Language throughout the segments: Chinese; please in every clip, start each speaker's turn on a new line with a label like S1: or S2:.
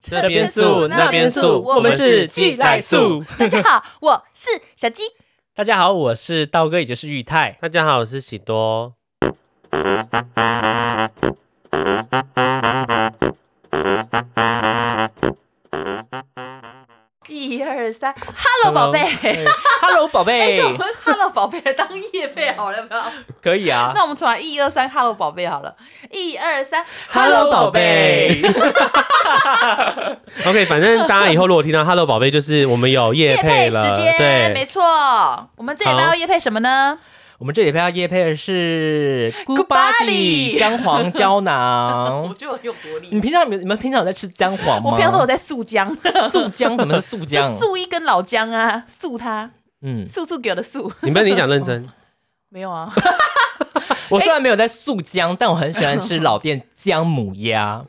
S1: 这边素那边素
S2: 我们是寄来素。
S3: 大家好，我是小鸡。
S2: 大家好，我是道哥，也就是裕泰。
S1: 大家好，我是喜多。
S3: 一二三，Hello 宝贝。
S2: Hello，宝贝
S3: 那，哎我们 Hello 宝贝当夜配好了，要不要？
S2: 可以啊
S3: 那。我们重来一二三，Hello 宝贝好了，一二三
S2: Hello，宝贝。
S1: OK，反正大家以后如果听到 “Hello 宝贝”，就是我们有
S3: 夜
S1: 夜
S3: 配
S1: 了
S3: 时，间，没
S1: 对，
S3: 错。我们这礼拜
S1: 好
S3: 要夜配什么呢？
S2: 我们这里边要夜配的是 Good
S3: Goodbody
S2: Body 姜黄胶
S3: 我
S2: 囊。
S3: 觉得很有活力。
S2: 你平常你们你们平常有在吃姜黄吗？
S3: 我平常都有在素姜，
S2: 素姜，怎么是素
S3: 就
S2: 姜？
S3: 素一根老姜啊，素它，
S2: 嗯，
S3: 素素给我的素，
S1: 你们你讲认真，
S3: 没有啊，
S2: 我
S3: 哎
S2: 虽然没有在素姜，但我很喜欢吃老店姜母 鸭，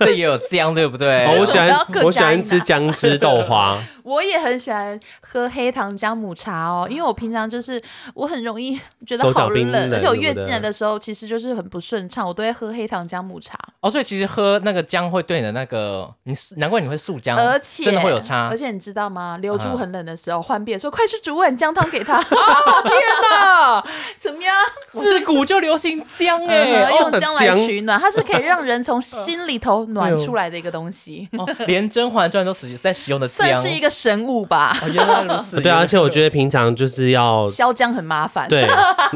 S2: 这也有姜，对不对？
S1: 哦我
S3: 为
S1: 喜
S3: 什么
S1: 欢
S3: 要刻
S1: 我喜
S3: 加音
S1: 欢
S3: 啊
S1: 吃姜汁豆花，
S3: 我也很喜欢喝黑糖姜母茶哦，因为我平常就是我很容易觉得
S1: 啊手脚
S3: 好
S1: 冰冷
S3: 而且我
S1: 对
S3: 月
S1: 不
S3: 经
S1: 对
S3: 来的时候其实就是很不顺畅，我都会喝黑糖姜母茶，
S2: 哦，所以其实喝那个姜会对你的那个，你难怪你会素姜，
S3: 而且
S2: 真的会有差
S3: 而。且你知道
S1: 啊
S3: 吗？留住
S2: 嗯
S3: 很冷的时候，幻变说快去煮碗姜汤 给他。哦天哪，怎么样？
S2: 自古就流行姜哎、
S3: 嗯哼
S2: 哦
S3: 用姜来取暖，它是可以让人从心里头暖出来的一个东 西，
S1: 哎
S2: 哦连《甄嬛传》都使在使用的姜
S3: 算，是一个神物吧。
S2: 哦原来如此。
S1: 对啊，而且我
S2: 得，
S1: 觉得平常就是要
S3: 削姜很麻烦，
S1: 对，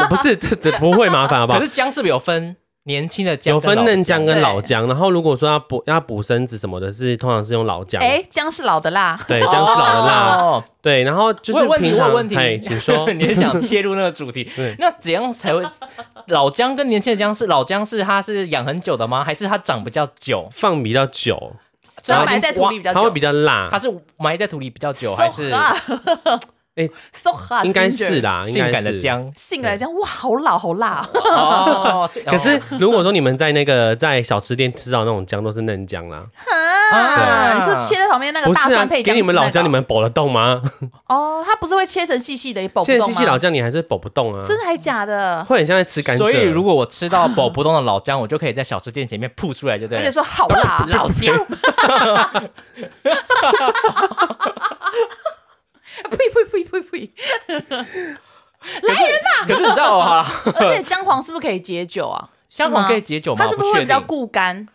S1: 不是这这不会麻烦好不好
S2: 可？是姜是不是有分年轻的姜，
S1: 有分嫩姜跟
S3: 对
S1: 老姜，然后如果说要补要补身子什么的是，通常是用老姜。
S3: 哎，姜是老的辣，
S1: 对，姜是老的辣。
S2: 哦
S1: 对，然后就
S2: 我
S1: 是
S2: 有问题
S1: 平常
S2: 我有问题
S1: 嘿请 说。
S2: 你很想切入那个主题
S1: 对，
S2: 那怎样才会老姜跟年轻的姜是老姜是它是养很久的吗？还是它长比较久？
S1: 放比较久，
S3: 所以
S2: 它
S3: 埋在土里
S2: 已
S3: 比
S2: 经
S3: 较
S1: 它会
S3: 久
S1: 比。较
S2: 挖，
S3: 啊
S1: 辣
S2: 它，是埋在土里比较久，还是
S3: So hot
S1: 哎
S3: so hot，
S1: 应该是
S3: 的。
S1: 啦，应
S2: 性
S1: 该
S2: 感的
S1: 是。
S2: 姜？
S3: 性格来讲，哇，好老好辣哦，
S2: 哦，所以
S1: 可是如果说你们在那个在小吃店吃到那种姜都是嫩姜啦，
S3: 啊！你说切在旁边那个
S1: 不
S3: 大
S1: 是啊
S3: 蒜配，
S1: 给
S3: 姜丝那个，
S1: 你们老姜你们剥得动吗？
S3: 哦，它不是会切成细细的，也剥不
S1: 现在
S3: 动
S1: 西
S3: 吗？
S1: 西老姜你还是剥不动啊，
S3: 真的还假的？
S1: 会很像在吃甘蔗。
S2: 所以如果我吃到宝不动的老姜，我就可以在小吃店前面铺出来，就对
S3: 而且
S2: 了。啊
S3: 说好 辣，
S2: 老姜，
S3: 呸呸呸呸呸！
S2: 来人呐！可是你知道哦， 好了，
S3: 而且姜黄是不是可以解酒啊？
S2: 姜黄可以解酒吗？
S3: 它是
S2: 不
S3: 不是会
S2: 确
S3: 比较
S2: 定。
S3: 固肝？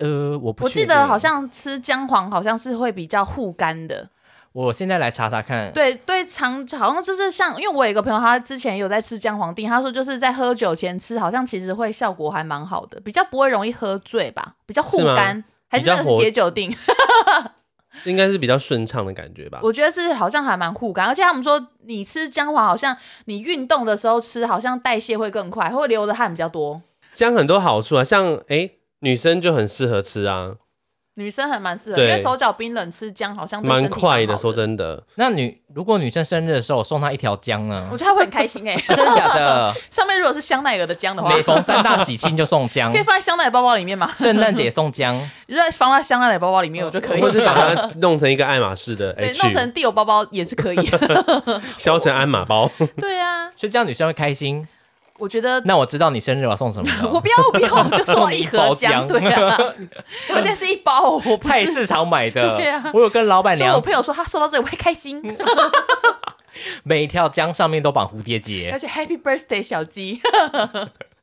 S2: 呃，我不
S3: 我
S2: 确
S3: 记
S2: 定
S3: 得好，像吃姜黄好像是会比较护肝的。
S2: 我现在来查查看。
S3: 对对，常好像就是像，因为我有一个朋友，他之前有在吃姜黄锭，他说就是在喝酒前吃，好像其实会效果还蛮好的，比较不会容易喝醉吧，比较护
S1: 是吗
S3: 肝，还是那个是
S1: 比较活啊
S3: 解酒锭？
S1: 应该是比较顺畅的感觉吧。
S3: 我觉得是好像还蛮护肝，而且他们说你吃姜黄，好像你运动的时候吃，好像代谢会更快，会流的汗比较多。
S1: 姜很多好处啊，像哎、女生就很适合吃啊，
S3: 女生很蛮适合，因
S1: 对
S3: 为手脚冰冷，吃姜好像对
S1: 蛮
S3: 身体
S1: 快
S3: 的。
S1: 的。说，真的，
S2: 那女如果女生生日的时候，我送她一条姜呢
S3: 我？觉得她会很开心 哎、
S2: 真的假 的？
S3: 上面如果是香奈儿的姜的话，
S2: 每逢三大喜庆就送姜
S3: 可，以放在香奈儿包包里面吗？
S2: 圣诞节送姜，
S3: 你就放在香奈儿包包里面，我就可以
S1: 或。是把它弄成一个爱马 仕的
S2: 哎
S3: 对，弄
S1: H，
S3: 成地友包包也是 可以。
S1: 削成鞍马包。
S3: 对啊，
S2: 所以这样女生会开心。
S3: 我觉得
S2: 那我知道你生日我要送什么
S3: 我
S2: 了。
S3: 不要，我不要， 我就说
S2: 送
S3: 一
S2: 一
S3: 盒
S2: 包姜
S3: 姜，对啊， 而且是一包，我不
S2: 菜
S3: 是。
S2: 市场买的
S3: 对啊，
S2: 我有跟老板
S3: 所以我
S2: 娘
S3: 朋友说他收到这个会开心，
S2: 嗯每一条姜上面都绑蝴蝶结
S3: 而。且 Happy Birthday 小鸡，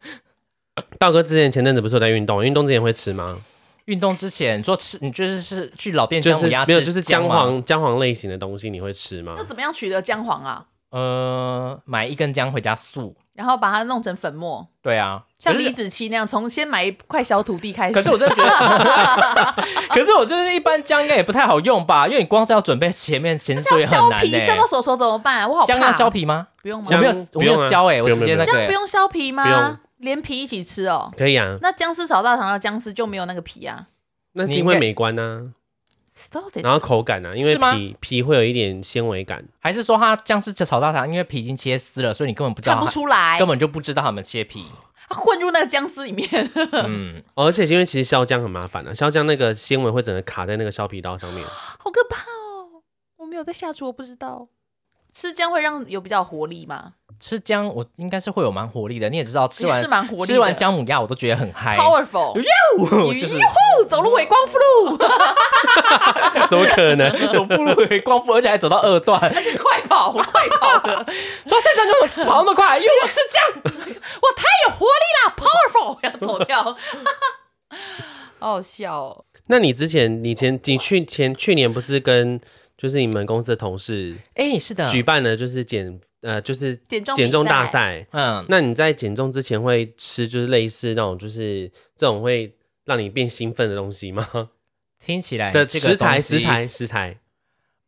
S1: 道哥之前前阵子不是有在运动，运动之前会吃吗？
S2: 运动之前，你说吃，你就是是去老
S3: 哎
S2: 店
S1: 就
S2: 姜母
S1: 是
S2: 鸭
S1: 没有，
S2: 吃
S1: 就是姜
S2: 吗，
S1: 黄姜黄类型的东西你会吃吗
S3: 要？怎么样取得姜黄啊？
S2: 呃，买一根姜回家素。
S3: 然后把它弄成粉末，
S2: 对啊，
S3: 像
S2: 可是
S3: 李子柒那样，从先买一块小土地开始。
S2: 可是我真的觉得， 可是我就是一般姜应该也不太好用吧，因为你光是要准备前面前
S3: 要
S2: 缀很
S3: 削
S2: 难
S3: 皮，
S2: 呢、
S3: 削到手手怎么办啊？我好
S2: 姜
S3: 怕。
S2: 要削皮吗？
S3: 不用吗？
S2: 我
S1: 姜
S2: 没有，我没
S1: 不用
S2: 有
S1: 啊
S2: 削哎、
S1: 不
S2: 我
S1: 用
S2: 直接那
S3: 这样不
S2: 个、
S3: 用削皮
S1: 不用
S3: 吗？连皮一起吃哦。
S1: 可以啊，
S3: 那姜丝炒大肠的姜丝就没有那个皮啊。
S1: 那是因为美观啊，
S3: 到底是
S1: 然后口感啊，因为
S2: 是吗
S1: 皮皮会有一点纤维感。
S2: 还是说它姜是炒大肠，因为皮已经切丝了，所以你根本不知道
S3: 看不
S2: 它，
S3: 出来
S2: 根，本就不知道他们切 皮。
S3: 它混入那个姜丝里面。
S2: 嗯，
S1: 哦而且因为其实削姜很麻烦啊，削姜那个纤 维会整个卡在那个削皮刀上面。
S3: 好可怕哦！我没有在下厨，我不知道。吃姜会让有比较有活力吗
S2: 吃姜我应该是会有蛮活力的，你也知道，吃
S3: 也
S2: 完
S3: 是蛮活力的
S2: 吃完姜母鸭我都觉得很嗨，
S3: ？Powerful，
S2: 我哎就是
S3: 哟，走路为光复路，
S1: 怎么可能？
S2: 走不回光复，而且还走到二 段，
S3: 而且快跑，快跑的，
S2: 说现场就跑那么快，因为我吃姜。
S3: 我太有活力啦，Powerful，我要走掉，好好笑哦。
S1: 那你之前，你前，你去前去年不是跟就是你们公司的同事
S2: 哎，是的，
S1: 举办了就是减呃就是
S3: 减重
S1: 减重
S3: 比赛
S1: 大赛？
S2: 嗯，
S1: 那你在减重之前会吃就是类似那种就是这种会让你变兴奋的东西吗？
S2: 听起来
S1: 的
S2: 哎这个
S1: 食材
S2: 东西
S1: 食，材食材，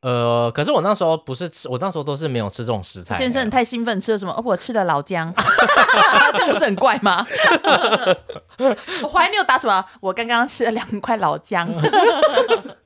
S2: 呃，可是我那时候不是吃，我那时候都是没有吃这种食材的。
S3: 先生，你太兴奋，吃了什么？哦，我吃了老姜， 这样不是很怪吗？ 我怀疑你有打什么？我刚刚吃了两块老姜，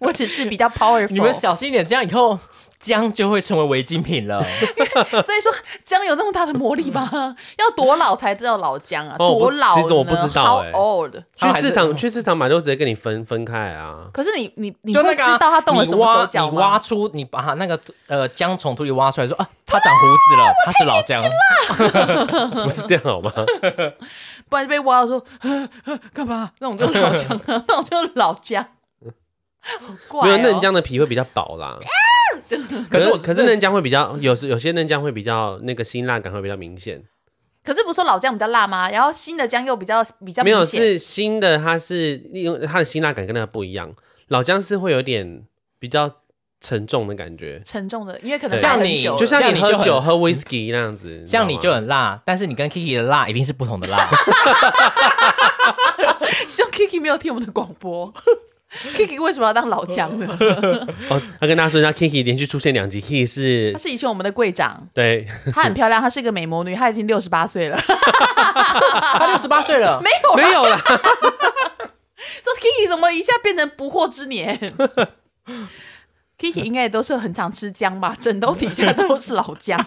S3: 我只是比较 powerful。
S2: 你们小心一点，这样以后姜就会成为违禁品 了。
S3: 所以说姜有那么大的魔力吗？ 要多老才知道老姜啊？
S1: 哦我不
S3: 多老呢？
S1: 其实我不知道欸
S3: How old？
S1: 去
S2: 它还是
S1: 市场去市场买就直接跟你分分开 啊。
S3: 可是你你你
S2: 就
S3: 会
S2: 那
S3: 知
S2: 个啊、
S3: 道他动了什么手
S2: 你挖
S3: 脚
S2: 你挖
S3: 吗？
S2: 出，你把它那个呃姜从土里挖出来说啊，它长胡子了，它是老姜。
S1: 不是这样好吗？
S3: 哦不然就被挖到说 呵呵干嘛？那种就是老姜 啊，那种就是老姜。好怪哦
S1: 没有嫩姜的皮会比较薄啦，
S2: 可
S1: 可
S2: 是
S1: 是
S2: 我
S1: 可是嫩姜会比较有时有些嫩姜会比较那个辛辣感会比较明显，
S3: 可是不是说老姜比较辣吗？然后新的姜又比较比较
S1: 没有
S3: 明显
S1: 是新的它是利用它的辛辣感跟那个不一样，老姜是会有点比较沉重的感觉，
S3: 沉重的，因为可能
S1: 对
S3: 摆很
S2: 像你
S3: 久了
S1: 就 像
S2: 像
S1: 你
S2: 你
S1: 喝
S2: 就很
S1: 酒喝 whisky 那样子，
S2: 像你
S1: 知
S2: 就
S1: 道吗
S2: 很辣，但是你跟 Kiki 的辣一定是不同的 辣。
S3: 希望 Kiki 没有听我们的广播。Kiki 为什么要当老姜 呢？
S1: 哦，他跟大家说一下，Kiki 连续出现两集，Kiki 是
S3: 她是以前我们的柜长，
S1: 对，
S3: 她很漂亮，她是一个美魔女，她已经六十八岁了。
S2: 他六十八岁了，
S3: 没有
S1: 没
S3: 啦，
S1: 有啦，
S3: 说 Kiki 怎么一下变成不惑之年？Kiki 应该也都是很常吃姜吧， 枕头底下都是老 姜。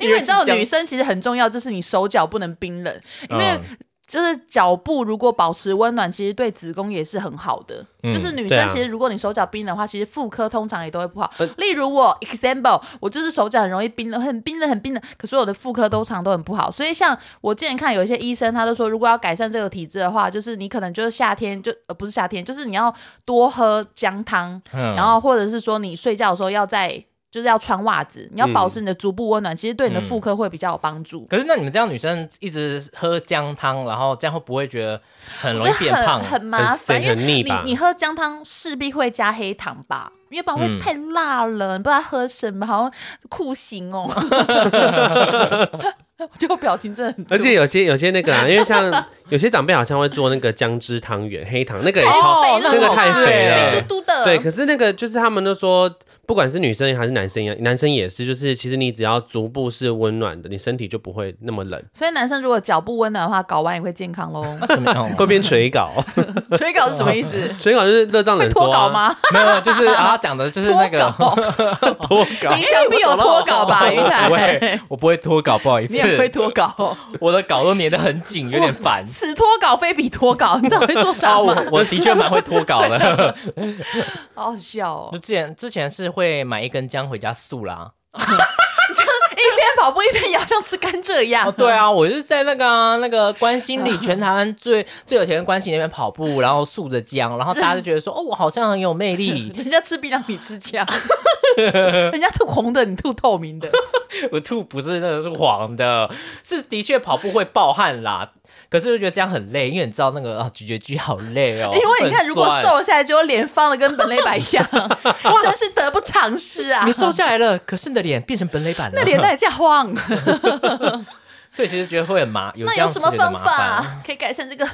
S3: 因为你知道，女生其实很重要，就是你手脚不能冰冷，因为
S2: 嗯
S3: 就是脚部如果保持温暖，其实对子宫也是很好的。
S2: 嗯
S3: 就是女
S1: 对
S3: 生
S1: 啊
S3: 其实如果你手脚冰冷的话，其实妇科通常也都会不好
S1: 呃。
S3: 例如我 example，我就是手脚很容易冰冷，很冰冷，很冰冷，可是我的妇科通常都很不好。所以像我之前看有一些医生，他就说，如果要改善这个体质的话，就是你可能就是夏天就呃不是夏天，就是你要多喝姜汤，
S2: 嗯
S3: 然后或者是说你睡觉的时候要在。就是要穿袜子，你要
S2: 嗯
S3: 保持你的足部温暖，其实对你的妇科会比较有帮助。
S2: 可是那你们这样女生一直喝姜汤，然后这样会不会觉得很容易变胖
S3: 很？很麻
S1: 很
S3: 烦，
S1: 咸
S3: 因为
S1: 很腻
S3: 你
S1: 吧？
S3: 啊你喝姜汤势必会加黑糖吧，因为不然会
S2: 嗯
S3: 太辣了，你不知道喝什么，好像酷刑哦。 我觉得我表情真的很多，哦
S1: 而且有些有些那个啊，因为像有些长辈好像会做那个姜汁汤圆，黑糖那个也
S3: 太
S1: 超、
S3: 肥
S2: 哦
S3: 了，
S1: 那个太肥了
S3: 肥嘟嘟的。
S1: 对，可是那个就是他们都说，不管是女生还是男生一样，男生也是，就是其实你只要足部是温暖的，你身体就不会那么冷，
S3: 所以男生如果脚不温暖的话，睾丸也会健康 喽。
S2: 那什么哦
S1: 会变垂睾。
S3: 垂睾是什么意思？
S1: 垂睾就是热胀
S3: 会
S1: 冷
S3: 脱
S1: 缩、
S3: 睾
S1: 啊。
S3: 吗？
S2: 没有，就是啊，他讲的 就是那个
S3: 脱睾，
S1: 脱 睾
S3: 你想必有脱睾吧，云
S2: 我不会
S3: 台？，
S2: 我不会脱稿，不好意思
S3: 你，也会脱睾？。
S2: 我的稿都粘得很紧，有点烦
S3: 此脱睾非彼脱睾，你知道我在说
S2: 啊，
S3: 啥
S2: 我
S3: 吗？啊
S2: 我的确蛮会脱稿 的。
S3: 好好笑哦
S2: 就！之前之前是会买一根姜回家素啦。
S3: 一边跑步一边摇，像吃甘蔗一样。
S2: 哦，对啊，我就是在那个啊那个关心里，全台湾最最有钱的关心那边跑步，然后素着姜，然后大家就觉得说，哦，我好像很有魅力，
S3: 人家吃槟榔，你吃姜；人家吐红的，你吐透明的。
S2: 我吐不是那个是黄的，是的确跑步会暴汗啦。可是就觉得这样很累，因为你知道那个啊咀嚼肌好累哦。
S3: 因为你看，
S2: 很
S3: 如果
S2: 酸
S3: 瘦了下来，就脸方的跟本垒板一样，真是得不偿失啊！
S2: 你瘦下来了，可是你的脸变成本垒板了，
S3: 那脸蛋也这样晃，
S2: 所以其实觉得会很麻，有
S3: 啊那
S2: 这
S3: 有
S2: 样
S3: 什
S2: 子
S3: 么
S2: 的
S3: 方
S2: 麻烦。啊
S3: 法啊可以改善这个？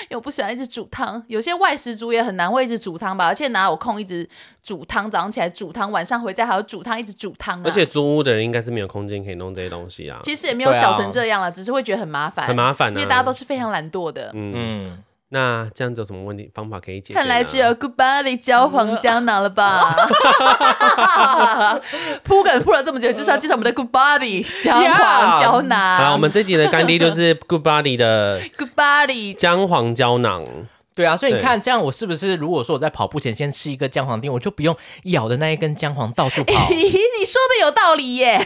S3: 因为我不喜欢一直煮汤，有些外食族也很难会一直煮汤吧，而且哪有空一直煮汤？早上起来煮汤，晚上回家还要煮汤，一直煮汤、啊。
S1: 而且租屋的人应该是没有空间可以弄这些东西啊，
S3: 其实也没有
S2: 对啊
S3: 小成这样了，只是会觉得很麻烦，
S1: 很麻烦
S3: 因
S1: 啊。
S3: 为大家都是非常懒惰的。
S1: 嗯，
S2: 嗯，
S1: 那这样子有什么问题方法可以解决呢？
S3: 看来只有 Goodbye 教黄胶囊 了吧？铺梗铺了这么久，就是要介绍我们的 Goodbody 姜黄胶
S1: 好了，我
S3: 囊。
S1: 们这集的干爹就是 Good Body 的
S3: Goodbody
S1: 姜黄胶囊。
S2: 对啊，所以你
S1: 对
S2: 看这样，我是不是如果说我在跑步前先吃一个姜黄丁，我就不用咬的那一根姜黄到 处跑？啊
S3: 咦，你说的有道理耶！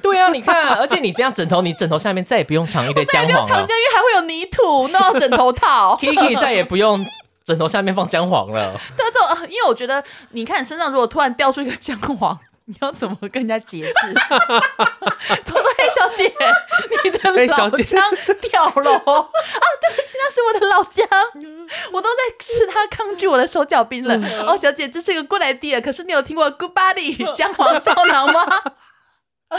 S2: 对啊，你看，而且你这样枕头，你枕头下面再也不用藏一堆姜
S3: 代表
S2: 黄
S3: 长
S2: 了。
S3: 江因为还会有泥土，弄到枕头套
S2: ，Kiki 再也不用枕头下面放姜黄了。
S3: 对啊，这种呃因为我觉得，你看身上如果突然掉出一个姜黄，你要怎么跟人家解释？ 偷偷黑小姐，你的
S1: 哎小
S3: 老
S1: 姐
S3: 姜掉了哦啊！对不起，那是我的老姜，我都在吃它抗拒我的手脚冰冷。
S1: 嗯
S3: 哦，小姐，这是一个 good idea，可是你有听过 good body 姜黄胶囊吗？好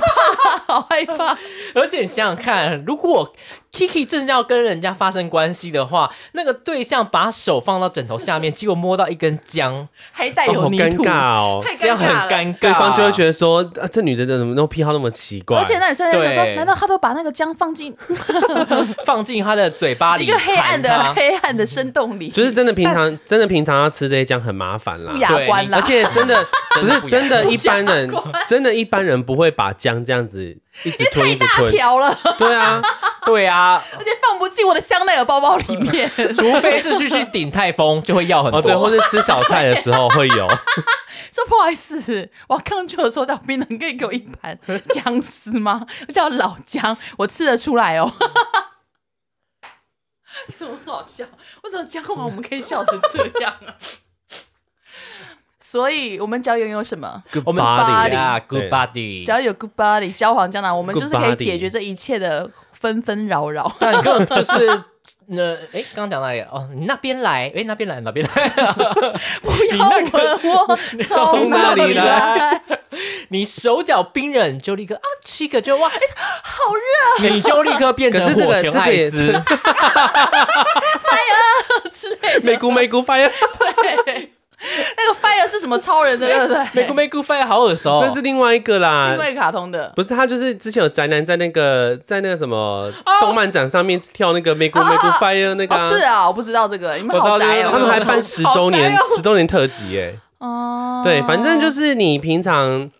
S3: 怕，好害怕！
S2: 而且你想想看，如果 Kiki 正要跟人家发生关系的话，那个对象把手放到枕头下面，结果摸到一根姜，
S3: 还带
S1: 哦，
S3: 有
S1: 好
S3: 泥
S1: 尴
S3: 土，
S1: 尬哦。
S3: 太
S2: 这
S3: 尴
S2: 样很
S3: 尬了。
S2: 尴尬，
S1: 对方就会觉得说，啊、这女的怎么都癖好那么奇怪？
S3: 而且那女生就说
S2: 对：“
S3: 难道她都把那个姜放进
S2: 得放进他的嘴
S1: 啊
S2: 巴里，
S3: 一个黑暗
S2: 含
S3: 的
S2: 它
S3: 黑暗的深洞里，
S1: 就是真的平常真的平常要吃这一酱很麻烦啦
S2: 啊
S3: 不。雅观啦。
S1: 而且真的不是 真的，一般人
S3: 不雅观
S1: 真的一般人不会把姜这样子一直吞一直
S3: 大
S1: 吞，
S3: 条了，
S1: 对啊，
S2: 对啊，
S3: 而且放不进我的香奈儿包包里面。
S2: 除非是去去顶泰丰，就会要很多。
S1: 哦对，或是吃小菜的时候会有，
S3: 说不好意思，我抗拒的手脚冰冷，可以给我一 盘姜丝吗？叫老姜，我吃得出来哦。 你怎么很好笑？为什么姜黄我们可以笑成这样啊？所以我们只要拥有什么，
S1: Good
S2: 我们
S1: body
S2: 对啊，good
S1: 对
S2: body，
S3: 只要有 good body 焦黄胶囊，我们
S1: Good
S3: 就是可以
S1: body
S3: 解决这一切的纷纷扰扰。
S2: 但你根本就是。那哎，刚刚讲哪里了？哦，你那边来，哎，那边来，哪边来？
S3: 不要
S2: 你那个
S3: 问我从哪里来。
S2: 你手脚冰冷，就立刻啊，七个就哇，
S3: 好 热，
S2: 你就立刻变成
S1: 可是这个
S2: 火哎拳
S1: 这个
S2: 艾
S1: 也
S2: 斯。
S1: 美姑美姑 fire，
S3: 对， 那个 fire 是什么超人的，对不对？
S2: 美姑美姑 fire 好耳 熟哦，
S1: 那是另外一个啦
S3: 另。外一个卡通的。
S1: 不是他，就是之前有宅男在那个在那个什么动漫展上面跳那个《美国美国
S3: 哦哦哦
S1: Fire》那个啊
S3: 哦，，是啊，我不知道这个，你们
S2: 我知道
S3: 好
S2: 这
S3: 宅哦。
S2: 个
S1: 他们还办十周年
S2: 好宅哦
S1: 十周年特辑哎，
S3: 哦，
S1: 对，反正就是你平常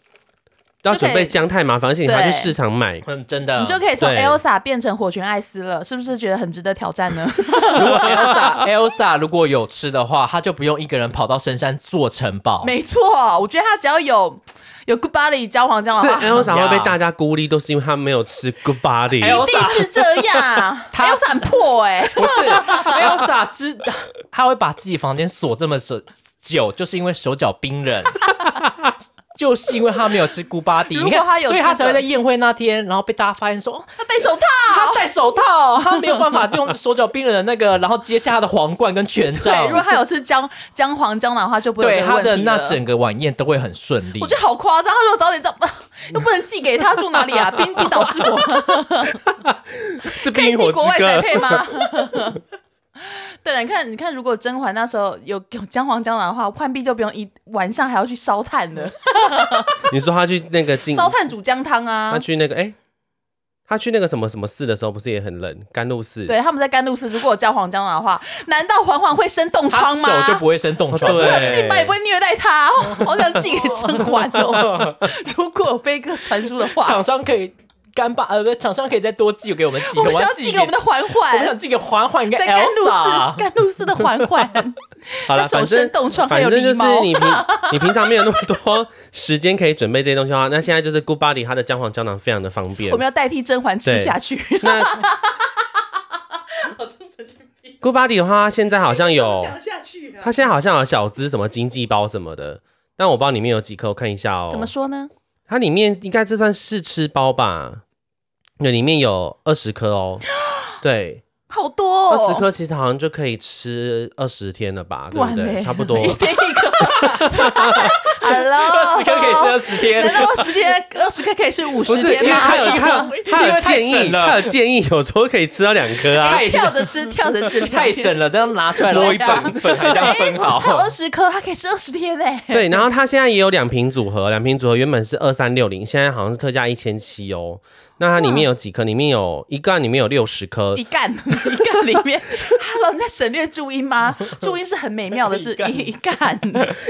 S1: 要准备姜太麻烦，而且你还要去
S3: 对哦
S1: 市场买，
S2: 嗯，真的。
S3: 你 就可以从
S1: 对
S3: Elsa 变成火拳艾斯了，是不是觉得很值得挑战呢？
S2: 如果 Elsa Elsa 如果有吃的话，她就不用一个人跑到深山做城堡。
S3: 没错，我觉得他只要有有 Good Body 焦黄胶
S1: 所以哎
S3: 囊的话，
S1: Elsa 会被大家孤立，都是因为他没有吃 Good Body。
S2: Elsa
S3: 一定是这样。
S2: 他
S3: Elsa 很破哎，
S2: 不是 Elsa 知，她会把自己房间锁这么久，久就是因为手脚冰 冷。就是因为她没有吃古巴迪，
S3: 如果
S2: 你看
S3: 她有
S2: 所以
S3: 这
S2: 她
S3: 个
S2: 才会在宴会那天，然后被大家发现 说，哦
S3: 他戴手套，
S2: 她戴手套，她没有办法用手脚冰冷的那个，然后接下她的皇冠跟权
S3: 对，
S2: 杖
S3: 如，果他有吃姜姜黄胶囊的话，就不会有
S2: 对
S3: 这个
S2: 她
S3: 问
S2: 的
S3: 题了。
S2: 那整个晚宴都会很顺利
S3: 我。觉得好夸张，他如果早点知道， 又不能寄给他住哪里啊？冰冰岛之国，
S1: 这
S3: 可
S1: 冰
S3: 以
S1: 与火
S3: 寄
S1: 之
S3: 国外宅
S1: 歌，
S3: 配吗？对了，你看，你看，如果甄嬛那时候有有姜黄胶囊的话，浣碧就不用一晚上还要去烧炭了，
S1: 你说他去那个进，
S3: 烧炭煮姜汤啊
S1: 他。去嗯那个哎，他去那个什么什么寺的时候，不是也很冷？甘露寺。
S3: 对，他们在甘露寺如果有姜黄胶囊的话，难道嬛嬛会生冻
S2: 她
S3: 疮吗？
S2: 手就不会生冻
S1: 哦
S2: 疮，
S1: 对
S3: 进吧也不会虐待他，哦好想寄给甄嬛哦。如果有飞鸽传书的话
S2: 厂，商可以干爸呃，不是厂商可以再多寄给我们几
S3: 我
S2: 个，
S3: 们想
S2: 要
S3: 要寄给我们的
S2: 我
S3: 嬛
S2: 们
S3: 嬛
S2: 想。寄给嬛嬛跟
S3: 在甘露寺，
S2: Elsa。
S3: 甘露寺的嬛嬛，
S1: 好了，
S3: 他手
S1: 反正
S3: 生冻疮还有
S1: 反正就是
S3: 狸猫
S1: 你平你平常没有那么多时间可以准备这些东西的话，那现在就是 Good Body 它的姜黄胶囊非常的方便
S3: 我。们要代替甄嬛吃下去。
S1: 那 Good Body 的话，它现在好像有，
S3: 下去啊
S1: 它现在好像有小资什么经济包什么的，但我不知道里面有几颗，我看一下哦。
S3: 怎么说呢？
S1: 它里面应该这算试吃包吧？对，里面有二十颗哦。对，
S3: 好多
S1: 二
S3: 哦，
S1: 十颗其实好像就可以吃二十天了吧？对
S3: 完
S1: 不
S3: 美哎
S1: 对？差不多。
S3: 一天一 颗。Hello，
S2: 二十颗可以吃。二十天，
S3: 难道二十天二十颗可以吃五
S1: 不
S3: 十
S1: 是，因
S3: 天
S1: 为
S3: 吗？哎
S1: 他有他有他
S2: 因为
S1: 有
S2: 太
S1: 建议，
S2: 省了
S1: 他有建议，有时候可以吃到两颗啊。
S2: 太
S3: 跳着吃，跳着吃，
S2: 太省了，这样拿出来
S1: 多
S2: 捞
S1: 一
S2: 半
S1: 半
S2: 粉还这样分好
S3: 还。有二十颗，它可以吃二十天呢。
S1: 对， 然后它现在也有两瓶组合，两瓶组合原本是二三六零，现在好像是特价一千七哦。那它里面有几颗？里面有一个，里面有六十颗
S3: 一。干一干里面，Hello，你在 省略注音吗？注音是很美妙的 事，一干，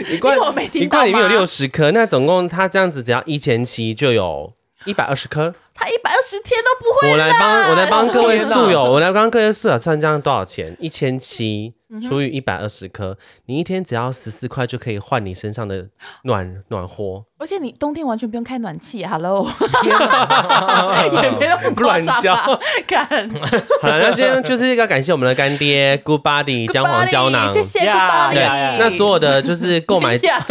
S1: 一
S3: 罐因为我没听
S1: 一
S3: 到吗
S1: 罐里面有六十颗，那总共它这样子只要一千七就有一百二十颗，
S3: 他一百二十天都不会
S1: 我来帮我来帮各位
S2: 天哪
S1: 宿友，我来帮各位宿友算这样多少钱？一千七除以一百二十颗，你一天只要十四块就可以换你身上的暖暖和。
S3: 而且你冬天完全不用开暖气，Hello，
S2: 天哪
S3: 也没有很夸张吧？ 看
S1: 好了，那今天就是要感谢我们的干 爹 Good Body 姜黄胶囊。
S3: 谢谢 Good
S2: 呀
S3: Body。
S1: 对，
S2: 呀
S1: 那所有的就是购 买
S3: 呀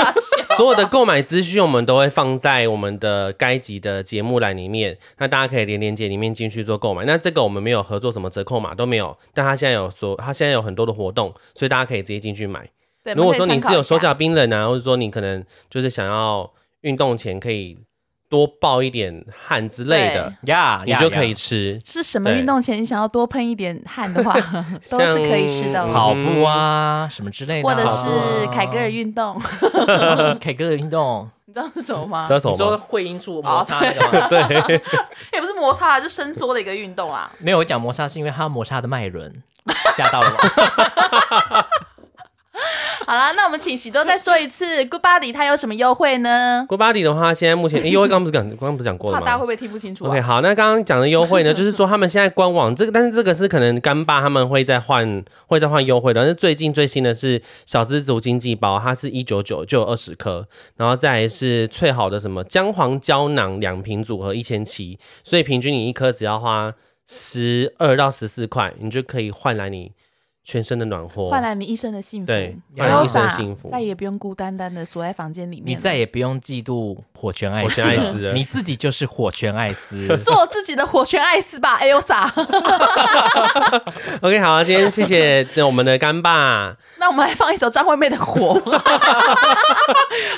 S1: 所有的购买资讯，我们都会放在我们的该集的节目栏里面，那大家可以连连接里面进去做购买。那这个我们没有合作什么折扣码都没有，但它现在有所，它现在有很多的活动，所以大家可以直接进去买。
S3: 对
S1: 如果说你是有
S3: 我们可
S1: 手，
S3: 以参考一下
S1: 脚冰冷啊，或者说你可能就是想要运动前可以多爆一点汗之类的，
S2: 呀，
S1: 你就可以吃。
S3: 是什么
S1: 对
S3: 运动前你想要多喷一点汗的话， 都是可以吃的
S1: 像
S3: 哦，
S2: 跑步啊什么之类的，
S3: 或者是凯格尔
S2: 运
S3: 运动，
S1: 啊
S2: 凯格尔运动，
S3: 你知道是什么吗
S1: 知？道什
S2: 你
S1: 么
S2: 说
S1: 吗？
S2: 会阴处摩擦那个
S3: 哦
S2: 吗？
S1: 对，
S3: 也不是摩擦，就伸缩的一个运动啊啦。
S2: 没有，我讲摩擦是因为它摩擦的脉轮， 吓到了我。
S3: 好啦，那我们请喜多再说一次，Good Body 它有什么优惠呢？
S1: Good Body 的话，现在目前，因为刚刚不是讲，刚刚不是讲过
S3: 怕
S1: 了
S3: 大家
S1: 吗
S3: 会不？会听不清楚、啊
S1: OK，好，那刚刚讲的优惠呢，就是说他们现在官网这个，但是这个是可能干爸他们会再换，会再换优惠的。但是最近最新的是小资族经济包，它是一九九就有二十颗，然后再来是最好的什么姜黄胶囊两瓶组合一千七，所以平均你一颗只要花十二到十四块，你就可以换来你全身的暖和，
S3: 换来你一生的幸福，
S1: 对，
S2: 不
S1: 换
S2: 要
S1: 来
S2: 让
S1: 一生的
S3: 傻
S1: 幸福。
S3: 再也不用孤单单的锁在房间里面
S2: 你
S3: 了，
S2: 再也不用嫉妒火拳艾
S1: 火
S2: 斯
S1: 拳艾斯
S2: 了，
S1: 了
S2: 你自己就是火拳艾斯。
S3: 做自己的火拳艾斯吧，Elsa。
S1: OK，好，今天谢谢对我们的干爸。
S3: 那我们来放一首张惠妹的《 火》，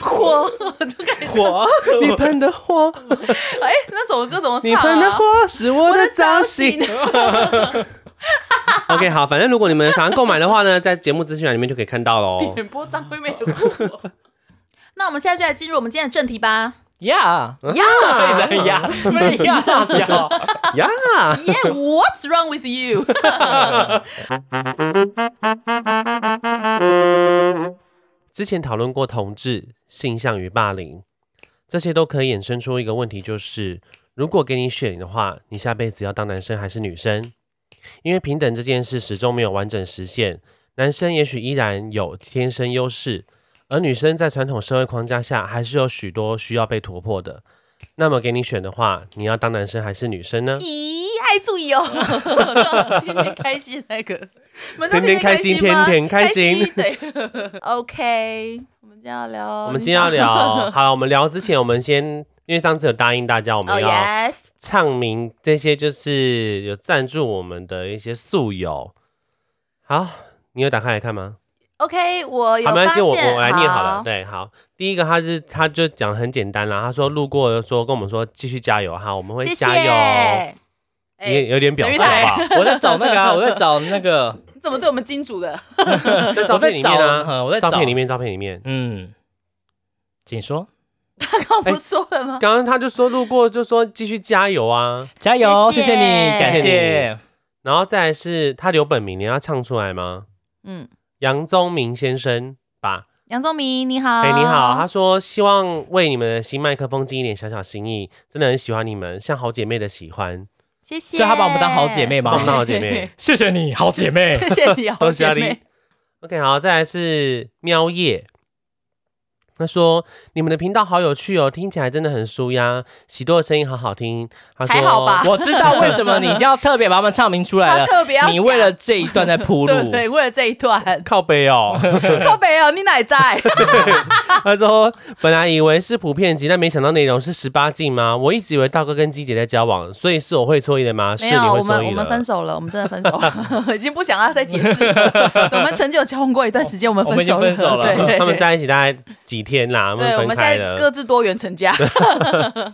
S3: 火 就感觉
S2: 火，
S1: 你喷的火，
S3: 哎，那首歌怎么
S1: 你
S3: 唱
S1: 喷的
S3: 啊？
S1: 火是我
S3: 我
S1: 的
S3: 的
S1: 造
S3: 造
S1: 型
S3: 型。
S1: OK，好，反正如果你们想要购买的话呢，在节目资讯栏里面就可以看 到喽。
S3: 点播张惠妹的《火》。 那我们现在就来进入我们今天的正题吧。
S2: 呀
S1: 啊呀
S2: 呀呀，不是呀大小，
S1: 呀，
S3: Yeah, what's wrong with you？
S1: 之前讨论过同志、性向与霸凌，这些都可以衍生出一个问题，就是如果给你选的话，你下辈子要当男生还是女生？因为平等这件事始终没有完整实现，男生也许依然有天生优势，而女生在传统社会框架下还是有许多需要被突破的。那么给你选的话，你要当男生还是女生呢？
S3: 咦，爱注意 哦，就天天开心那个，你们知道
S1: 天天开心
S3: 吗
S1: 天天开心
S3: 对 ，OK，我们今天要聊，
S1: 我们今天要聊，好了，我们聊之前，我们先，因为上次有答应大家， 我
S3: 哦、
S1: 们
S3: y
S1: 要
S3: e s
S1: 唱名这些就是有赞助我们的一些宿友。好，你有打开来看吗？
S3: OK，我有
S1: 好，
S3: 发
S1: 没关系，
S3: 现，
S1: 我我来念好了。
S3: 好
S1: 对，好，第一个他是他就讲得很简单啦，他说路过的说跟我们说继续加油哈，我们会
S3: 谢谢。
S1: 加油。你也
S3: 哎，
S1: 有点表
S3: 沈玉
S1: 示
S3: 台
S1: 好不好？
S2: 我在找那个啊，我在找那个，
S3: 你怎么对我们金主的？
S1: 在照片
S2: 我在
S1: 里面
S2: 找
S1: 啊，
S2: 嗯我在找
S1: 照片里面，照片里面。
S2: 嗯，请说，
S3: 刚不是说了吗？
S1: 刚刚他就说路过就说继续加油啊，
S2: 加油，谢
S3: 谢谢
S2: 谢你，感
S1: 谢谢
S2: 谢。
S1: 然后再来是他留本名，你要唱出来吗？
S3: 嗯，
S1: 杨宗明先生吧。
S3: 杨宗明你好，
S1: 哎、你
S3: 啊
S1: 好，他说希望为你们的新麦克风尽一点小小心意，真的很喜欢你们，像好姐妹的喜欢，
S3: 谢谢。
S2: 所以她把我们当好姐妹吗
S1: 把我们当好姐妹。
S2: 谢谢你，好姐妹
S3: 谢谢你，好
S1: 恭喜
S3: 姐
S1: 阿丽
S3: 妹。
S1: OK，好，再来是喵叶，他说你们的频道好有趣哦，听起来真的很舒压，喜多的声音好好听。他说
S3: 还好吧
S2: 我知道为什么你现在要特别把他们唱名出来
S3: 他
S2: 了，
S3: 特别要
S2: 你为
S3: 讲
S2: 了这一段在铺
S3: 对
S2: 路。
S3: 对，为了这一段，
S1: 靠 背哦，
S3: 靠北哦，你奶在？
S1: 他说本来以为是普遍级，但没想到内容是十八禁吗？我一直以为道哥跟鸡姐在交往，所以是我会错意了吗？是
S3: 没
S1: 你
S3: 有，
S1: 会
S3: 我
S1: 错
S3: 们
S1: 意
S3: 我们
S1: 了。
S3: 分手了，我们真的分手 了，已经不想要再解释了。我们曾经有交往过一段时间，我们
S2: 我们已
S3: 分
S2: 经
S3: 手
S2: 分手了
S3: 对对对
S1: 呃他们在一起大概几天啦？
S3: 对，
S1: 他们
S3: 我
S1: 分
S3: 们现
S1: 开
S3: 在
S1: 了。
S3: 各自多元成家。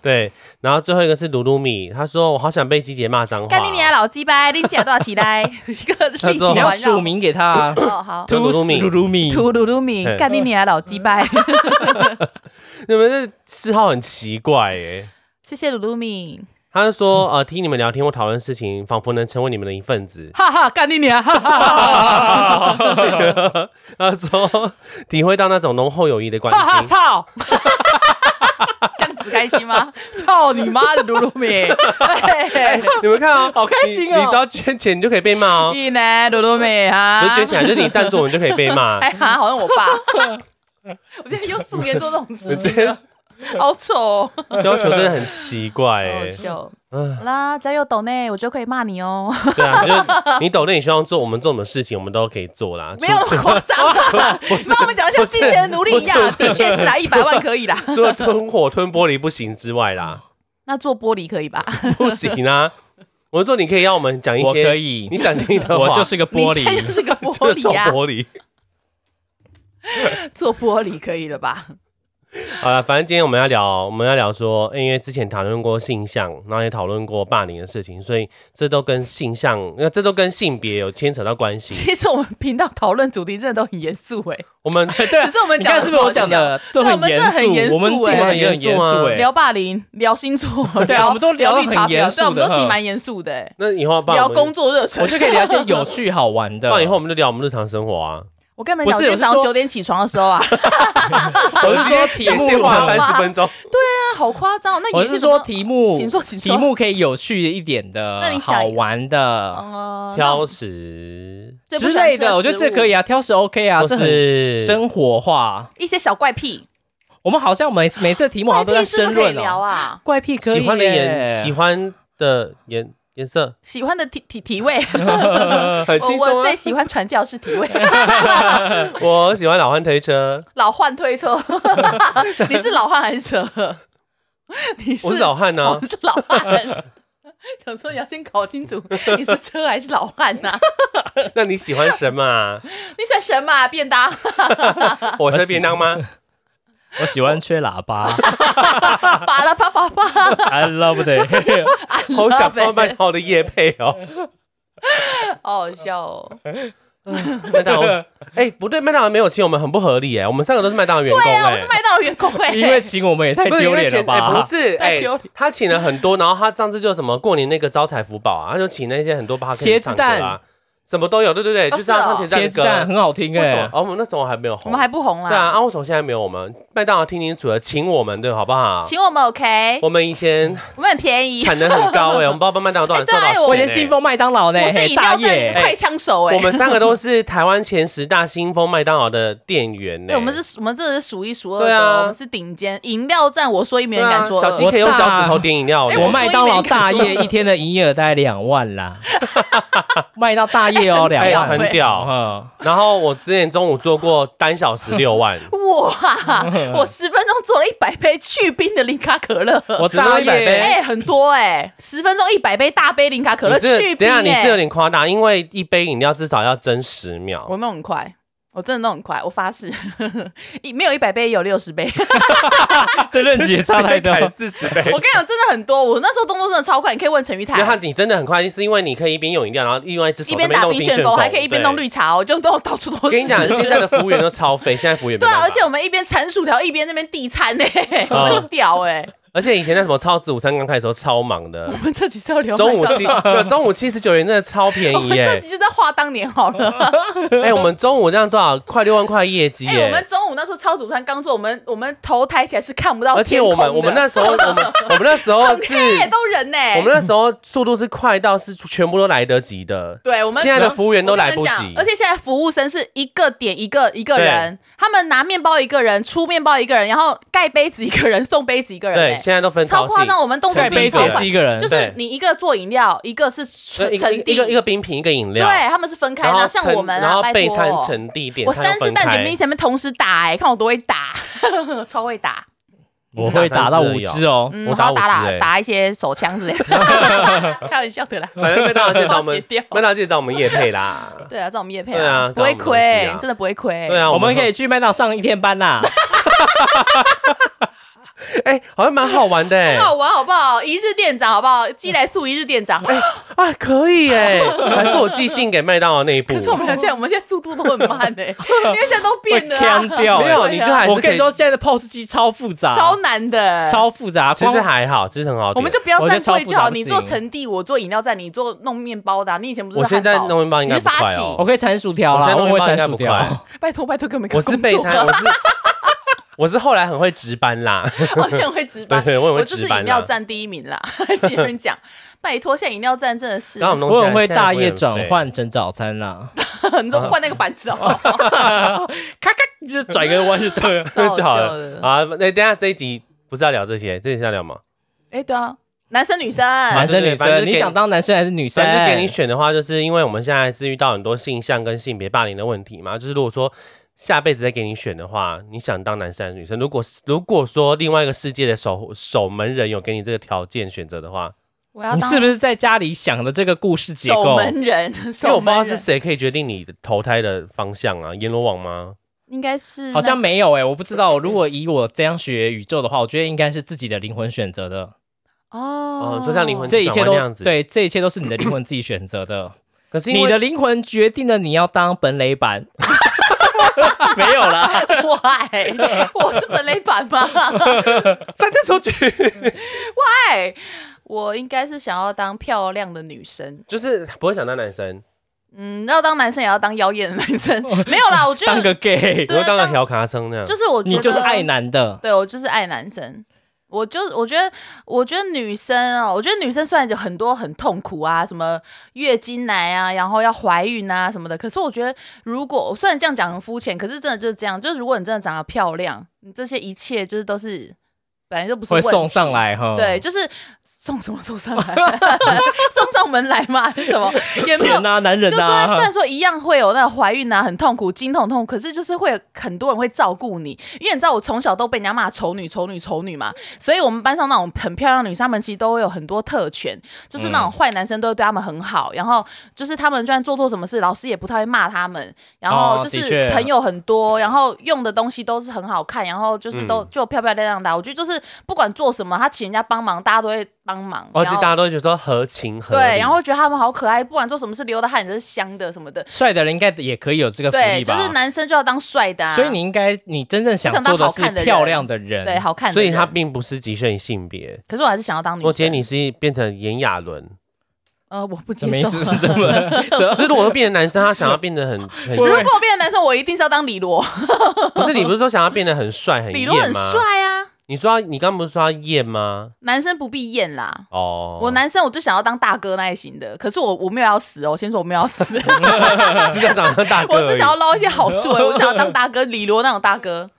S1: 对，然后最后一个是鲁鲁米，他说我好想被鸡姐骂脏话。
S3: 干你娘老鸡掰，拎起来多少期 待？一个
S1: 他
S3: 立
S1: 说
S3: 体
S2: 你要
S3: 环绕，
S2: 署。名给他 啊
S3: 哦，好。
S1: 鲁鲁米
S2: 露露米，
S3: 图鲁鲁米
S1: 嘿，嗯
S3: 干你娘老鸡掰！
S1: 你们这嗜好很奇怪耶、
S3: 谢谢鲁鲁米，。
S1: 他就说呃，听你们聊天或讨论事情，仿佛能成为你们的一份子
S3: 哈哈，干你娘！哈哈哈
S1: 他 说体会到那种浓厚友谊的关
S3: 哈哈，
S1: 心。
S3: 操！这样子子开心吗？操你妈的，鲁鲁 米！对
S1: 你们看哦，
S2: 好开心哦
S1: 你！你只要捐钱，你就可以被骂哦。
S3: 一男鲁鲁米啊，
S1: 不是捐钱，就是你赞助，你就可以被
S2: 啊
S1: 骂。
S3: 哎哈，好像我 爸。我今天用素颜做这种
S1: 我
S3: 事
S1: 觉
S3: 情，
S1: 得
S3: 好丑哦，
S1: 要求真的很奇怪
S3: 好好
S1: 哎。
S3: 笑。
S1: 嗯，
S3: 好啦，只要有抖内，我就可以骂你 哦。
S1: 对啊，就是你抖内你希望做我们做什么事情，我们都可以做啦。
S3: 没有那么夸张啦，
S1: 除，不是
S3: 那我们讲得像金钱的奴隶一样，的确是啦，一百万可以啦。
S1: 除了吞火吞玻璃不行之外啦，
S3: 那做玻璃可以吧？
S1: 不行啊。我说你可以让我们讲一
S2: 我可
S1: 些
S2: 以
S1: 你，想听的话，
S2: 我就是个 玻
S3: 你现在就
S2: 璃，
S3: 是个
S1: 就
S3: 玻
S1: 是做
S3: 璃啊呀、
S1: 玻璃。
S3: 做玻璃可以了 吧？
S1: 好了，反正今天我们要聊，我们要聊说，因为之前讨论过性向，然后也讨论过霸凌的事情，所以这都跟性向，那这都跟性别有牵扯到关系。
S3: 其实我们频道讨论主题真的都很严肃哎，
S1: 我们
S2: 对啊
S3: 只，是我们
S2: 你
S3: 讲
S2: 看
S3: 得
S2: 是不是我
S3: 好笑
S2: 讲的都
S3: 对我们真的很严
S2: 严
S3: 肃
S2: 肃？我们
S3: 欸
S2: 我们也很严肃
S1: 对
S2: 哎，
S3: 聊霸凌、聊星座、
S2: 对啊我们都聊得
S3: 绿茶
S2: 很严
S3: 婊，
S2: 肃
S3: 对啊，我们
S2: 的
S3: 都其实
S2: 呵
S3: 蛮严肃的哎，
S1: 那以后要
S3: 聊
S1: 办
S3: 工作热忱
S2: 我。就可以聊一些有趣好玩的。
S1: 那以后我们就聊我们日常生活啊。
S3: 我跟你们
S2: 不
S3: 讲，
S2: 是
S3: 我今
S2: 我是
S3: 天早上
S2: 说
S3: 九点起床的 时候啊，
S2: 我是说题
S1: 先
S2: 目
S1: 花
S3: 好
S1: 三
S3: 吗
S1: 十分钟，
S3: 那好夸张哦。那
S2: 我
S3: 你
S2: 是说题目，
S3: 请说请说
S2: 题目可以有趣一点的，
S3: 那你想
S2: 好玩的
S3: 呃
S1: 挑食
S2: 之类的，我觉得这可以
S3: 啊。
S2: 啊，挑食 OK 啊，
S1: 或
S2: 这很
S1: 是
S2: 生活化。
S3: 一些小怪癖，
S2: 我们好像每每次的题目好像都在
S3: 怪癖是不
S2: 争
S3: 是可以
S2: 论
S3: 聊
S2: 哦。
S3: 啊，
S2: 怪癖可以
S1: 喜欢的
S2: 耶
S1: 颜喜欢的颜颜色，
S3: 喜欢的体体 体位，
S1: 很
S3: 我
S1: 轻
S3: 我
S1: 松啊
S3: 最。喜欢传教士体位，
S1: 我喜欢老汉推车，
S3: 老汉 推车，你是老汉还是蛇？你
S1: 我是老汉
S3: 哦
S1: 啊，
S3: 是老汉。 想说你要先搞清 楚你是车还是老汉呐、
S1: 那你喜欢什么啊？
S3: 你喜欢什么、啊、便当？
S1: 我是便当吗？
S2: 我喜欢吹喇叭
S3: 巴拉巴巴巴，
S2: ，I love it。
S1: 好想放
S3: 慢
S1: 慢我的夜配哦。
S3: 好好笑哦！
S1: 麦当 劳，哎、不对，麦当劳没有请我们很不合理哎、我们三个都是麦当劳员工
S3: 对啊，
S1: 哎、
S3: 我是麦当劳员工哎、
S2: 欸因为请我们也太
S1: 不是
S2: 丢脸了
S1: 因为请哎
S2: 吧
S1: 不？是，哎、
S3: 太丢脸
S1: 他请了很多，然后他上次就什么过年那个招财福宝啊，他就请那些很多巴克
S2: 茄子蛋
S1: 啊，什么都有，对对对，
S3: 哦
S1: 就是他唱茄子蛋
S2: 茄
S1: 的
S2: 子
S1: 歌。
S2: 蛋很好听
S1: 为什
S2: 哎
S1: 么？，哦，我们那时候还没有
S3: 我
S1: 红，
S3: 们还不红啦，
S1: 对啊，啊，为什么现在没有我们？麦当劳听清楚了，请我们对，好不好？
S3: 请我们 OK，
S1: 我们以前
S3: 我们很便 宜，
S1: 产能很高哎、我们不知道帮麦当劳多少
S3: 哎对
S1: 赚
S3: 啊
S1: 到钱、
S3: 我
S2: 我
S1: 哎
S2: 连信奉麦当劳呢
S3: 我，是
S2: 嘿
S3: 饮
S2: 大
S3: 料站
S2: 业
S3: 快枪手哎、
S1: 我们三个都是台湾前十大新丰麦当劳的店员欸呢、
S3: 对，我们是，我们真的是数一数二
S1: 哎对
S3: 的，
S1: 啊
S3: 我们是顶尖饮料站。我说一，没
S1: 对
S3: 人
S1: 啊
S3: 敢说
S1: 小
S3: 二。
S1: 鸡可以用脚趾头点饮料
S3: 哎
S1: 的，
S2: 我
S3: 说
S2: 麦当劳大
S3: 哎
S2: 业一天的营业额大概两万啦， 卖到大业哦，两
S1: 哎、
S2: 万
S1: 很屌。
S2: 嗯
S1: 然后我之前中午做过单小时六万，
S3: 哇，我十分钟做了一百杯去冰的零卡可乐，
S2: 我大
S1: 只做100
S2: 业
S1: 杯
S3: 哎、很多哎、十分钟一百杯大杯零卡 可乐
S1: 你这
S3: 去
S1: 等
S3: 冰
S1: 一下
S3: 哎、
S1: 你这有点夸大，因为一杯饮料至少要蒸十秒。
S3: 我弄很快，我真的弄很快，我发誓， 一没有一百杯也有六十杯。
S2: 这论级也差太 多。
S1: 四十杯
S3: 我。 跟你讲，真的很多，我那时候动作真的超快，你可以问陈玉泰啊
S1: 然。后你真的很快，是因为你可以一边用饮料，然后另外一只手
S3: 一边
S1: 在那
S3: 打
S1: 弄
S3: 冰
S1: 冰
S3: 旋
S1: 旋
S3: 风，还可以一边弄
S1: 对。
S3: 绿茶哦，就都到处都
S1: 我
S3: 是。
S1: 跟你讲，现在的服务员都超废，现在服务员 没
S3: 对啊，
S1: 办法
S3: 而且我们一边缠薯条一边那边递餐 呢、
S1: 嗯
S3: 很屌哎、
S1: 而且以前那什么超值午餐刚开始的时候超忙的
S3: 我，们这集是要聊
S1: 中午
S3: 麦当
S1: 七对中午七十九元真的超便
S3: 劳我
S1: 宜
S3: 们这
S1: 耶！
S3: 集就在画当年好 了。
S1: 哎，我们中午这样多少快六万块业绩
S3: 哎、我们
S1: 耶！
S3: 中午那时候超主餐刚做，我们我们头抬起来是看不到
S1: 而且
S3: 天空
S1: 我
S3: 的，
S1: 们我们那时候我们 我们那时候
S3: 很
S1: 是
S3: 黑耶，都人呢、
S1: 我们那时候速度是快到是全部都来得及的，
S3: 对我们
S1: 现在的服务员都来不
S3: 我跟你讲，
S1: 及
S3: 而且现在服务生是一个点一个一个人，他们拿面包一个人，出面包一个人，然后盖杯子一个人，送杯子一个人、
S1: 对，
S3: 哎
S1: 现在都分
S3: 超
S1: 超
S3: 夸
S1: 细，
S3: 张。我们动作
S2: 盖
S3: 真
S2: 杯
S3: 的
S2: 子
S3: 超
S2: 也
S3: 快
S2: 是一，个人，
S3: 就是你一个做饮料，一个是
S1: 对
S3: 盛
S1: 一个一
S3: 盛
S1: 个
S3: 地
S1: 一个一个冰品一个饮料，
S3: 对他们是分开
S1: 然
S3: 的啊，
S1: 后
S3: 像
S1: 盛
S3: 我们啊，
S1: 然后
S3: 拜
S1: 备
S3: 托
S1: 餐成地点，
S3: 我
S1: 餐要
S3: 三只
S1: 分
S3: 蛋卷
S1: 开
S3: 冰前面同时打、哎，看我多会打， 超会打。
S2: 我会打到五只哦。
S3: 嗯，
S1: 我
S3: 然后
S1: 打
S3: 打
S1: 五
S3: 打
S1: 支哎
S3: 打一些手枪 之类的，开玩笑的啦。
S1: 反正麦当劳记得找我 们
S3: 忘记掉，
S1: 麦当劳记得找我们叶 配啦。
S3: 对啊，这种叶配
S1: 对啊
S3: 不会
S1: 搞我们的
S3: 亏
S1: 东西啊，
S3: 真的不会亏。
S1: 对啊，
S2: 我们可以去麦当劳上一天班 啦。
S1: 哎，好像蛮好玩的 哎
S3: 很，好玩好不好？一日店长好不好？寄来素一日店长。
S1: 啊可以哎，还是我寄信给麦当劳那一 步
S3: 可。是我们俩现在，我们现在速度都很慢 哎，因为现在都变了
S2: 会
S3: 啊
S2: 呛掉
S1: 没有，你就还
S2: 我
S1: 是可
S2: 跟
S1: 以
S2: 你说，，现在的 POS 机超复杂，
S3: 超难的，
S2: 超复杂，
S1: 其实
S2: 光
S1: 还好，其实很好点。
S3: 我们就不要
S2: 我觉
S3: 站
S2: 得
S3: 队
S2: 超复
S3: 就
S2: 杂
S3: 好，
S2: 不
S3: 你
S2: 行
S3: 做陈地，我做饮料站，你做弄面包的啊，你以前不是
S1: 我现在
S3: 汉堡
S1: 弄面包应该
S3: 你是
S1: 不
S3: 发
S1: 快
S3: 起
S1: 哦
S2: 我。可以铲薯条
S1: 我现
S2: 啦，
S1: 在
S2: 我
S1: 弄面
S2: 会
S1: 包应
S2: 铲
S1: 该
S2: 薯
S1: 不
S2: 条。
S1: 快，
S3: 拜托拜托给我们一个
S1: 我是
S3: 工
S1: 备
S3: 作啊
S1: 餐，我是我是后来很会值班啦，
S3: 哦，你很会值
S1: 对
S3: 班。
S1: 对，我很
S3: 我
S1: 会
S3: 就是
S1: 值
S3: 饮
S1: 班啊
S3: 料
S1: 啦。
S3: 站第一名啦， 还有人讲，拜托，现在饮料站真的是，
S1: 刚好弄起
S2: 我
S1: 来
S2: 很会大夜
S1: 现在不会
S2: 转
S1: 很废
S2: 换成早餐 啦，
S3: 你说换那个板子哦，
S2: 咔咔就是转个弯就对了。
S3: 造
S1: 就好了
S3: 就的。
S1: 啊！那等一下这一集不是要聊这些，这一集是要聊吗？
S3: 哎，对啊，男生女生，
S2: 男生女
S1: 反正
S2: 生，
S1: 就给
S2: 你想当男生还是女生？
S1: 反正给你选的话，就是因为我们现在是遇到很多性向跟性别霸凌的问题嘛，就是如果说下辈子再给你选的话，你想当男生还是女生？如果如果说另外一个世界的守守门人有给你这个条件选择的话，
S3: 我要
S2: 你
S3: 当
S2: 是不是在家里想的这个故事结
S3: 守
S2: 构？
S3: 门人，啊
S1: 因为
S3: 守
S1: 我不知道
S3: 门
S1: 是
S3: 人
S1: 谁可以决定你的投胎的方向啊，阎罗王吗？
S3: 应该是
S2: 好像
S3: 那
S2: 没有哎、我不知道。如果以我这样学宇宙的话，我觉得应该是自己的灵魂选择的。
S3: 哦
S1: 哦，就像灵 魂
S2: 这一切
S1: 转弯
S2: 都
S1: 那样子
S2: 对，这一切都是你的灵魂自己选择的。
S1: 可是因为
S2: 你的灵魂决定了你要当本垒 板。没有啦，
S3: Why？我欸是本垒板吗
S1: 三只手举，
S3: ？Why？我应该是想要当漂亮的女生，
S1: 就是不会想当男生，
S3: 嗯，要当男生也要当妖艳的女生，没有啦，我觉
S2: 哦当
S3: 得
S2: 个 gay，
S1: 不
S3: 对
S1: 会当个
S3: 当
S1: 调卡称那样。
S3: 就是我觉得
S2: 你就是爱，男的。
S3: 对我就是爱男生。我就我觉得，我觉得女生哦，我觉得女生虽然有很多很痛苦啊，什么月经来啊，然后要怀孕啊什么的，可是我觉得，如果虽然这样讲很肤浅，可是真的就是这样，就是如果你真的长得漂亮，你这些一切就是都是本来就不是
S2: 会
S3: 问题
S2: 送上来哦哈，
S3: 对，，就是送什么送上来， 送上门来嘛，还是什么也没有
S2: 钱。啊，男人
S3: 就说虽
S2: 啊
S3: 然，说一样会有那个怀孕啊，很痛苦，经痛痛，可是就是会有很多人会照顾你，因为你知道我从小都被人家骂丑女、丑女、丑女嘛，所以我们班上那种很漂亮的女生，她们其实都会有很多特权，就是
S1: 嗯
S3: 那种坏男生都会对她们很好，然后就是她们就算做错什么事，老师也不太会骂她们，然
S2: 哦
S3: 后就
S2: 的
S3: 是
S2: 确
S3: 朋友很多，然后用的东西都是很好看，然后就是都
S1: 嗯
S3: 就漂漂亮亮的啊，我觉得就是不管做什么，她请人家帮忙，大家都会帮忙，
S1: 哦，
S3: 然
S1: 就
S3: 后
S1: 大家都会觉得说合情合理，
S3: 对，然后觉得他们好可爱，不管做什么事，流的汗也是香的什么的。
S2: 帅的人应该也可以有这个福
S3: 对，
S2: 利
S3: 就
S2: 吧？
S3: 是男生就要当帅的、啊，
S2: 所以你应该，你真正想做
S3: 我想当好
S2: 是
S3: 看的人
S2: 漂亮的人，
S3: 对好看的
S1: 所以
S3: 人，
S1: 它并不是局限于性别。
S3: 可是我还是想要当女
S1: 如
S3: 生。
S1: 果今天你是变成炎亚纶，
S3: 呃，我不接
S2: 什么意
S3: 受。
S2: 思是什 么？
S1: 所以如果我变成男生，他想要变得很很，
S3: 如
S2: 会
S3: 果我变成男生，我一定是要当李罗，
S1: 不是你不是说想要变得很帅 很
S3: 李罗
S1: 艳
S3: 很
S1: 吗？
S3: 帅啊，
S1: 你说他你刚不是说他艳吗？
S3: 男生不必艳啦。
S1: 哦，
S3: 我男生我就想要当大哥那一型的，可是我我没有要死哦，我先说我没有要死，
S1: 只想长成大哥
S3: 我
S1: 而已，
S3: 只想要捞一些好处而已，欸我想要当大哥，李罗那种大哥，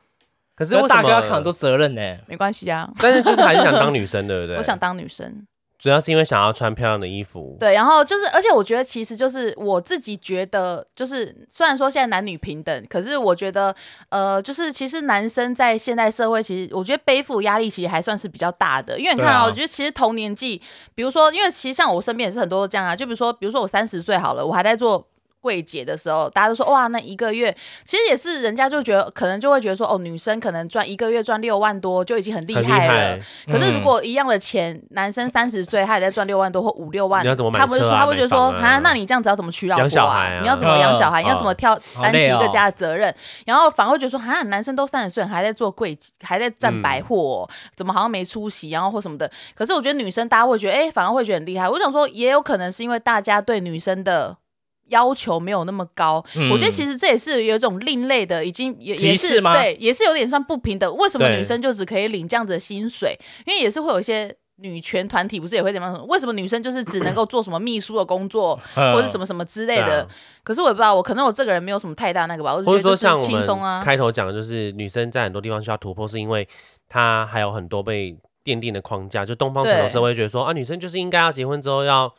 S1: 可是
S2: 这
S1: 为什
S2: 大哥
S1: 么
S2: 要扛很多，责任呢、
S3: 没关系啊，
S1: 但是就是还是想当女生， 对不对？
S3: 我想当女生。
S1: 主要是因为想要穿漂亮的衣服，
S3: 对，然后就是，而且我觉得其实就是我自己觉得，就是虽然说现在男女平等，可是我觉得，呃，就是其实男生在现代社会，其实我觉得背负压力其实还算是比较大的，因为你看
S2: 对
S3: 啊，
S2: 啊
S3: 我觉得其实同年纪，比如说，因为其实像我身边也是很多都这样啊，就比如说，比如说我三十岁好了，我还在做。柜姐的时候，大家都说哇，那一个月其实也是人家就觉得，可能就会觉得说哦，女生可能赚一个月赚六万多就已经很厉
S1: 很厉
S3: 害了
S1: 害。。
S3: 可
S1: 嗯
S3: 是如果一样的钱，男生三十岁他也在赚六万多或五六万，
S1: 你要怎么买
S3: 他们就
S1: 车
S3: 说
S1: 啊
S3: 他会觉得说
S1: 买房啊
S3: 啊，那你这样子要怎么娶老婆
S1: 养小孩啊
S3: 你要怎么养小孩？
S1: 嗯
S3: 你要怎么挑
S2: 好
S3: 担起
S2: 累
S3: 一
S2: 哦
S3: 个家的责任？然后反而会觉得说啊，男生都三十岁了还在做柜姐，还在站
S1: 嗯
S3: 百货哦、怎么好像没出息，然后或什么的。可是我觉得女生大家会觉得，哎、反而会觉得很厉害。我想说，也有可能是因为大家对女生的。要求没有那么高，
S2: 嗯
S3: 我觉得其实这也是有一种另类的，已经也
S2: 歧
S3: 也是
S2: 视吗
S3: 对，也是有点算不平等。为什么
S1: 对
S3: 女生就只可以领这样子的薪水？因为也是会有一些女权团体，不是也会怎么样？为什么女生就是只能够做什么秘书的工作，或者什
S2: 么？
S3: 么什么之
S1: 对
S3: 类
S1: 啊
S3: 的？可是我也不知道，我可能我这个人没有什么太大那个吧，我
S1: 或
S3: 就
S1: 者
S3: 觉
S1: 说
S3: 得
S1: 像
S3: 就
S1: 我
S3: 是轻松啊
S1: 们。开头讲，的，就是女生在很多地方需要突破，是因为她还有很多被奠定的框架。就东方传统社会觉得说啊，女生就是应该要结婚之后要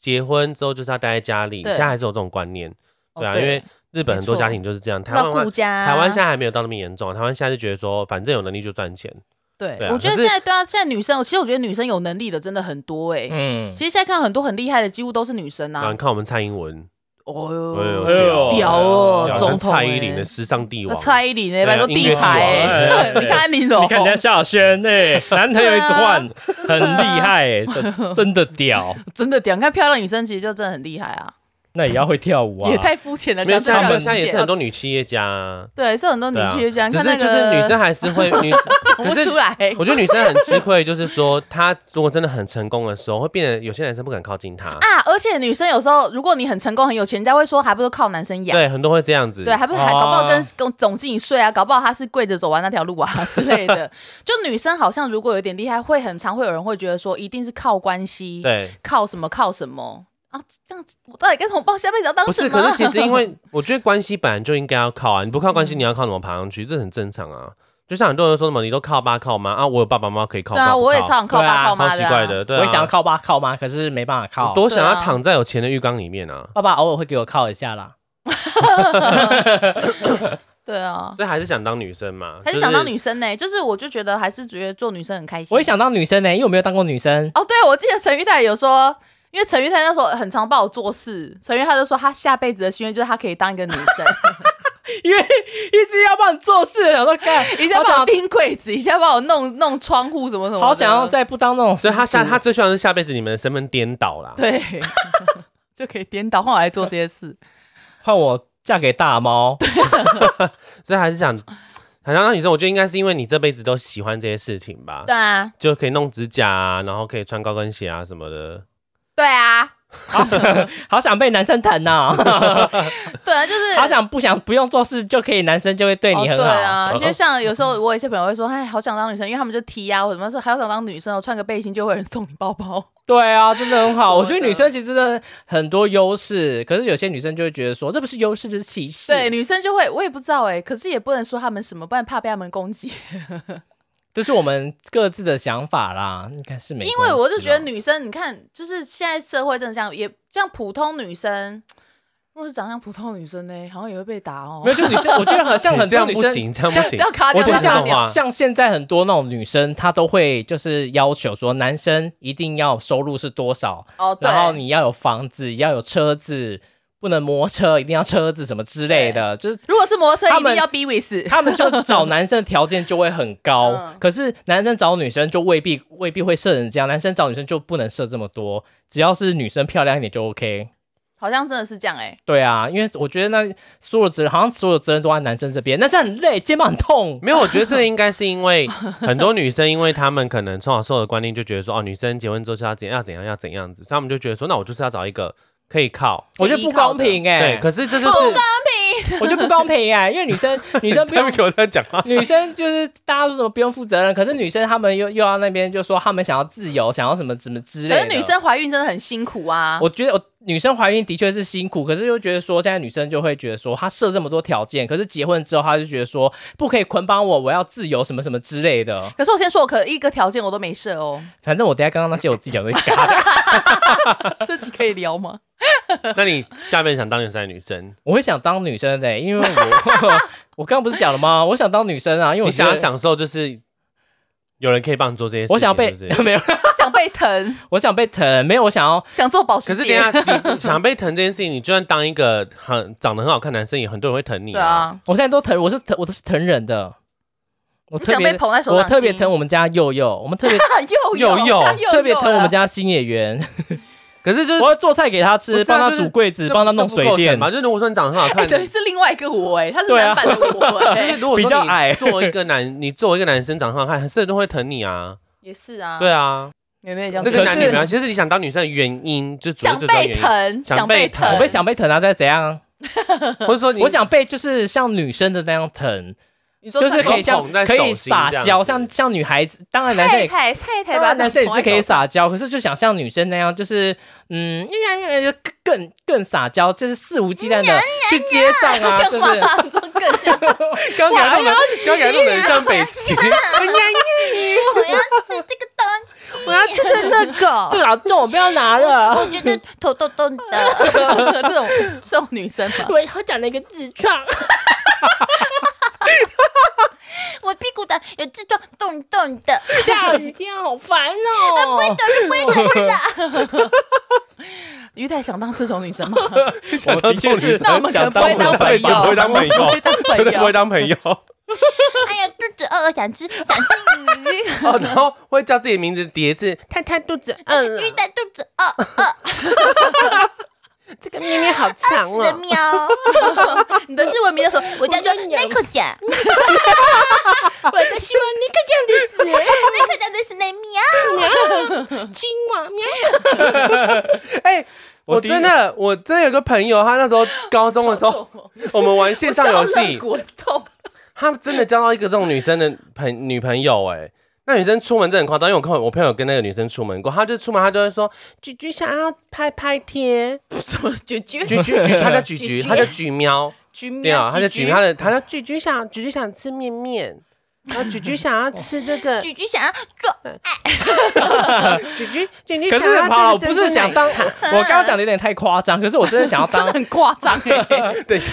S1: 结婚之后就是要待在家里，
S3: 对
S1: 现在还是有这种观念。
S3: 哦
S1: 对啊，
S3: 对
S1: 因为日本很多
S3: 没错
S1: 家庭就是这样，台
S3: 要
S1: 湾
S3: 顾家啊，
S1: 台湾现在还没有到那么严重，台湾现在就觉得说反正有能力就赚钱。
S3: 对
S1: 对，啊
S3: 我觉得
S1: 可是
S3: 现在对啊，现在女生，其实我觉得女生有能力的真的很多哎。
S2: 嗯，
S3: 其实现在看很多很厉害的，几乎都是女生
S1: 然后
S3: 啊
S1: 你。看我们蔡英文，
S3: 哦
S1: 哎
S3: 哟，
S1: 呦
S3: 屌哦
S1: 对啊
S3: 总
S1: 跟
S3: 统
S1: 蔡依林
S3: 欸
S1: 的时尚帝
S3: 那
S1: 王，
S3: 蔡依林哎，
S1: 对啊
S3: 拜托
S1: 音乐
S3: 地才
S1: 帝王
S3: 哎，
S2: 哎
S3: 你看安林怎
S2: 你
S3: 么
S2: 看人家萧亚轩，哎，男朋友一直 换，
S3: 的
S2: 很厉害、哎，真真的屌。
S3: 真的屌，你看漂亮女生其实就真的很厉害啊。
S4: 那也要会跳舞啊。
S3: 也太肤浅了，
S1: 没有，
S3: 讲这个
S1: 像
S4: 他
S3: 让
S4: 们
S3: 人
S1: 现在也
S3: 理
S1: 是
S3: 解
S1: 很多女企业家啊，
S3: 对，是很多女
S1: 对啊
S3: 企业家，你
S1: 只
S3: 看那
S1: 是就是女生
S3: 个
S1: 还是 会女，
S3: 讲不
S1: 可是
S3: 出来，
S1: 我觉得女生很吃亏， 就是说她如果真的很成功的时候，会变得有些男生不敢靠近她。
S3: 啊，而且女生有时候，如果你很成功、很有钱，人家会说还不是靠男生养，
S1: 对，很多会这样子。
S3: 对，还不是还搞不好跟
S4: 哦
S3: 跟总经理睡啊，搞不好他是跪着走完那条路啊之类的。就女生好像如果有点厉害，会很常会有人会觉得说，一定是靠关系，
S1: 对，
S3: 靠什么靠什么啊？这样子，我到底跟同胞下辈子要当
S1: 不
S3: 什
S1: 是，
S3: 么
S1: 可
S3: 啊？
S1: 是其实 因为我觉得关系本来就应该要靠啊，你不靠关系，你要靠怎么爬上去？这很正常啊。就像很多人说什么你都靠爸靠妈啊，我有爸爸妈妈可以靠，
S3: 对啊，
S1: 干嘛不
S3: 我也
S1: 靠
S3: 超想靠
S2: 对啊
S3: 爸靠妈
S1: 超奇怪
S3: 啊。
S1: 的，对啊，
S2: 我也想要靠爸靠妈，可是没办法靠
S1: 我。多想
S3: 对
S1: 要
S3: 啊
S1: 躺在有钱的浴缸里面啊，
S2: 爸爸偶尔会给我靠一下啦。
S3: 对啊，
S1: 所以还是想当女生嘛，
S3: 还是想当
S1: 就
S3: 女生呢、就是我就觉得还是觉得做女生很开心。
S2: 我也想当女生呢、因为我没有当过女生。
S3: 哦，对，我记得陈玉泰有说，因为陈玉泰那时候很常帮我做事，陈玉泰就说他下辈子的心愿就是他可以当一个 女生，
S2: 因为一直要帮你做事，想说干，
S3: 一下
S2: 好
S3: 帮我
S2: 想
S3: 钉柜子，一下帮我弄弄窗户什么什么的，
S2: 好想要再不当那种。
S1: 所以他下他最希望是下辈子你们的身份颠倒啦。
S3: 对， 就可以颠倒换我来做这 些事。
S2: 换我嫁给大猫，
S1: 所以还是想，想当女生，我觉得应该是因为你这辈子都喜欢这些事情吧，
S3: 对啊，
S1: 就可以弄指甲啊，然后可以穿高跟鞋啊什么的。
S3: 对啊，
S2: 好想好想被男生疼呐、
S3: 对啊，就是
S2: 好想不想不用做事就可以，男生就会对你很
S3: 哦、
S2: 好。
S3: 对啊，因为像有时候我有一些朋友会说，哎，好想当女生，因为他们就踢啊，或者什么说，好想当女生哦，穿个背心就会有人送你包包。
S2: 对啊，真的很好。我
S3: 真
S2: 觉
S3: 的
S2: 得女生其实真的很多优势，可是有些女生就会觉得说这不是优势，这是歧视。
S3: 对，，女生就会，我也不知道哎、可是也不能说他们什么，不然怕被他们攻击。
S2: 这是我们各自的想法啦，应该是没关系
S3: 因
S2: 啦。
S3: 为我就觉得女生，你看，就是现在社会真的这样，也像普通女生，如果是长相普通的女生呢，好像也会被打哦
S2: 没。有，就女生，我觉得好像
S1: 你
S2: 很
S1: 这
S2: 多
S1: 样
S2: 女
S1: 不
S2: 生
S1: 行，这样不
S2: 像
S1: 行
S3: 这。样卡
S2: 我
S3: 掉，
S2: 觉
S1: 就
S2: 得
S3: 卡
S1: 想
S2: 像
S3: 掉
S1: 这种话
S2: 像现在很多那种女生，她都会就是要求说，男生一定要收入是多少，
S3: 哦，对，
S2: 然后你要有房子，要有车子，不能摩车，一定要车子什么之类的，就是。
S3: 如果是摩托车，
S2: 他
S3: 一
S2: 们
S3: 定要逼 w i
S2: 他们就找男生的条件就会很高，
S3: 嗯
S2: 可是男生找女生就未必未必会设成这样，男生找女生就不能设这么多，只要是女生漂亮一点就 OK。
S3: 好像真的是这样哎、
S2: 对啊，因为我觉得那所有责任好像所有责任都在男生这边，但是很累，肩膀很痛。
S1: 没有，我觉得这应该是因 为很多女生，因为她们可能从小受的观念就觉得说，哦，女生结婚之后就要怎样要怎样要怎样子，所以她们就觉得说，那我就是要找一个可以靠。
S2: 我觉得不公平哎、
S1: 对，可是这就是
S2: 我觉得不公平哎、因为女 生女生不
S1: 他
S2: 用
S1: 们给我在讲 话。
S2: 女生就是大家说什么不用负责任，可是女生她们又又要那边就说她们想要自由，想要什么什么之
S3: 可
S2: 类
S3: 是
S2: 的。
S3: 女生怀孕真的很辛苦啊。
S2: 我觉得我女生怀孕的确是辛苦，可是又觉得说现在女生就会觉得说她设这么多条件，可是结婚之后她就觉得说不可以捆绑我，我要自由什么什么之类的。
S3: 可是我先说，我可一个条件我都没设哦，
S2: 反正我等一下刚刚那些我自己讲的 嘎，
S3: 这集可以聊吗？
S1: 那你下面想当女生还是女生？
S2: 我会想当女生的、因为 我我刚刚不是讲了吗？我想当女生啊，因为我
S1: 你
S2: 觉
S1: 想
S2: 得
S1: 要享受就是有人可以帮你做这些事情，
S2: 我想要被
S1: 是不 是
S2: 没有，
S3: 想被疼，
S2: 我想被疼，没有，我想要
S3: 想做保时捷。
S1: 可是等一 下，你想被疼这件事情，你就算当一个很长得很好看的男生，也很多人会疼你
S3: 对。啊，
S2: 我现在都疼，我是疼，我都是疼人的。我
S3: 你
S2: 特
S3: 想
S2: 别
S3: 被，捧在手掌
S2: 我
S3: 心，
S2: 特别疼我们家佑佑，我们 特别
S3: 啊，又
S1: 又
S3: 又
S1: 又
S2: 特别疼我们
S3: 家，
S2: 家新演员，
S1: 可是就是
S2: 我要做菜给他
S1: 不
S2: 吃，
S1: 是啊
S2: 帮他
S1: 就是
S2: 煮柜子，帮他弄水电。
S1: 嘛。就是如果说你长 得很好
S3: 哎，
S1: 看，
S3: 等于是另外一个我哎，他是
S2: 对啊
S3: 男版的我
S1: 就是
S3: 哎，
S1: 如果
S2: 比较
S1: 说你
S2: 矮
S1: 作为一个男，你作为一个男生长得很好看，很多人都会疼你啊。
S3: 也是啊，
S1: 对啊，
S3: 有没有这样
S1: 这
S3: 觉得？
S1: 个男
S2: 可
S1: 女
S2: 是
S1: 朋友，其实你想当女生的原因，就主要
S3: 想
S1: 最主要
S3: 被
S1: 原因，
S3: 疼，
S1: 想
S3: 想
S1: 被
S3: 被
S1: 疼
S3: 疼，
S2: 我被想被疼啊，再怎样？
S1: 或者说你
S2: 我想被就是像女生的那样疼，
S3: 你说
S2: 就是可以
S1: 像
S2: 像
S1: 捧在
S2: 可
S1: 手
S2: 以
S1: 心
S2: 撒
S1: 这样
S2: 娇，
S1: 子
S2: 像像女孩子，当然男生
S3: 太
S2: 也。
S3: 太太太
S2: 当
S3: 吧，
S2: 然，男生也是可以
S3: 撒，
S2: 撒娇，可是就想像女生那样，就是嗯，就更更撒娇，就是肆无忌惮的去街上 啊，
S3: 这
S2: 就
S3: 话
S2: 是
S3: 说 更
S1: 刚刚弄得刚刚弄得很像北齐，
S3: 我要吃这个东，我要吃的那
S2: 这
S3: 个，
S2: 老这种不要拿了。
S3: 我觉得头痛痛 的，这种这种女生嘛，
S2: 我我讲了一个痔疮，
S3: 我屁股的有痔疮，痛痛的，
S2: 下雨天好烦哦。
S3: 于太想当这种女生吗？
S1: 想当这种女生
S3: 那我们可能不会当朋友，
S1: 不会当朋友
S3: 我们不会当朋
S1: 绝对不会
S3: 友。
S1: 当朋友。
S3: 哎呀，肚子饿，想 吃想吃鱼，
S1: 哦，然后会叫自己嗯
S3: 嗯
S1: 名字叠字，探探肚子饿了，
S3: 鱼的肚子饿，
S1: 这个咩咩好长
S3: 我的
S1: 哦，
S3: 喵！你的日文名叫什么？我叫做 n i 酱。
S4: 私は猫ちゃんです。
S3: 那可真的是那喵。
S4: 金娃喵。
S1: 哎、我
S2: 我第一
S1: 真的，我真的有个朋友，他那时候高中 的时候，我们玩线上游戏，
S3: 滚动。
S1: 他真的交到一个这种女生的朋女朋友、哎，那女生出门真的很夸张，因为我看我朋友跟那个女生出门过，她就出门，她就会说：“菊菊想要拍拍 贴，
S3: 什么橘橘
S1: 菊菊菊，她叫菊菊，
S3: 菊
S1: 她叫菊喵，
S3: 橘
S1: 对啊，
S3: 喵？
S1: 她叫菊，
S3: 橘
S1: 她的她叫菊菊想菊菊想吃面面。”然后菊菊想要吃这 个，
S3: 橘橘想要做，
S1: 菊菊菊菊
S2: 可
S1: 想
S2: 是
S1: 要
S2: 好，
S1: 吃
S2: 不
S1: 这个珍
S2: 是
S1: 珠
S2: 想
S1: 奶
S2: 当，
S1: 茶
S2: 我刚刚讲的有点太夸张，可是我真的想要当
S3: 很夸张 哎。
S1: 等一下，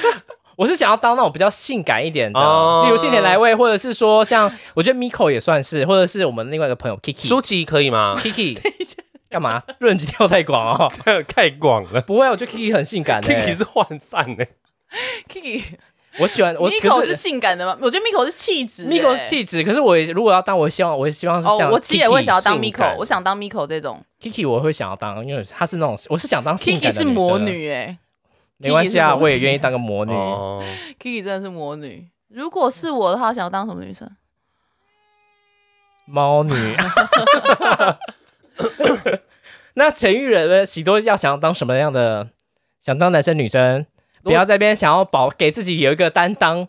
S2: 我是想要当那种比较性感一点的，
S1: 哦
S2: 例如性点来位，或者是说像我觉得 Miko 也算是，或者是我们另外一个朋友 Kiki
S1: 舒淇可以吗？
S2: Kiki 干嘛？论及跳太广哦，
S1: 太广 了
S2: 不会，我觉得 Kiki 很性感的、
S1: ，Kiki 是涣散欸的。
S3: Kiki
S2: 我喜欢我
S3: Miko
S2: 可
S3: 是
S2: 是
S3: 性感的吗？我觉得 Miko 是气质欸。
S2: Miko 是气质，可是我也如果要当，我也希望我也希望是
S3: 哦
S2: 像，
S3: 我其实也
S2: Kiki
S3: 会想要当
S2: 性感
S3: Miko，我想当 Miko 这种。
S2: Kiki 我会想要当，因为她是那种我是想当哦性
S3: Kiki
S2: 感的
S3: 是
S2: 生啊
S3: 魔，女哎
S2: 没关系
S3: Kiki 是
S2: 啊，
S3: 魔女
S2: 我也愿意当个魔女。
S1: 哦，
S3: ，Kiki 真的是魔女。如果是我的话，想要当什么女生？
S2: 猫女。 那陈玉仁呢？喜多要想当什么样的？想当男生女生，不要在这边想要保给自己有一个担当，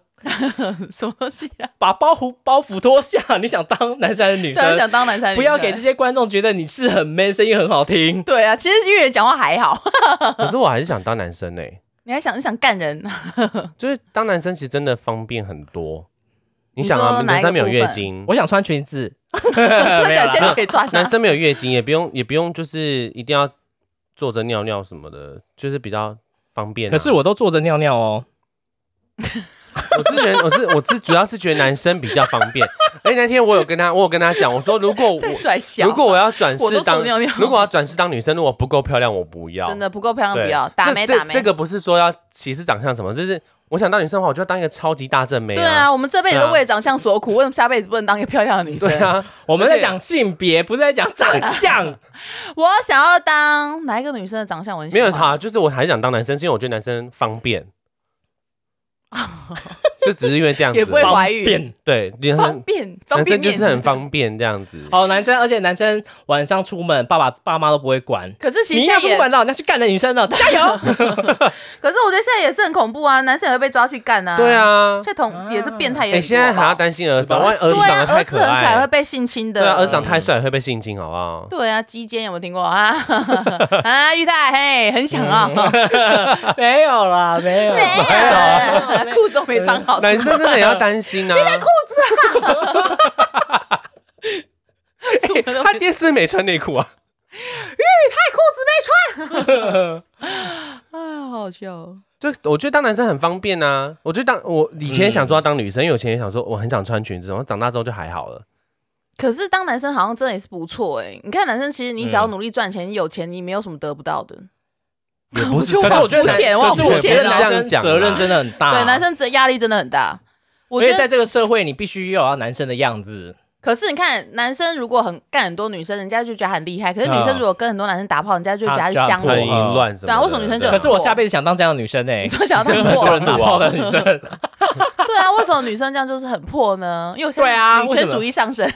S3: 什么东西啊？
S2: 把包袱包袱脱下。你想当男生还是女
S3: 当然
S2: 生？
S3: 啊想当男生，
S2: 不要给这
S3: 己。
S2: 些观众觉得你是很 man，声音很好听。
S3: 对啊，其实玉人讲话还好，
S1: 可是我还是想当男生呢、欸
S3: 你还想你想干人，啊
S1: 就是当男生其实真的方便很多。你
S3: 你
S1: 想啊，
S3: 说哪一
S1: 男
S3: 个
S1: 生没有
S3: 部
S1: 月
S3: 分
S1: 经，
S2: 我想穿裙 子，
S3: 真
S2: 呃没有
S3: 的现
S2: 啦。
S3: 在可以穿
S1: 男
S3: 啊。
S1: 生没有月经也不用也不用就是一定要坐着尿尿什么的，就是比较方便啊、
S2: 可是我都坐着尿尿哦。
S1: 我是觉得我是我是主要是觉得男生比较方便。哎，那天我有跟他我有跟他讲，我说如果 我
S3: 在拽小，
S1: 如果我要转
S3: 我都
S1: 世
S3: 坐
S1: 当
S3: 尿尿
S1: 如果我要转世当女生，如果不够漂亮我不要，
S3: 真的不够漂亮，
S1: 对
S3: 不要打
S1: 这
S3: 没
S1: 这
S3: 打没。
S1: 这个不是说要歧视长相什么，就是我想当女生的话，我就要当一个超级大正妹
S3: 对啊，我们这辈子都为了长相所苦，为什么下辈子不能当一个漂亮的女生
S1: 对？啊，
S2: 我们在
S1: 而且
S2: 讲性别，不是在讲长相。
S3: 我想要当哪一个女生的长相？我很喜
S1: 没
S3: 欢
S1: 有他，就是我还是想当男生，是因为我觉得男生方 便，就只是因为这样子，
S3: 也不会 怀
S2: 方
S3: 孕
S2: 便
S1: 对，男
S3: 方
S1: 生
S3: 便方
S1: 男
S3: 便
S1: 生就
S3: 面
S1: 是很。方便这样子。
S2: 哦，男生，而且男生晚上出门，爸爸爸妈都不会管。
S3: 可是其
S2: 你
S3: 实
S2: 一定
S3: 现
S2: 要
S3: 在
S2: 出
S3: 也，
S2: 门了，你要去干的女生 了，加油！
S3: 可是我觉得现在也是很恐怖啊，男生也会被抓去干啊。
S1: 对，啊，
S3: 所以同也是变态也
S1: 哎，
S3: 很多。
S1: 现在还要
S3: 好不好
S1: 担心儿子，
S2: 是吧
S1: 万一儿子
S3: 对啊，
S1: 长得
S3: 儿子
S1: 太可
S3: 很可爱
S1: 爱
S3: 会，被性侵的。
S1: 对啊，儿子长得太帅会被性侵，好不好？
S3: 对啊，鸡奸有没有听过啊？ 啊，玉泰，嘿，很想啊，
S1: 嗯
S2: 没有啦，没有，
S3: 没 有，裤子都没穿好，
S1: 男生真的也要担心 啊！
S3: 出门都哎
S1: 他今天是不是没穿内裤啊？
S3: 啊，好好笑哦。
S1: 就我觉得当男生很方便啊。我觉得当我以前想说要当女生，因为我以前也想说我很想穿裙子，然后长大之后就还好了。
S3: 可是当男生好像真的也是不错哎、你看男生其实你只
S1: 嗯
S3: 要努力赚钱，你有钱你没有什么得不到的。
S1: 也不是
S3: 我
S1: 这
S2: 可
S3: 觉
S2: 是
S1: 样
S2: 我觉得男，
S3: 肤浅我好
S2: 可是我
S3: 肤
S2: 觉
S3: 浅
S2: 得
S3: 哦
S1: 这样
S2: 男生
S1: 讲啦啊
S2: 责任真的很大。
S3: 对，男，生这压力真的很大。我
S2: 因
S3: 觉
S2: 为在
S3: 得，
S2: 这个社会，你必须要有男生的样子。
S3: 可是你看，男生如果很干很多女生，人家就觉得他很厉害；可是女生
S2: 嗯
S3: 如果跟很多男生打炮，人家就觉得他是
S2: 他
S3: 香
S2: 觉
S1: 很
S2: 得
S3: 火。
S1: 淫乱什么的。
S3: 对啊为什么女生就
S1: 对
S2: 可是我下辈子想当这样的女生呢？欸
S3: 你就想要 当
S2: 很 多
S3: 破
S2: 人？打炮的女生，
S3: 对啊，为什么女生这样就是很破呢？因为我现
S2: 对啊
S3: 在女
S2: 为什
S3: 权
S2: 么
S3: 主义上升，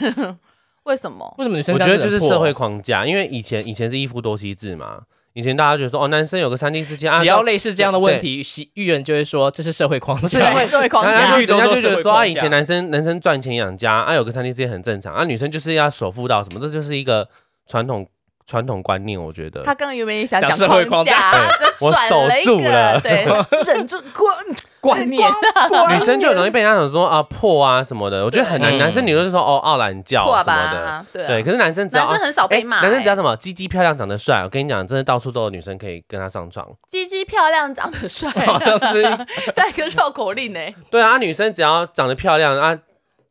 S3: 为什么？
S2: 为什么女生
S1: 我
S2: 这
S1: 觉
S2: 样
S1: 得
S2: 子
S1: 就是
S2: 很
S1: 社会
S2: 破，啊
S1: 框架，因为以前以前是一夫多妻制嘛，以前大家觉得说哦，男生有个三妻四妾啊，
S2: 只要
S1: 这样
S2: 类似这样的问题，喜遇人就会说这是社会框
S1: 是因
S2: 架
S1: 为。
S3: 社会框
S1: 然
S2: 男，
S3: 架
S1: 后人家就人家就觉
S2: 都说
S1: 得
S2: 社会
S1: 说
S2: 框
S1: 啊，
S2: 架
S1: 以前男生男生赚钱养家啊，有个三妻四妾很正常啊，女生就是要守妇道什么，这就是一个传统传统观念，我觉得
S3: 他。刚刚原本也想
S2: 讲社会框
S3: 框架
S2: 架，
S1: 我
S3: 转
S1: 守
S3: 了一
S1: 住
S3: 个
S1: 了
S3: 对， 忍住观观念，
S1: 女生就很容易被人家想说啊破啊什么的，我觉得很难。
S2: 对
S1: 男生你就是说哦傲懒教
S3: 嗯破
S1: 什么的，
S3: 吧？对啊
S1: 对。可是男生只要
S3: 男生很少被骂、
S1: 哎男生只要
S3: 欸
S1: 什么鸡鸡漂亮长得帅，我跟你讲，真的到处都有女生可以跟他上床。
S3: 鸡鸡漂亮，长得 帅，
S2: 好像是
S3: 在跟绕口令哎呢、
S1: 对啊，啊女生只要长得漂亮啊，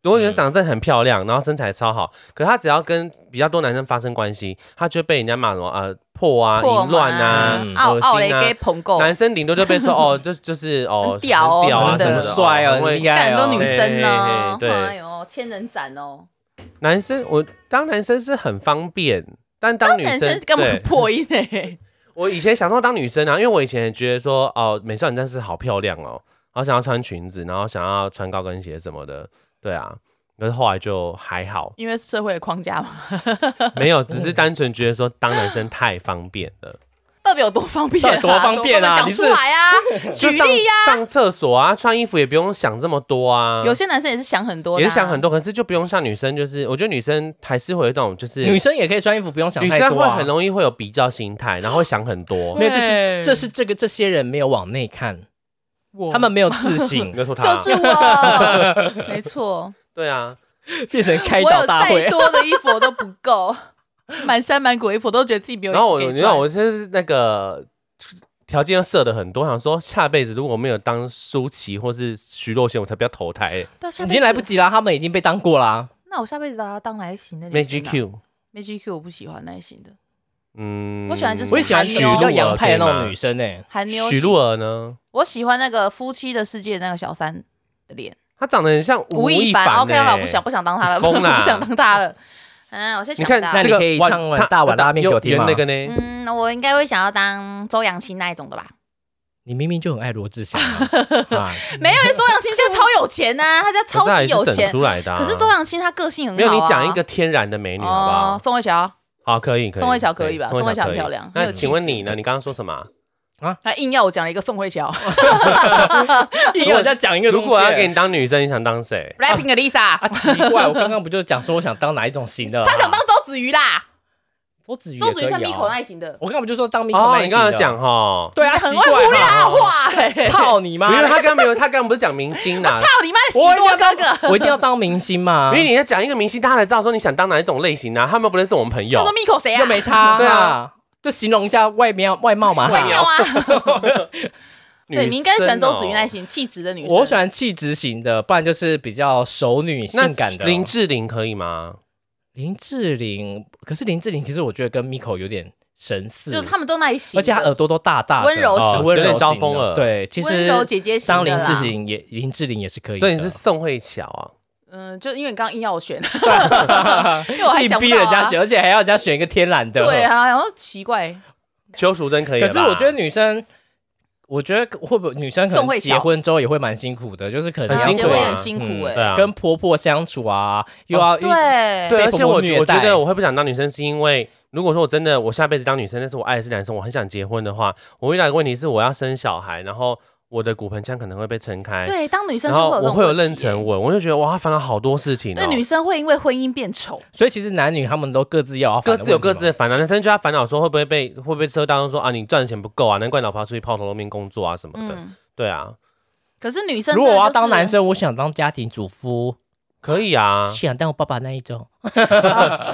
S1: 如果女生
S2: 嗯
S1: 长得真的很漂亮，然后身材超好，可是她只要跟比较多男生发生关系，她就被人家骂什么啊破啊、
S3: 破
S1: 淫乱啊
S2: 嗯
S3: 嘛、
S1: 恶
S3: 奥奥雷
S1: 心
S3: 给
S1: 啊。
S3: 捧够，
S1: 男生顶多就被说哦，就就是哦
S3: 很，屌哦
S1: 屌啊
S3: 真
S1: 什么
S3: 的
S1: 的，
S2: 帅
S1: 哦
S2: 哦，
S1: 很会
S2: 很厉害
S3: 干很
S2: 哦，
S3: 多女生呢、
S1: 对对对
S3: 哎呦，千人斩哦，
S1: 男生我当男生是很方便，但当女
S3: 男生
S1: 生
S3: 干嘛
S1: 对
S3: 破音呢、 ，
S1: 我以前想说当女生啊，因为我以前觉得说哦，美少女战士好漂亮哦，然后想要穿裙子，然后想要穿高跟鞋什么的，对啊。可是后来就还好
S3: 因为社会的框架嘛，
S1: 没有，只是单纯觉得说当男生太方便了，
S3: 到底有多方便、
S2: 到
S3: 啊？
S2: 底多方便啊
S3: 讲
S2: 你是
S3: 出来啊！
S1: 就
S3: 举
S1: 上
S3: 例呀
S1: 上厕所啊，穿衣服也不用想这么多啊，
S3: 有些男生也是想很多、啊，
S1: 也是想很多，可是就不用像女生，就是我觉得女生还是会有一种就是
S2: 女生也可以穿衣服，不用想
S1: 女
S2: 太
S1: 生
S2: 多、
S1: 会
S2: 啊。
S1: 很容易会有比较心态，然后会想 很多。
S2: 没有，这是
S3: 对
S2: 这是这个这些人没有往内看，他们没有自省
S1: 你，在说他、
S3: 就是 我，没错，
S1: 对啊，
S2: 变成开
S3: 我有
S2: 导大
S3: 再
S2: 会。
S3: 多的衣服我都不够， 满山满谷的衣服我都觉得自己没有衣
S1: 然后
S3: 服
S1: 我
S3: 可以穿。
S1: 你知道我就是那个条件又设的很多，想说下辈子如果没有当舒淇或是徐若瑄，我才不要投胎、欸。
S3: 到下
S2: 已
S3: 辈
S2: 经
S3: 子
S2: 来不。及啦，他们已经被当过啦。
S3: 那我下辈子要当哪一型的女
S1: Magic
S3: 生啊
S1: Q，
S3: Magic Q 我不喜欢那一型的，
S1: 嗯，
S3: 我喜欢就是
S2: 我也喜欢
S3: 韩
S2: 许
S3: 妞
S2: 比较洋派的那
S1: 可以
S2: 种
S1: 吗
S2: 女生欸诶、
S3: 韩妞
S1: 许
S3: 型
S1: 露儿呢，
S3: 我喜欢那个《夫妻的世界》那个小三的脸，
S1: 她长得很像
S3: 吴
S1: 亦
S3: 亦凡。
S1: 欸
S3: OK，好，不想不想当他了，
S1: 你疯啦
S3: 不想当他了。嗯，我现在
S1: 你
S3: 想
S1: 看
S3: 到
S2: 那
S1: 这
S2: 你
S1: 个
S2: 可以
S1: 碗
S2: 唱碗
S1: 她
S2: 大碗拉面给我
S1: 圆
S2: 听吗
S1: 那个呢？
S3: 嗯，我应该会想要当周扬青那一种 的吧？
S2: 你明明就很爱罗志祥啊 啊，
S3: 没有，因为周扬青家超有钱呐、他家
S1: 可是她
S3: 超
S1: 也
S3: 级
S1: 是
S3: 有
S1: 整
S3: 钱。
S1: 出来的啊、
S3: 可是周扬青她个性很好、
S1: 没
S3: 啊。
S1: 有你讲一个天然的美女好不好？
S3: 哦，宋慧乔，
S1: 好，可以，可以。
S3: 宋慧乔可以吧宋慧乔
S1: 可以
S3: 漂亮很
S1: 那
S3: 有气
S1: 请问
S3: 质
S1: 你呢？你刚刚说什么啊？
S3: 他硬要我讲了一个宋慧 乔
S2: 硬要人家讲一个东
S1: 如
S2: 西、
S1: 果要给
S2: 欸
S1: 你当女生，你想当谁？
S3: ，rapping 的 Lisa，
S2: 啊，奇怪，我刚刚不就讲说我想当哪一种型的啦？啊
S3: 他想当周子瑜啦，
S2: 周子瑜也可以啊，
S3: 周子瑜像 Miko 那一型的，
S2: 我刚刚不就说当 Miko
S1: 哦
S2: 那，一
S1: 你
S2: 型
S1: 刚
S2: 的啊
S1: 刚讲哈，
S2: 对啊，
S3: 很
S2: 奇
S3: 会
S2: 怪
S3: 胡
S2: 啊
S3: 乱话、
S1: 哦
S3: 欸，
S2: 操你妈！
S1: 因为他刚刚没有，他刚刚不是讲明星啦，
S3: 操你妈的喜
S2: 我一定
S3: 多
S2: 要
S3: 哥
S2: 当
S3: 哥。
S2: 我一定要当明星嘛
S1: 因，为你要讲一个明星，大家才知道说你想当哪一种类型啊。他们不认识我们朋友
S3: 他说 Miko 谁啊？
S2: 又没差，
S1: 对啊，
S2: 就形容一下外面外貌嘛。
S3: 外貌啊，
S1: 女生哦
S3: 对你应该喜欢周子瑜那型气质的女生。
S2: 我喜欢气质型的，不然就是比较熟女性感的。哦
S1: 那林志玲可以吗？
S2: 林志玲，可是林志玲其实我觉得跟 Miko 有点神似，
S3: 就他们都那一型
S2: 而
S3: 的，
S2: 且她耳朵都大大的，
S3: 温柔型
S2: 哦温
S1: 有
S2: 柔
S1: 点招
S2: 型的
S1: 风耳
S2: 对，其
S3: 温
S2: 实
S3: 柔姐姐型
S2: 当
S3: 的
S2: 林
S3: 啦。
S2: 志玲也林志玲也是可以的，
S1: 所以你是宋慧乔啊？
S3: 嗯，就因为你刚刚硬要我 选，因为我还
S2: 硬
S3: 想不
S2: 逼
S3: 到、啊、
S2: 人家选，而且还要人家选一个天然的。
S3: 对啊，然后奇怪，
S1: 邱淑贞可以了
S2: 可
S1: 吧？
S2: 是我觉得女生，我觉得会不会女生可
S3: 宋
S2: 能
S3: 慧乔
S2: 结婚之后也会蛮辛苦的，就是可能
S1: 很
S2: 要
S1: 辛
S3: 结
S1: 苦
S3: 婚
S1: 啊
S3: 也很辛苦哎、
S1: 对啊，
S2: 跟婆婆相处啊，又要
S3: 对，
S1: 对，
S2: 被
S1: 而
S2: 婆
S1: 且
S2: 婆
S1: 我
S2: 虐
S1: 觉我觉
S2: 待
S1: 得我会不想当女生，是因为如果说我真的我下辈子当女生，但是我爱的是男生，我很想结婚的话，我遇到一个问题是我要生小孩，然后我的骨盆腔可能会被撑开，
S3: 对，当女生
S1: 然
S3: 就
S1: 后
S3: 会有这
S1: 我
S3: 种
S1: 会有
S3: 问
S1: 妊
S3: 题欸
S1: 娠纹，我就觉得哇，他烦恼好多事情、哦。
S3: 对，女生会因为婚姻变丑，
S2: 所以其实男女他们都各自要有
S1: 各自有各自
S2: 的问题
S1: 的烦恼，男生就要烦恼说会不会被会不会车当中说啊你赚钱不够啊，难怪老婆要出去抛头露面工作啊什么的。
S3: 嗯。
S1: 对啊，
S3: 可是女
S2: 嘛。
S3: 生
S2: 如果
S3: 真
S2: 我
S3: 的
S2: 要
S3: 就是
S2: 当男，生，我想当家庭主妇，
S1: 可以啊，
S2: 想当我爸爸那一种。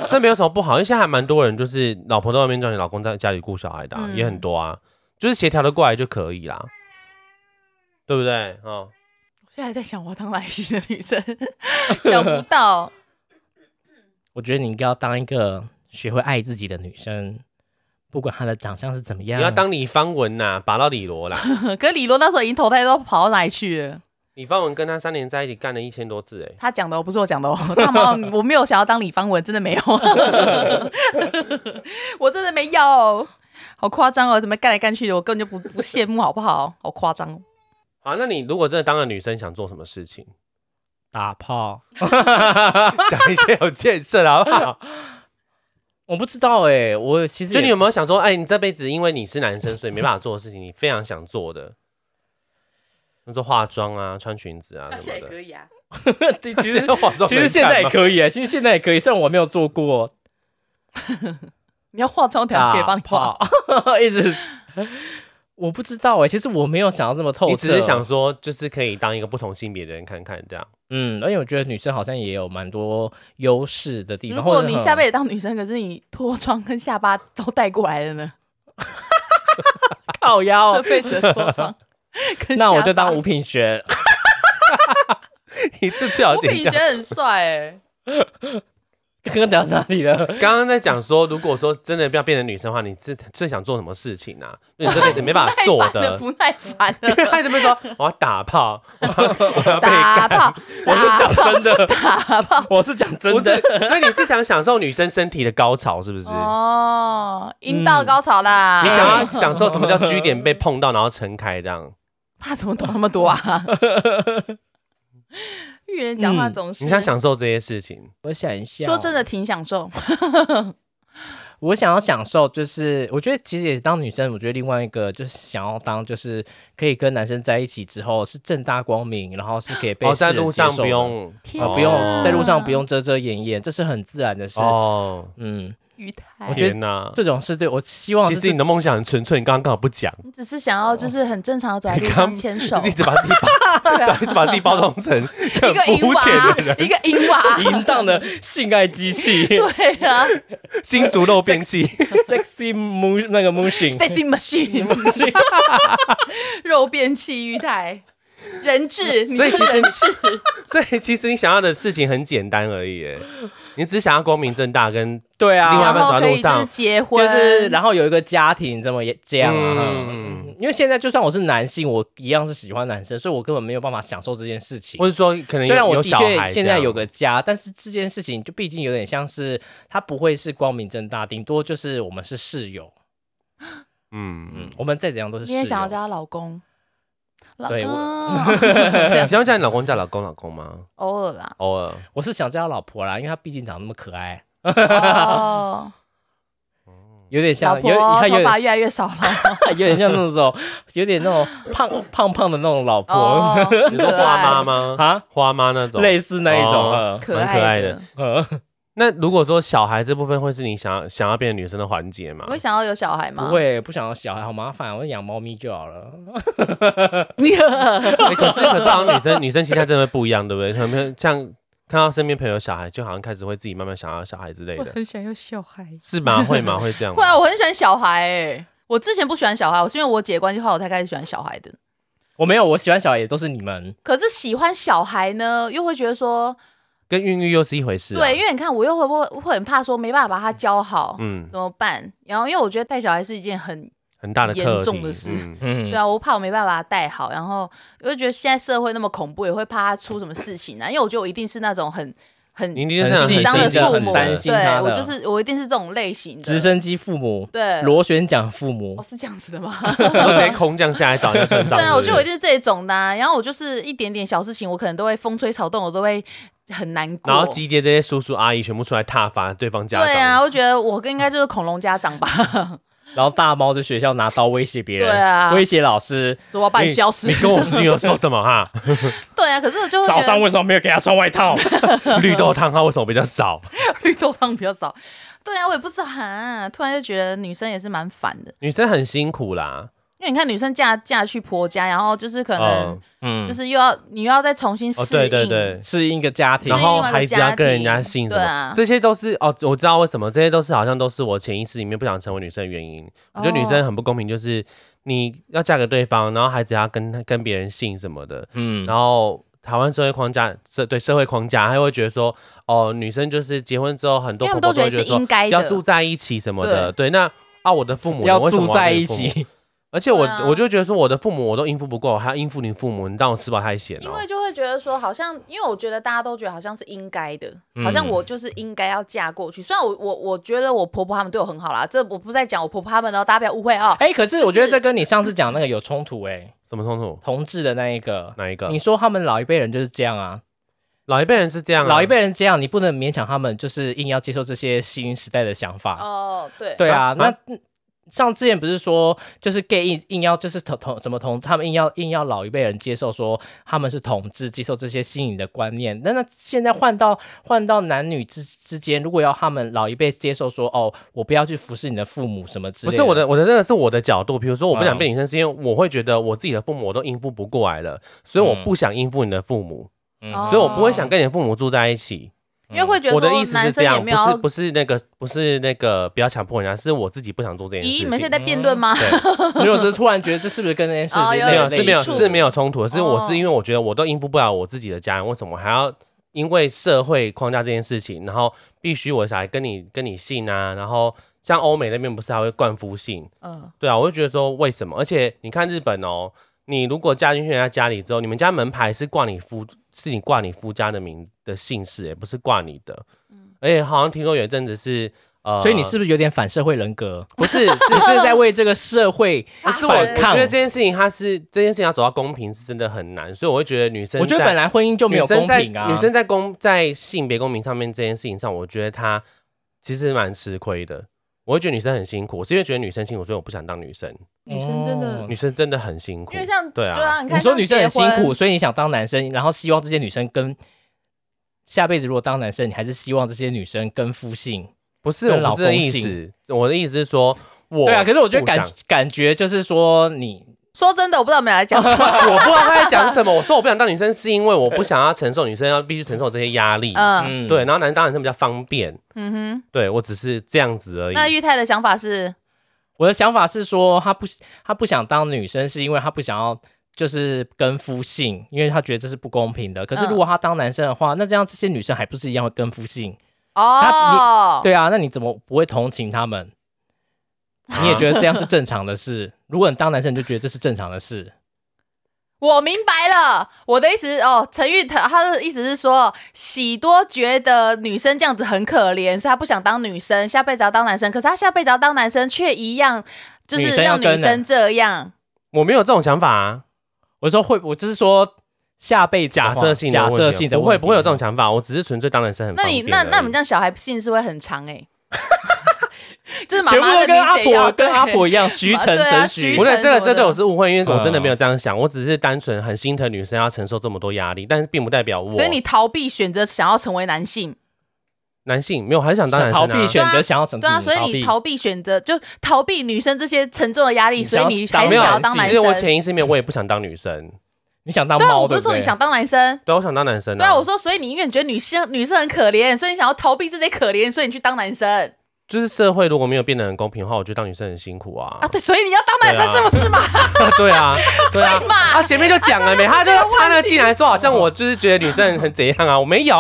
S1: 这没有什么不好，因为现在还蛮多人就是老婆在外面赚钱，老公在家里顾小孩的啊、
S3: 嗯
S1: 也很多啊，就是协调的过来就可以啦，对不对？哦，
S3: 我现在还在想我要当哪一型的女生， 想不到。
S2: 我觉得你应该要当一个学会爱自己的女生，不管她的长相是怎么样。
S1: 你要当李方文呐、拔到李罗啦，
S3: 可是李罗那时候已经投胎，都跑到哪里去了？
S1: 李方文跟他三年在一起干了一千多次、欸，
S3: 他讲的哦，不是我讲的哦。大毛，我没有想要当李方文，真的没有， 我真的没有，好夸张哦！怎么干来干去的，我根本就不不羡慕，好不好？好夸张哦！
S1: 好，那你如果真的当了女生，想做什么事情？
S2: 打炮，
S1: 讲一些有建设的好 不好？
S2: 我不知道哎、我其实
S1: 就
S2: 也
S1: 你有没有想说，哎，你这辈子因为你是男生，所以没办法做的事情，你非常想做的，那做化妆啊、穿裙子啊什么的。
S3: 以啊，
S2: 其实
S1: 现在化妆
S2: 其实
S1: 能
S2: 现在
S1: 看
S2: 也
S1: 吗
S2: 可以哎、其实现在也可以，虽然我没有做过
S3: 你要化妆
S1: 啊
S3: 条可以帮你化。
S2: 打炮 一直我不知道哎、其实我没有想到这么透彻，哦
S1: 你只是想说，就是可以当一个不同性别的人看看 这样。
S2: 嗯，而且我觉得女生好像也有蛮多优势的地方。
S3: 如果
S2: 或者
S3: 你
S2: 很
S3: 下辈子当女生，可是你脱妆跟下巴都带过来了呢？
S2: 靠
S1: 哦
S2: 腰
S3: 这，辈子的脱 妆跟
S2: 那我就
S3: 下巴
S2: 当吴品璇。
S1: 你这最好
S3: 吴
S1: 剪
S3: 品
S1: 掉
S3: 欸学。很帅哎、
S2: 刚刚讲哪里 了？
S1: 刚刚在讲说，如果说真的要变成女生的话，你最最想做什么事情 啊？因为你这辈子没办法 做的。
S3: 不耐烦了，不耐烦
S1: 他这边说我要打炮，我要我要
S3: 了，
S1: 被
S3: 打
S1: 干，
S3: 炮，
S2: 我是
S3: 打炮
S2: 讲，真的，
S3: 打炮。
S2: 我是讲 真
S1: 不是
S2: 的。？
S1: 所以你是想享受女生身体的高潮，是不是？
S3: 哦，阴道
S2: 嗯
S3: 高潮啦！
S1: 你想要享受什么叫 G 点被碰到，然后撑开这样？
S3: 他怎么懂那么多啊？ 玉人讲话
S2: 嗯
S3: 总是
S1: 你想享受这些事情？
S2: 我想一下哦
S3: 说真的，挺享受。
S2: 我想要享受，就是我觉得其实也是当女生，我觉得另外一个就是想要当，就是可以跟男生在一起之后是正大光明，然后是可以被
S1: 哦，在
S2: 世人
S1: 路上
S2: 接受
S1: 不
S2: 的
S1: 用，
S3: 天
S2: 啊、
S1: 哦
S2: 不用
S3: 哪
S2: 在路上不用遮遮掩掩，这是很自然的事。
S1: 哦。
S2: 嗯，
S3: 于台，
S2: 我觉得
S1: 天哪！
S2: 这种事对我希望
S1: 其
S2: 是
S1: 实你的梦想很纯粹，你刚刚刚好不讲，
S3: 你只是想要就是很正常的走在路
S1: 你
S3: 上
S1: 刚
S3: 牵手，
S1: 一直把自己
S3: 对
S1: 包，
S3: 啊
S1: 一直把自己包装成很
S3: 一个淫
S1: 肤浅的
S3: 娃，
S1: 人，
S3: 一个淫 娃，
S2: 淫荡的性爱机器
S3: 对啊
S1: 新竹肉 便器，
S2: ，sexy moon 那个 motion。
S3: ，sexy machine，肉 变器于台，人质，你
S1: 所以
S3: 真的
S1: 其实
S3: 人
S1: 你
S3: 质，
S1: 所以其实你想要的事情很简单而已耶，你只想要光明正大跟
S2: 对
S1: 另外一
S2: 啊
S3: 然
S1: 半，走
S3: 后
S1: 在
S3: 可
S1: 路
S3: 以就是
S1: 上
S3: 结婚，
S2: 就是然后有一个家庭这么也 这样啊。
S1: 嗯
S2: 嗯因为现在就算我是男性，我一样是喜欢男生，所以我根本没有办法享受这件事情
S1: 或。者说可能
S2: 虽然
S1: 有
S2: 我的
S1: 有小
S2: 确
S1: 孩，
S2: 现在有，个家，但是这件事情就毕竟有点像是它不会是光明正大，顶多就是我们是室友，
S1: 嗯
S2: 嗯
S1: 嗯，，
S2: 我们再怎样都是室
S3: 你
S2: 友。
S3: 也想要叫她老公，老
S2: 对我
S3: 公，
S1: 你想要叫你老公叫老公老公吗？，
S3: 偶尔啦
S1: 偶 尔，
S2: 我是想叫他老婆啦，因为她毕竟长那么可爱，
S3: 哦，
S2: 有点像
S3: 老
S2: 有她
S3: 婆
S2: 有
S3: 头发
S2: 点
S3: 越来越少了，
S2: 有点像那种有点那种 胖胖胖的那种老婆、
S3: 哦，
S1: 你
S3: 很
S1: 说
S3: 可
S1: 花妈
S3: 爱，
S1: 吗？
S2: 啊，
S1: 花妈那种
S2: 类似那一种。
S1: 哦
S2: 呃
S3: 可
S1: 蛮可爱
S3: 爱
S1: 的
S3: 的。
S2: 呃，
S1: 那如果说小孩这部分会是你想要想要变成女生的环节吗
S3: 你？会想要有小孩吗？
S2: 不， 会不想要小孩，好麻烦，我养猫咪就好了。
S1: 欸可是可是好像女生女生心态真的会不一样，对不对？可能像看到身边朋友小孩，就好像开始会自己慢慢想要小孩之类的，
S4: 很想要小孩。
S1: 是 吗？会吗？会这样吗？
S3: 会啊，我很喜欢小孩诶。我之前不喜欢小孩，我是因为我姐的关系后来我才开始喜欢小孩的。
S2: 我没有，我喜欢小孩也都是你们。
S3: 可是喜欢小孩呢，又会觉得说，
S1: 跟孕育又是一回事、啊。
S3: 对，因，为你看我又会不会会很怕说没办法把他教好，
S1: 嗯，
S3: 怎么办？然后因为我觉得带小孩是一件很
S1: 很大的
S3: 严
S1: 课题。
S3: 重的事
S1: 嗯
S2: 嗯，
S3: 对啊，我怕我没办法带好，然后我就觉得现在社会那么恐怖，也会怕他出什么事情啊。因为我觉得我一定是那种很很
S1: 你一定是
S2: 很
S1: 很
S2: 细
S3: 紧张
S2: 心
S3: 的
S1: 神经
S3: 父
S1: 质
S3: 母，
S2: 担心他
S3: 对
S1: 啊
S2: 的
S3: 我就是我一定是这种类型的。
S2: 直升机父母，
S3: 对，
S2: 螺旋桨父母
S3: 哦，是这样子的 吗？
S1: 然后直接空降下来找人家村长。
S3: 对啊，我
S1: 对
S3: 就
S1: 不
S3: 我一
S1: 对
S3: 定是这一种的啊、然后我就是一点点小事情，我可能都会风吹草动，我都会很难过。
S1: 然后集结这些叔叔阿姨全部出来挞伐对方家长。
S3: 对啊，我觉得我应该就是恐龙家长 吧，
S2: 然后大猫在学校拿刀威胁别人，
S3: 对啊
S2: 威胁老师。
S3: 怎么把你消失
S1: 你？跟我女儿说什么哈？
S3: 对啊，可是我就会
S2: 早
S3: 觉
S2: 上
S3: 得
S2: 为什么没有给他穿外 套？
S1: 绿豆汤它为什么比较少？
S3: 绿豆汤比较少。对啊，我也不知道啊，突然就觉得女生也是蛮烦的，
S1: 女生很辛苦啦，
S3: 因为你看女生嫁嫁去婆家，然后就是可能
S1: 嗯，
S2: 嗯，
S3: 就是又要、你又要再重新适
S1: 哦
S3: 应，
S1: 对对对，
S2: 适应一个家
S3: 是
S2: 庭
S1: 然
S3: 因，为
S1: 后
S3: 一个
S1: 孩子
S3: 家
S1: 要跟人家
S3: 庭
S1: 姓什
S3: 对
S1: 么，
S3: 啊
S1: 这些都是哦，我知道为什么，这些都是好像都是我潜意识里面不想成为女生的原因。我觉得女
S3: 哦
S1: 生很不公平，就是你要嫁给对方，然后孩子要跟跟别人姓什么的，
S2: 嗯，
S1: 然后。台湾社会框架，社对社会框架，还会觉得说，哦，女生就是结婚之后，很多
S3: 因为他们都
S1: 婆婆都
S3: 觉
S1: 会
S3: 得
S1: 觉得
S3: 是
S1: 说
S3: 应该
S1: 要住
S3: 的。
S1: 在一起什么的。对，那啊，我的父母
S2: 要
S1: 为什么
S2: 住
S1: 我
S2: 在
S1: 要
S2: 一
S1: 跟父母
S2: 起，
S1: 而且我、
S3: 对啊
S1: 我就觉得说，我的父母我都应付不过，我还要应付你父母，你当我吃饱太闲
S3: 因
S1: 哦。
S3: 为就会觉得说，好像因为我觉得大家都觉得好像是应该的，
S2: 嗯
S3: 好像我就是应该要嫁过去。虽然我我我觉得我婆婆他们对我很好啦，这我不在讲我婆婆他们哦，大家不要误会啊、
S2: 哎，可是
S3: 是
S2: 我觉得这跟你上次讲那个有冲突哎，
S1: 什么冲突？
S2: 同志的那一个，
S1: 哪一个
S2: 你？说他们老一辈人就是这样啊，
S1: 老一辈人是这样、啊，
S2: 老一辈人这样，你不能勉强他们，就是硬要接受这些新时代的想法。
S3: 哦，对，
S2: 对啊
S1: 啊，
S2: 那
S1: 啊
S2: 像之前不是说，就是 gay 硬硬要就是同同什么同，他们硬要硬要老一辈人接受说他们是同志，接受这些新颖的观念。那那现在换到换到男女之之间，如果要他们老一辈接受说，哦，我不要去服侍你的父母什么之类
S1: 不是我的，我的这个是我的角度。比如说，我不想
S2: 嗯
S1: 变女生，是因为我会觉得我自己的父母我都应付不过来了，所以我
S2: 嗯
S1: 不想应付你的父母，
S2: 嗯
S3: 哦
S1: 所以我不会想跟你的父母住在一起。
S3: 因为会觉得
S1: 嗯我的
S3: 说
S1: 意思
S3: 男
S1: 是
S3: 生
S1: 这
S3: 也
S1: 样，
S3: 没
S1: 不
S3: 有
S1: 是
S3: 要
S1: 不是那个不是那个不要强迫人家，是我自己不想做这件事
S3: 咦，
S1: 情。
S3: 你们现在在辩论吗？
S2: 如果是突然觉得这是不是跟那件事情
S3: 哦有
S1: 没
S2: 点
S1: 有
S2: 类
S1: 是没有
S2: 似
S1: 是没有冲突，是我
S3: 哦
S1: 是因为我觉得我都应付不了我自己的家人，为什么还要因为社会框架这件事情，然后必须我的小孩跟你跟你姓啊，然后像欧美那边不是还会灌夫姓，
S3: 嗯，
S1: 对啊，我就觉得说为什么？而且你看日本哦，你如果嫁进去人家家里之后，你们家门牌是挂你夫，是你挂你夫家的名的姓氏，也不是挂你的。
S3: 嗯
S1: 而且好像听说有一阵子是呃，
S2: 所以你是不是有点反社会人格？
S3: 哦
S1: 不是是
S2: 你 是在为这个社会
S3: 不是我
S2: 反
S1: 我
S2: 抗
S1: 觉得这？件事情，它是这件事情要走到公平是真的很难，所以我会觉得女生
S2: 我觉得
S1: 在
S2: 本来婚姻就没有公平啊。
S1: 女生在女生在公在性别公平上面这件事情上，我觉得她其实蛮吃亏的。我会觉得女生很辛苦，我是因为觉得女生辛苦，所以我不想当女生。
S3: 女生真的
S2: 哦
S1: 女生真的很辛苦，
S3: 因为像
S1: 对啊
S3: 对啊，你看
S2: 你说
S3: 像
S2: 女生很辛
S3: 结
S2: 苦，
S3: 婚
S2: 所以你想当男生，然后希望这些女生跟下辈子如果当男生，你还是希望这些女生跟夫姓。
S1: 不是
S2: 跟
S1: 我
S2: 老
S1: 不是这
S2: 公
S1: 意
S2: 姓
S1: 思，我的意思是说，我
S2: 对啊，可是我觉得
S1: 不
S2: 感
S1: 想
S2: 感觉就是说你
S3: 说真的，我不知道我们俩在讲什么。
S1: 我不知道他在讲什么。我说我不想当女生，是因为我不想要承受女生要必须承受这些压力。
S3: 嗯
S2: 嗯
S1: 对，然后男当然是比较方便，
S3: 嗯哼，
S1: 对我只是这样子而已。
S3: 那玉泰的想法
S1: 嗯
S3: 是，
S2: 我的想法是说，他不他不想当女生，是因为他不想要就是跟夫姓，因为他觉得这是不公平的。可是
S3: 嗯
S2: 如果他当男生的话，那这样这些女生还不是一样会跟夫姓？
S3: 哦，，
S2: 对啊，那你怎么不会同情他们？你也觉得这样是正常的事？ 如果你当男生，你就觉得这是正常的事。
S3: 我明白了，我的意思哦，陈玉他他的意思是说，喜多觉得女生这样子很可怜，所以他不想当女生，下辈子要当男生。可是他下辈子要当男生，却一样就
S2: 女
S3: 是
S2: 生要
S3: 让
S2: 跟
S3: 女生这样。
S1: 我没有这种想法啊，
S2: 我说会，我就是说下辈子的话
S1: 假设性的
S2: 假
S1: 问题啊
S2: 设性的
S1: 不会
S2: 问题
S1: 不会有这种想法，我只是纯粹当男生很
S3: 那
S1: 方
S3: 你
S1: 便
S3: 那那你
S1: 而已
S3: 们这样小孩姓氏会很长哎、就是妈
S2: 全部
S3: 妈
S2: 都
S3: 的
S2: 跟阿
S3: 名字也要
S2: 婆跟阿婆
S3: 对
S2: 一样，徐
S3: 妈
S2: 晨
S3: 对啊
S2: 整
S3: 徐
S2: 许
S1: 不是
S3: 晨
S1: 这
S3: 什
S1: 个，
S3: 么
S1: 这对
S3: 的
S1: 我是误会，因为我真的
S2: 嗯
S1: 没有这样想，我只是单纯很心疼女生要承受这么多压力，但是并不代表我。
S3: 所以你逃避选择想要成为男性，
S1: 男性没有，还是想当男生、
S2: 逃
S1: 啊、
S2: 避选
S3: 对
S2: 择
S3: 啊
S2: 想要成
S3: 对啊，
S2: 嗯
S3: 所以你逃避选择就逃避女生这些沉重的压力，
S2: 你
S3: 所以
S2: 想要当
S3: 你还是
S1: 没有啊
S3: 想要当男
S1: 其实我
S3: 生。
S1: 潜意识里面我也不想当女生，
S2: 你想当
S3: 对啊，
S2: 猫
S3: 我
S2: 对
S3: 不是说
S2: 对
S3: 你想当男生，
S1: 对，我想当男生、啊。
S3: 对啊，我说，所以你永远觉得女生女生很可怜，所以你想要逃避这些可怜，所以你去当男生
S1: 就是社会如果没有变得很公平的话，我觉得当女生很辛苦啊。
S3: 啊？对，所以你要当男生
S1: 对
S3: 是
S1: 啊
S3: 不是嘛？
S1: 对啊，
S3: 对
S1: 对啊
S3: 哎嘛，
S1: 他前面就讲了没，他就插那进来说，好像我就是觉得女生很怎样啊，我没有，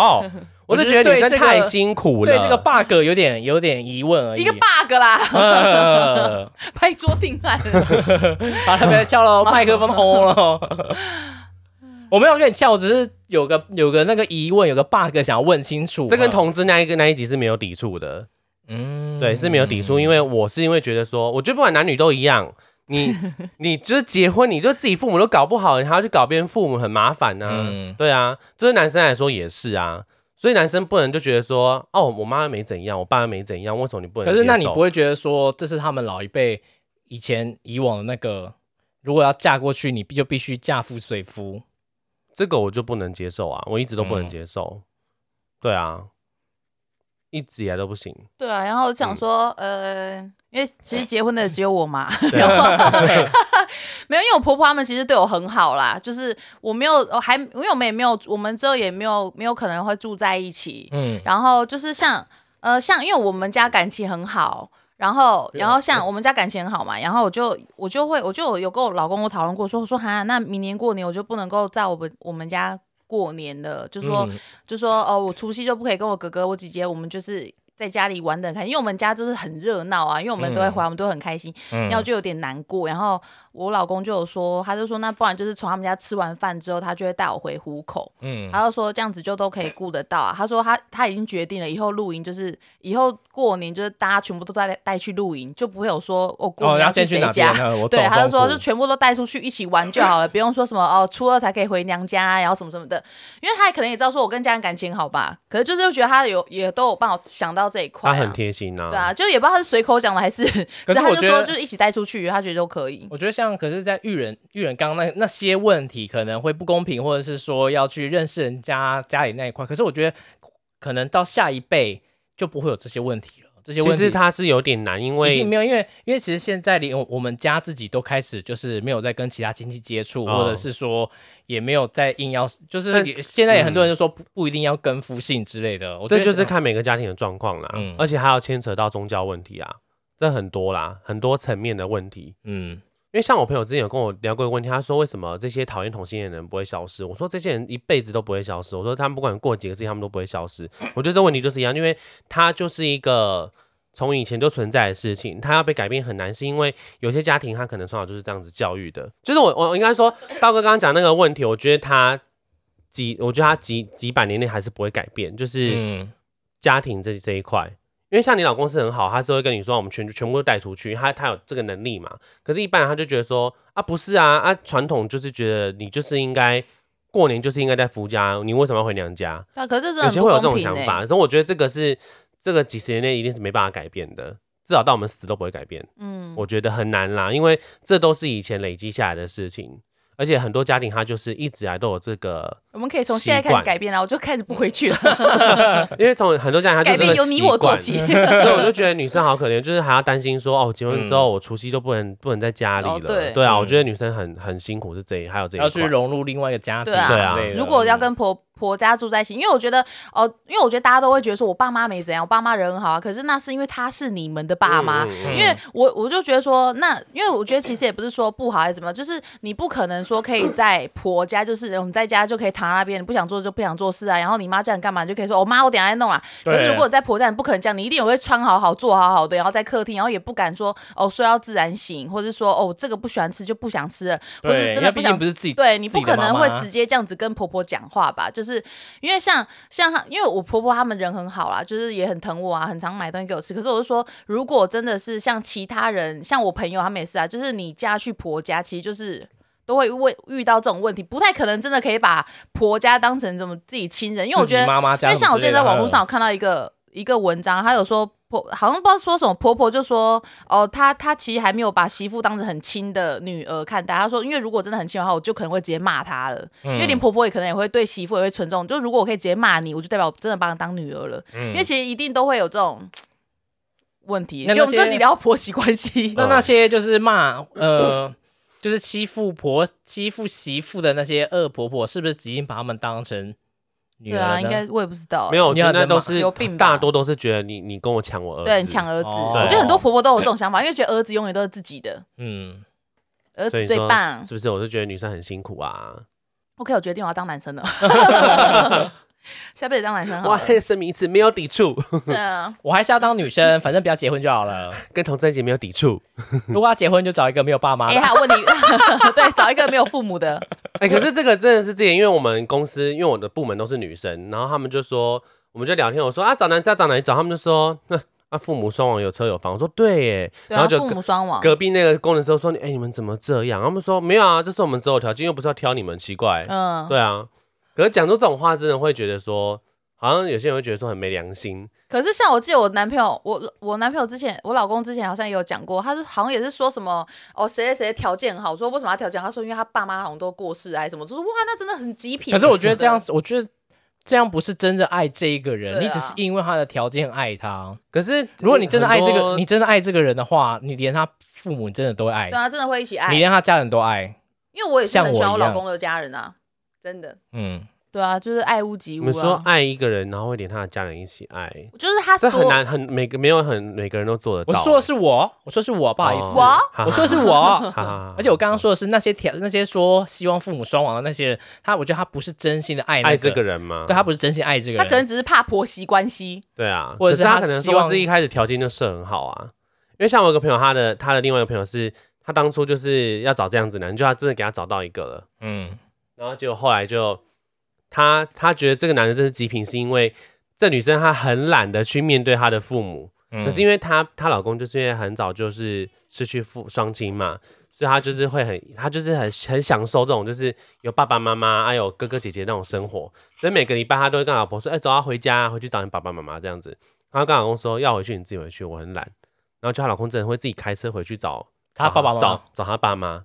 S1: 我就觉得女生太辛苦了。
S2: 对这个 bug 有点有点疑问而已。嗯
S3: 一 个 bug 啦，
S2: 呃，
S3: 拍桌定案。
S2: 好了，不要笑了，麦克风轰了。 我没有跟你笑，我只是有个有个那个疑问，有个 bug 想要问清楚。
S1: 这跟同志那一个那一集是没有抵触的，
S2: 嗯
S1: 对，是没有抵触，因为我是因为觉得说，我觉得不管男女都一样。 你你就是结婚，你就自己父母都搞不好，你还要去搞别人父母，很麻烦呐、
S2: 嗯
S1: 对啊，就是男生来说也是啊，所以男生不能就觉得说，哦，我妈没怎样，我爸没怎样，为什么你不能
S2: 可
S1: 接受？
S2: 是那你不会觉得说，这是他们老一辈以前以往的那个，如果要嫁过去，你必就必须嫁夫随夫。
S1: 这个我就不能接受啊，我一直都
S2: 嗯
S1: 不能接受。对啊，一直以来都不行。
S3: 对啊，然后想说，呃。因为其实结婚的只有我妈，然后 没有，因为我婆婆他们其实对我很好啦，就是我没有我还，因为我们也没有，我们之后也没有没有可能会住在一起，
S2: 嗯，
S3: 然后就是像呃像，因为我们家感情很好，然后然后像我们家感情很好嘛，然后我就我就会我就有有跟我老公我讨论过，说我说哈，那明年过年我就不能够在我们我们家过年了，就说、
S2: 嗯
S3: 就说哦，我除夕就不可以跟我哥哥、我姐姐，我们就是。在家里玩的很开心，因为我们家就是很热闹啊，因为我们都会
S2: 嗯
S3: 回来，我们都很开心，然后就有点难过。然后我老公就有说，他就说那不然就是从他们家吃完饭之后，他就会带我回虎口，
S2: 嗯，
S3: 他就说这样子就都可以顾得到啊。他说他他已经决定了，以后露营就是以后过年就是大家全部都带带去露营，就不会有说哦过
S2: 哦，
S3: 年
S2: 要
S3: 要
S2: 先去
S3: 谁
S2: 哪边
S3: 家。
S2: 呢？我
S3: 对，
S2: 懂
S3: 他就说
S2: 痛苦
S3: 就全部都带出去一起玩就好了，不用说什么哦，初二才可以回娘家啊，然后什么什么的，因为他也可能也知道说我跟家人感情好吧，可是就是觉得他有也都有帮我想到这一块、
S1: 他
S3: 啊，
S1: 很贴心呐、
S3: 对啊，就也不知道他是随口讲的还是，
S2: 可是
S3: 他
S2: 我
S3: 就
S2: 觉
S3: 说
S2: 得
S3: 就是一起带出去，他觉得都可以。
S2: 我觉得像，可是，在育人育人刚刚那那些问题可能会不公平，或者是说要去认识人家家里那一块。可是我觉得，可能到下一辈就不会有这些问题了。这些
S1: 其
S2: 问
S1: 实
S2: 题
S1: 他是有点难，因
S2: 已经没
S1: 为
S2: 有，因为因为其实现在连我我们家自己都开始就是没有在跟其他亲戚接触，
S1: 哦
S2: 或者是说也没有在硬要，就是
S1: 但
S2: 也现在也很多人就说不、不一定要跟夫姓之类的。我觉
S1: 嗯这
S2: 得
S1: 就是看每个家庭的状况啦，
S2: 嗯
S1: 而且还要牵扯到宗教问题啊，这很多啦，很多层面的问题。
S2: 嗯，
S1: 因为像我朋友之前有跟我聊过一个问题，他说为什么这些讨厌同性恋的人不会消失？我说这些人一辈子都不会消失。我说他们不管过几个世纪，他们都不会消失。我觉得这问题就是一样，因为它就是一个从以前就存在的事情，它要被改变很难，是因为有些家庭他可能从小就是这样子教育的。就是我我应该说，道哥刚刚讲那个问题，我觉得他几，我觉得他几几百年内还是不会改变，就是。
S2: 嗯，
S1: 家庭这这一块，因为像你老公是很好，他是会跟你说我们全全部都带出去，他他有这个能力嘛。可是，一般人他就觉得说啊，不是啊啊，传统就是觉得你就是应该过年就是应该在夫家，你为什么要回娘家？
S3: 啊，可是这真的
S1: 有
S3: 很
S1: 些会有
S3: 不
S1: 这
S3: 公
S1: 种
S3: 平
S1: 想
S3: 欸
S1: 法，所以我觉得这个是这个几十年内一定是没办法改变的，至少到我们死都不会改变。
S3: 嗯，
S1: 我觉得很难啦，因为这都是以前累积下来的事情，而且很多家庭他就是一直以来都有这个，
S3: 我们可以从
S1: 习
S3: 现在开始
S1: 惯
S3: 改变了，我就开始不回去了，
S1: 因为从很多 家庭他就
S3: 改
S1: 有这
S3: 变
S1: 个
S3: 由你我做
S1: 习惯
S3: 起。
S1: 所以我就觉得女生好可怜，就是还要担心说哦，结婚之后我除夕就不能不能在家里了。
S3: 哦对
S1: 啊，
S2: 嗯
S1: 我觉得女生很很辛苦，是这一还有这一
S2: 要去
S1: 块。
S2: 融入另外一个家庭
S3: 对啊
S2: 之
S1: 对啊
S2: 类的 嗯
S3: 如果要跟婆婆家住在一起，因为我觉得哦、因为我觉得大家都会觉得说我爸妈没怎样，我爸妈人很好啊，可是那是因为他是你们的爸妈。
S1: 嗯嗯嗯
S3: 因为我我就觉得说，那因为我觉得其实也不是说不好还是怎么样，就是你不可能说可以在婆家，就是我们在家就可以躺在那边，你不想做就不想做事啊，然后你妈叫你干嘛，你就可以说，我、妈我等一下再弄啦。可
S2: 对
S3: 是如果你在婆家，你不可能这样，你一定也会穿好好、做好好的，然后在客厅，然后也不敢说哦睡到自然醒，或者是说哦这个不喜欢吃就不想吃了，或
S2: 对
S3: 是真
S2: 因为
S3: 的不
S2: 毕
S3: 想
S2: 竟不是自己
S3: 对你
S2: 自
S3: 不
S2: 己的
S3: 可能
S2: 妈
S3: 会
S2: 妈
S3: 直接这样子跟婆婆讲话吧？就是因为像像她，因为我婆婆他们人很好啦，就是也很疼我啊，很常买东西给我吃。可是我就说，如果真的是像其他人，像我朋友他们也是啊，就是你嫁去婆家，其实就是。都会问遇到这种问题，不太可能真的可以把婆家当成什么自己亲人，因为我
S2: 自己
S3: 觉得
S2: 妈妈家
S3: 因为像我之前在网络
S2: 什
S3: 上有
S2: 么
S3: 看到一个一个文章，他有说婆好像不知道说什么，婆婆就说哦，她她其实还没有把媳妇当成很亲的女儿看待。她说，因为如果真的很亲的话，我就可能会直接骂她了，因为连婆婆也可能也会对媳妇也会尊重。就如果我可以直接骂你，我就代表我真的把你当女儿了，
S2: 之类的，嗯
S3: 因为其实一定都会有这种。问题，
S2: 那
S3: 就我们
S2: 那些
S3: 这集聊婆媳关系，
S2: 那那些就是骂呃，就是欺负婆、欺负媳妇的那些恶婆婆，是不是已经把他们当成女
S3: 对
S2: 儿
S3: 啊，
S2: 呢？
S3: 应该我也不知道欸，
S1: 没有，我
S2: 你
S1: 觉得
S2: 要
S1: 那
S2: 人
S1: 都
S2: 嘛
S1: 是
S3: 有病吧
S1: 大多都是觉得你你跟我抢我儿子，
S3: 对，你抢儿子，
S2: 哦
S3: 我觉得很多婆婆都有这种想法，因为觉得儿子永远都是自己的，
S2: 嗯，
S3: 儿
S1: 所
S3: 子
S1: 以你
S3: 最
S1: 说
S3: 棒
S1: 是。不是？我就觉得女生很辛苦啊，
S3: OK，我决定我要当男生 了，下辈子当男生好
S1: 哇，
S3: 了。
S1: 声明一次，没有抵触，
S3: 对啊，
S2: 我还是要当女生，反正不要结婚就好 了。
S1: 跟同在一起没有抵触。
S2: 如果要结婚，就找一个没有爸妈
S3: 哎、
S2: 的。
S3: 还有问题， 对，找一个没有父 母的，
S1: 哎、可是这个真的是之前，因为我们公司，因为我的部门都是女生，然后他们就说，我们就聊天，我说啊，找男生要找哪里找？他们就说，那、啊父母双亡有车有房，我说对耶，
S3: 对
S1: 然后
S3: 啊，
S1: 就
S3: 父
S1: 跟
S3: 母双亡，
S1: 隔壁那个工程师说：“你哎、你们怎么这样？”他们说：“没有啊，这是我们择偶条件，又不是要挑你们，奇怪。
S3: 嗯，
S1: 对啊，可是讲出这种话，真的会觉得说，好像有些人会觉得说很没良心。
S3: 可是像我记得我男朋友，我我男朋友之前，我老公之前好像也有讲过，他是好像也是说什么哦，谁谁谁条件很好，我说为什么他条件好？他说因为他爸妈好像都过世啊还是什么，就是哇，那真的很极品。
S2: 可是我觉得这样，子，我觉得这样不是真的爱这一个人，
S3: 对啊
S2: 你只是因为他的条件爱他。
S1: 可是
S2: 如果你真的爱这
S1: 很
S2: 个，
S1: 多
S2: 你啊真的爱这个人的话，你连他父母真的都会爱
S3: 对，啊，真的会一起爱
S2: 你，连他家人都爱。
S3: 因为我也是很喜欢
S2: 像
S3: 我
S2: 我一样
S3: 老公的家人啊，真的，
S2: 嗯，
S3: 对啊，就是爱屋及
S1: 你
S3: 乌
S1: 们说
S3: 啊，
S1: 爱一个人，然后会连他的家人一起爱，
S3: 就是他
S1: 这
S3: 说
S1: 很难，很每个没有很每个人都做得
S2: 我
S1: 到。哦
S2: 说的是我，我说是我，不好意思，
S3: 我
S1: 我
S2: 我说的是我。
S1: 我
S2: 而且我刚刚说的是那些条那些说希望父母双亡的那些人，他我觉得他不是真心的爱、那
S1: 爱这个
S2: 个，
S1: 人嘛，
S2: 对他不是真心爱这个
S3: 他
S2: 人，
S3: 可能只是怕婆媳关系，
S1: 对啊，
S2: 或者是
S1: 可是他
S2: 他
S1: 可能
S2: 希
S1: 说
S2: 望
S1: 是一开始条件就设很好啊，因为像我有个朋友，他的他的另外一个朋友是，他当初就是要找这样子的男，就他真的给他找到一个了，
S2: 嗯
S1: 然后结果后来就他他觉得这个男的真是极品，是因为这女生她很懒得去面对她的父母，
S2: 嗯，
S1: 可是因为她她老公就是因为很早就是失去父双亲嘛。所以她就是会很，她就是很很享受这种，就是有爸爸妈妈，还有哥哥姐姐那种生活。所以每个礼拜她都会跟老婆说：“哎、走啊，回家啊，回去找你爸爸妈妈这样子。”然后跟老公说：“要回去你自己回去，我很懒。”然后就她老公真的会自己开车回去找
S2: 他爸爸妈哦妈
S1: 找找他爸妈，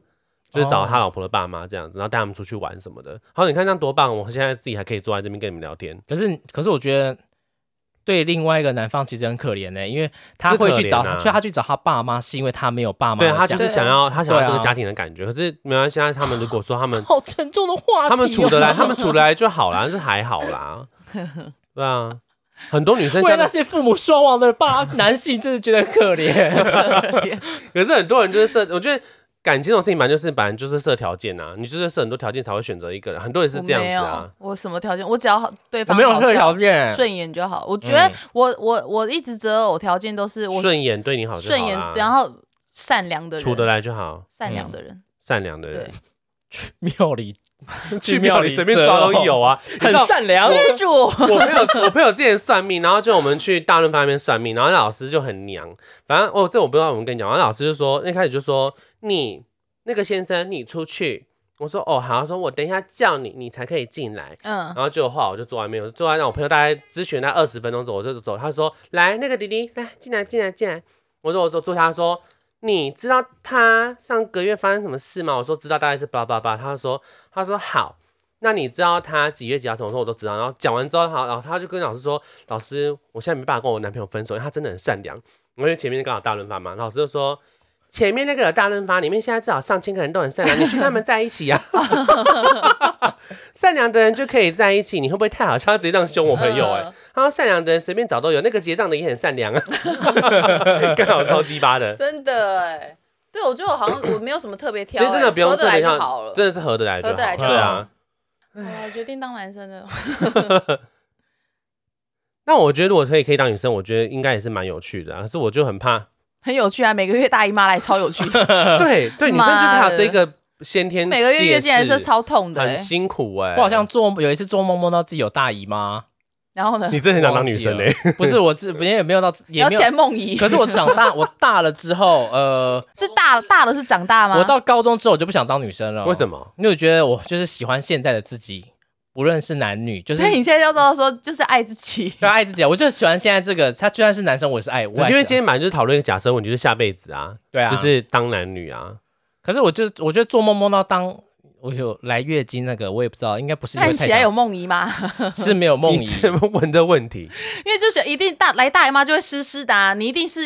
S1: 就是找他老婆的爸妈这样子，然后带他们出去玩什么的。好，你看这样多棒！我现在自己还可以坐在这边跟你们聊天。
S2: 可是可是我觉得对另外一个男方其实很可怜呢、因为他
S1: 是可
S2: 会去找
S1: 怜
S2: 他，
S1: 啊
S2: 所以他去找他爸妈是因为他没有爸妈
S1: 对
S2: 的
S1: 他
S2: 家庭，
S1: 就是
S3: 对
S1: 想要他想要
S2: 对啊
S1: 这个家庭的感觉，可是没关系，啊，他们如果说他们
S4: 好沉重的话题、哦。
S1: 他们处 得来，他们处得来就好啦，这还好啦。对啊，很多女生
S2: 为了那
S1: 像
S2: 些父母双 亡的爸男性，真的觉得很可怜。
S1: 可是很多人就是设，我觉得感情这种事情，本来就是本来就是设条件啊，你就是设很多条件才会选择一个人，很多人是
S3: 我
S1: 这样
S3: 没
S1: 子啊
S3: 有。，我什么条件？我只要好对
S2: 我
S3: 方
S2: 没有
S3: 好
S2: 特
S3: 笑
S2: 条件，
S3: 顺眼就好。我觉得
S2: 嗯
S3: 我、我我一直择偶条件都是我
S1: 顺眼对你好就
S3: 顺
S1: 好
S3: 眼
S1: 啦，，
S3: 然后善良的人，
S1: 处得来就好，
S3: 善良的人，
S1: 善良的人
S3: 对，
S2: 庙里
S1: 去庙里随便抓都有啊，你知
S2: 很
S1: 道
S2: 善良，
S3: 施主。
S1: 我朋友，我朋友之前算命，然后就我们去大润发那边算命，然后那老师就很娘，反正哦，这我不知道我们跟你讲，然后老师就说，那开始就说你那个先生你出去，我说哦好，他说我等一下叫你，你才可以进来。
S3: 嗯，
S1: 然后就话我就坐外面，我就坐在那，我朋友大概咨询他二十分钟左右，我就走。他说：“来，那个弟弟，来进来，进来，进来。”我说：“我坐坐下。”他说：“你知道他上个月发生什么事吗？”我说：“知道，大概是叭叭叭。”他说：“他说好，那你知道他几月几号什么？”我说：“我都知道。”然后讲完之后，好，然后他就跟老师说：“老师，我现在没办法跟我男朋友分手，因为他真的很善良。”因为前面刚好大润发嘛，老师就说。前面那个有大润发里面，现在至少上千个人都很善良，你去跟他们在一起呀、 善良的人就可以在一起，你会不会太好笑？他直接这样凶我朋友哎、
S3: 嗯
S1: 他说善良的人随便找都有，那个结账的也很善良啊，刚好超鸡巴 的。
S3: 真的哎，对我觉得我 好像我没有什么特别
S1: 其
S3: 挑欸，
S1: 实真的不用
S3: 合
S1: 特
S3: 得来
S1: 别
S3: 就
S1: 像
S3: 好了。
S1: 真的是合得来就好，
S3: 合得来就
S1: 对啊。
S3: 我决定当男生的，
S1: 那我觉得如果可以可以当女生，我觉得应该也是蛮有趣的、啊，可是我就很怕，
S3: 很有趣啊！每个月大姨妈来超有 趣，
S1: 对对，女生就是她有这个先天
S3: 每个月月经来是
S1: 是
S3: 超痛的欸
S1: 很。辛苦哎、
S2: 我好像做有一次做梦梦到自己有大姨妈，
S3: 然后呢，
S1: 你真的很想当女生哎、
S2: 不是我自也没有到也
S3: 要
S2: 没有
S3: 前，梦遗
S2: 可是我长大我大了之后，呃，
S3: 是大大了是长大吗？
S2: 我到高中之后我就不想当女生了，
S1: 为什
S2: 么？
S1: 么？
S2: 因为我觉得我就是喜欢现在的自己，不论是男女，就是
S3: 所以你现在要知道说，就是爱自己。
S2: 要爱自己啊。我就喜欢现在这个，他就算是男生我也是爱，我
S1: 只
S2: 也
S1: 是
S2: 是
S1: 因为今天本来就是讨论一个假设问题，就是下辈子啊，
S2: 对啊，
S1: 就是当男女啊，
S2: 可是我就我觉得做梦梦到当我有来月经那个，我也不知道，应该不是因
S3: 看
S2: 为
S3: 你
S2: 太
S3: 起来有
S2: 想
S3: 梦遗吗？
S2: 是没有梦
S1: 你
S2: 遗，
S1: 怎么问这问题？
S3: 因为就觉得一定大来大姨妈就会湿湿的、啊，你一定是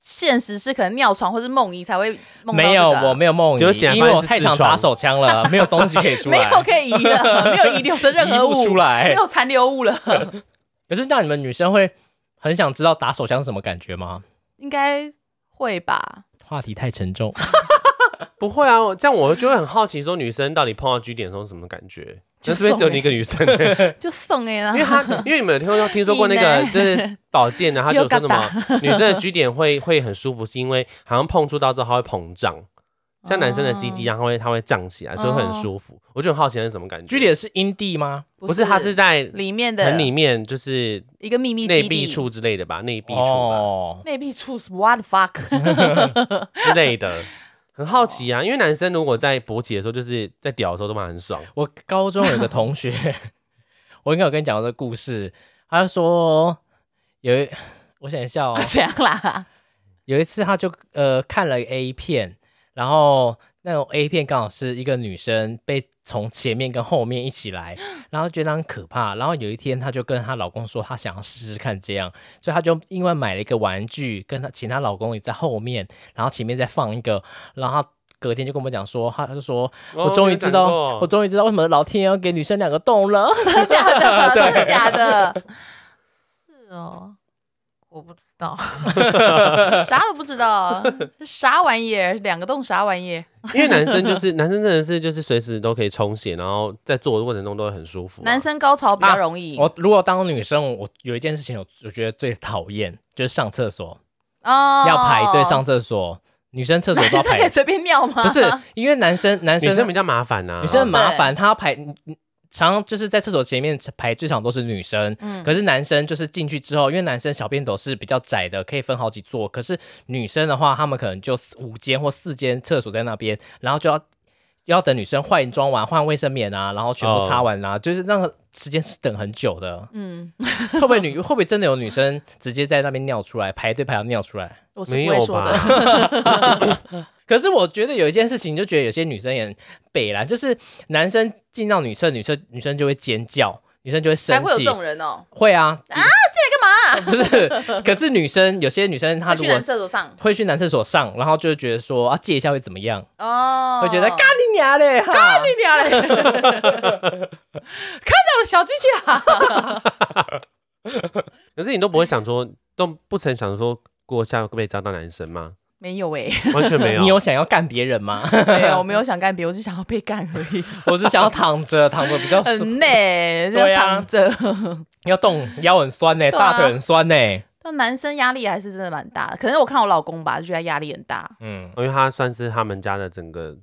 S3: 现实是可能尿床或是梦遗才会梦到、
S2: 没
S3: 这个
S2: 有
S3: 啊
S2: 我没有梦遗，
S1: 结果显然
S2: 因为
S1: 发现
S2: 我
S1: 是
S2: 太
S1: 痔
S2: 常
S1: 疮
S2: 打手枪了，没有东西可以出
S3: 没
S2: 来，
S3: 有可以遗了，没有遗留的任
S2: 移
S3: 何
S2: 不
S3: 物，
S2: 出
S3: 没
S2: 来。
S3: 有残留物了，
S2: 可是那你们女生会很想知道打手枪是什么感觉吗？
S3: 应该会吧？
S2: 话题太沉重，
S1: 不会啊，我这样我就会很好奇，说女生到底碰到 G 点的时候是什么感觉？
S3: 就
S1: 那是不是只有
S3: 送
S1: 你一个女生？欸 因
S3: 就送哎、
S1: 为
S3: 欸、
S2: 啊
S1: 她，因为你们有听说听说过那 个
S3: 你呢
S1: 就是保健的，她就有说什
S3: 又嘎
S1: 么女生的 G 点会会很舒服，是因为好像碰触到之后它会膨胀，像男生的鸡鸡一样，它会它会胀起来，所以会很舒服。我就很好奇那是什么感觉。
S2: 哦据点是阴蒂吗？
S1: 不是，它是在
S3: 里面的
S1: 很里面，就是
S3: 一个秘密
S1: 内
S3: 基
S1: 壁
S3: 地
S1: 处之类的吧，内壁处吧
S2: 哦，
S3: 内壁处是 what the fuck？
S1: 之类 的。很好奇啊，因为男生如果在勃起的时候，就是在屌的时候都蛮很爽。
S2: 我高中有个同学， 我应该有跟你讲过这个故事，他就说有一，我想一下 哦，
S3: 怎样啦？
S2: 有一次他就呃看了 A 片，然后那种 A 片刚好是一个女生被从前面跟后面一起来，然后觉得很可怕。然后有一天她就跟她老公说她想要试试看这样，所以她就因为买了一个玩具，跟她请她老公也在后面，然后前面再放一个，然后她。隔天就跟我们讲说，她她就说， 我终于知道，
S1: 哦
S2: 我终于知道为什么老天爷要给女生两个洞 了。
S3: 真的 假的？真的假的？是哦。我不知道，啥都不知道啊，啥玩意儿？两个洞啥玩意儿？
S1: 因为男生就是男生，真的是就是随时都可以充血，然后在做的过程中都会很舒服啊、
S3: 男生高潮比较容易
S2: 啊 我如果当女生，我有一件事情我我觉得最讨厌，就是上厕所。
S3: 哦
S2: 要排队上厕所，女生厕所都要
S3: 男 生可
S2: 排
S3: 以，随便尿吗？
S2: 不是因为男生
S3: 呃
S2: 男
S1: 女
S2: 生
S1: 生比较麻烦啊呐、
S2: 女生很麻烦，他要排常常就是在厕所前面排最长都是女生。
S3: 嗯，。
S2: 可是男生就是进去之后，因为男生小便斗是比较窄的，可以分好几座。可是女生的话，她们可能就四五间或四间厕所在那边，然后就要要等女生换装完、换卫生棉啊，然后全部擦完啊，就是那个时间是等很久的
S3: 嗯，
S2: 会不会女会不会真的有女生直接在那边尿出来，排队排到尿出来？
S3: 我是
S1: 没
S3: 不会
S1: 有
S3: 说的。
S1: 吧？
S2: 可是我觉得有一件事情，就觉得有些女生也很北蓝，就是男生进到女生，女生女生就会尖叫，女生就会生
S3: 还会有这
S2: 气，
S3: 种人哦，
S2: 会啊
S3: 啊，
S2: 进来干嘛、 不是，可是女生有些女生她
S3: 他
S2: 如
S3: 去
S2: 果
S3: 男厕所上
S2: 会去男厕所上，然后就会觉得说啊借一下会怎么样，
S3: 哦，
S2: 会觉得干你娘嘞，干你
S3: 你娘嘞，看到了小鸡鸡啊！
S1: 可是你都不会想说，都不曾想说过下辈子要当男生吗？
S3: 没有哎、
S1: 完全没有。
S2: 你有想要干别人 吗？
S3: 没有，我没有想干别人，我只想要被干而已，
S2: 我只想要躺着，躺着比较舒服
S3: 很累，就
S2: 对啊
S3: 躺着。
S2: 要动，腰很酸呢、
S3: 对啊
S2: 大腿很酸呢、
S3: 但男生压力还是真的蛮大的，可能我看我老公吧，就觉得他压力很大。
S2: 嗯，
S1: 因为他算是他们家的整个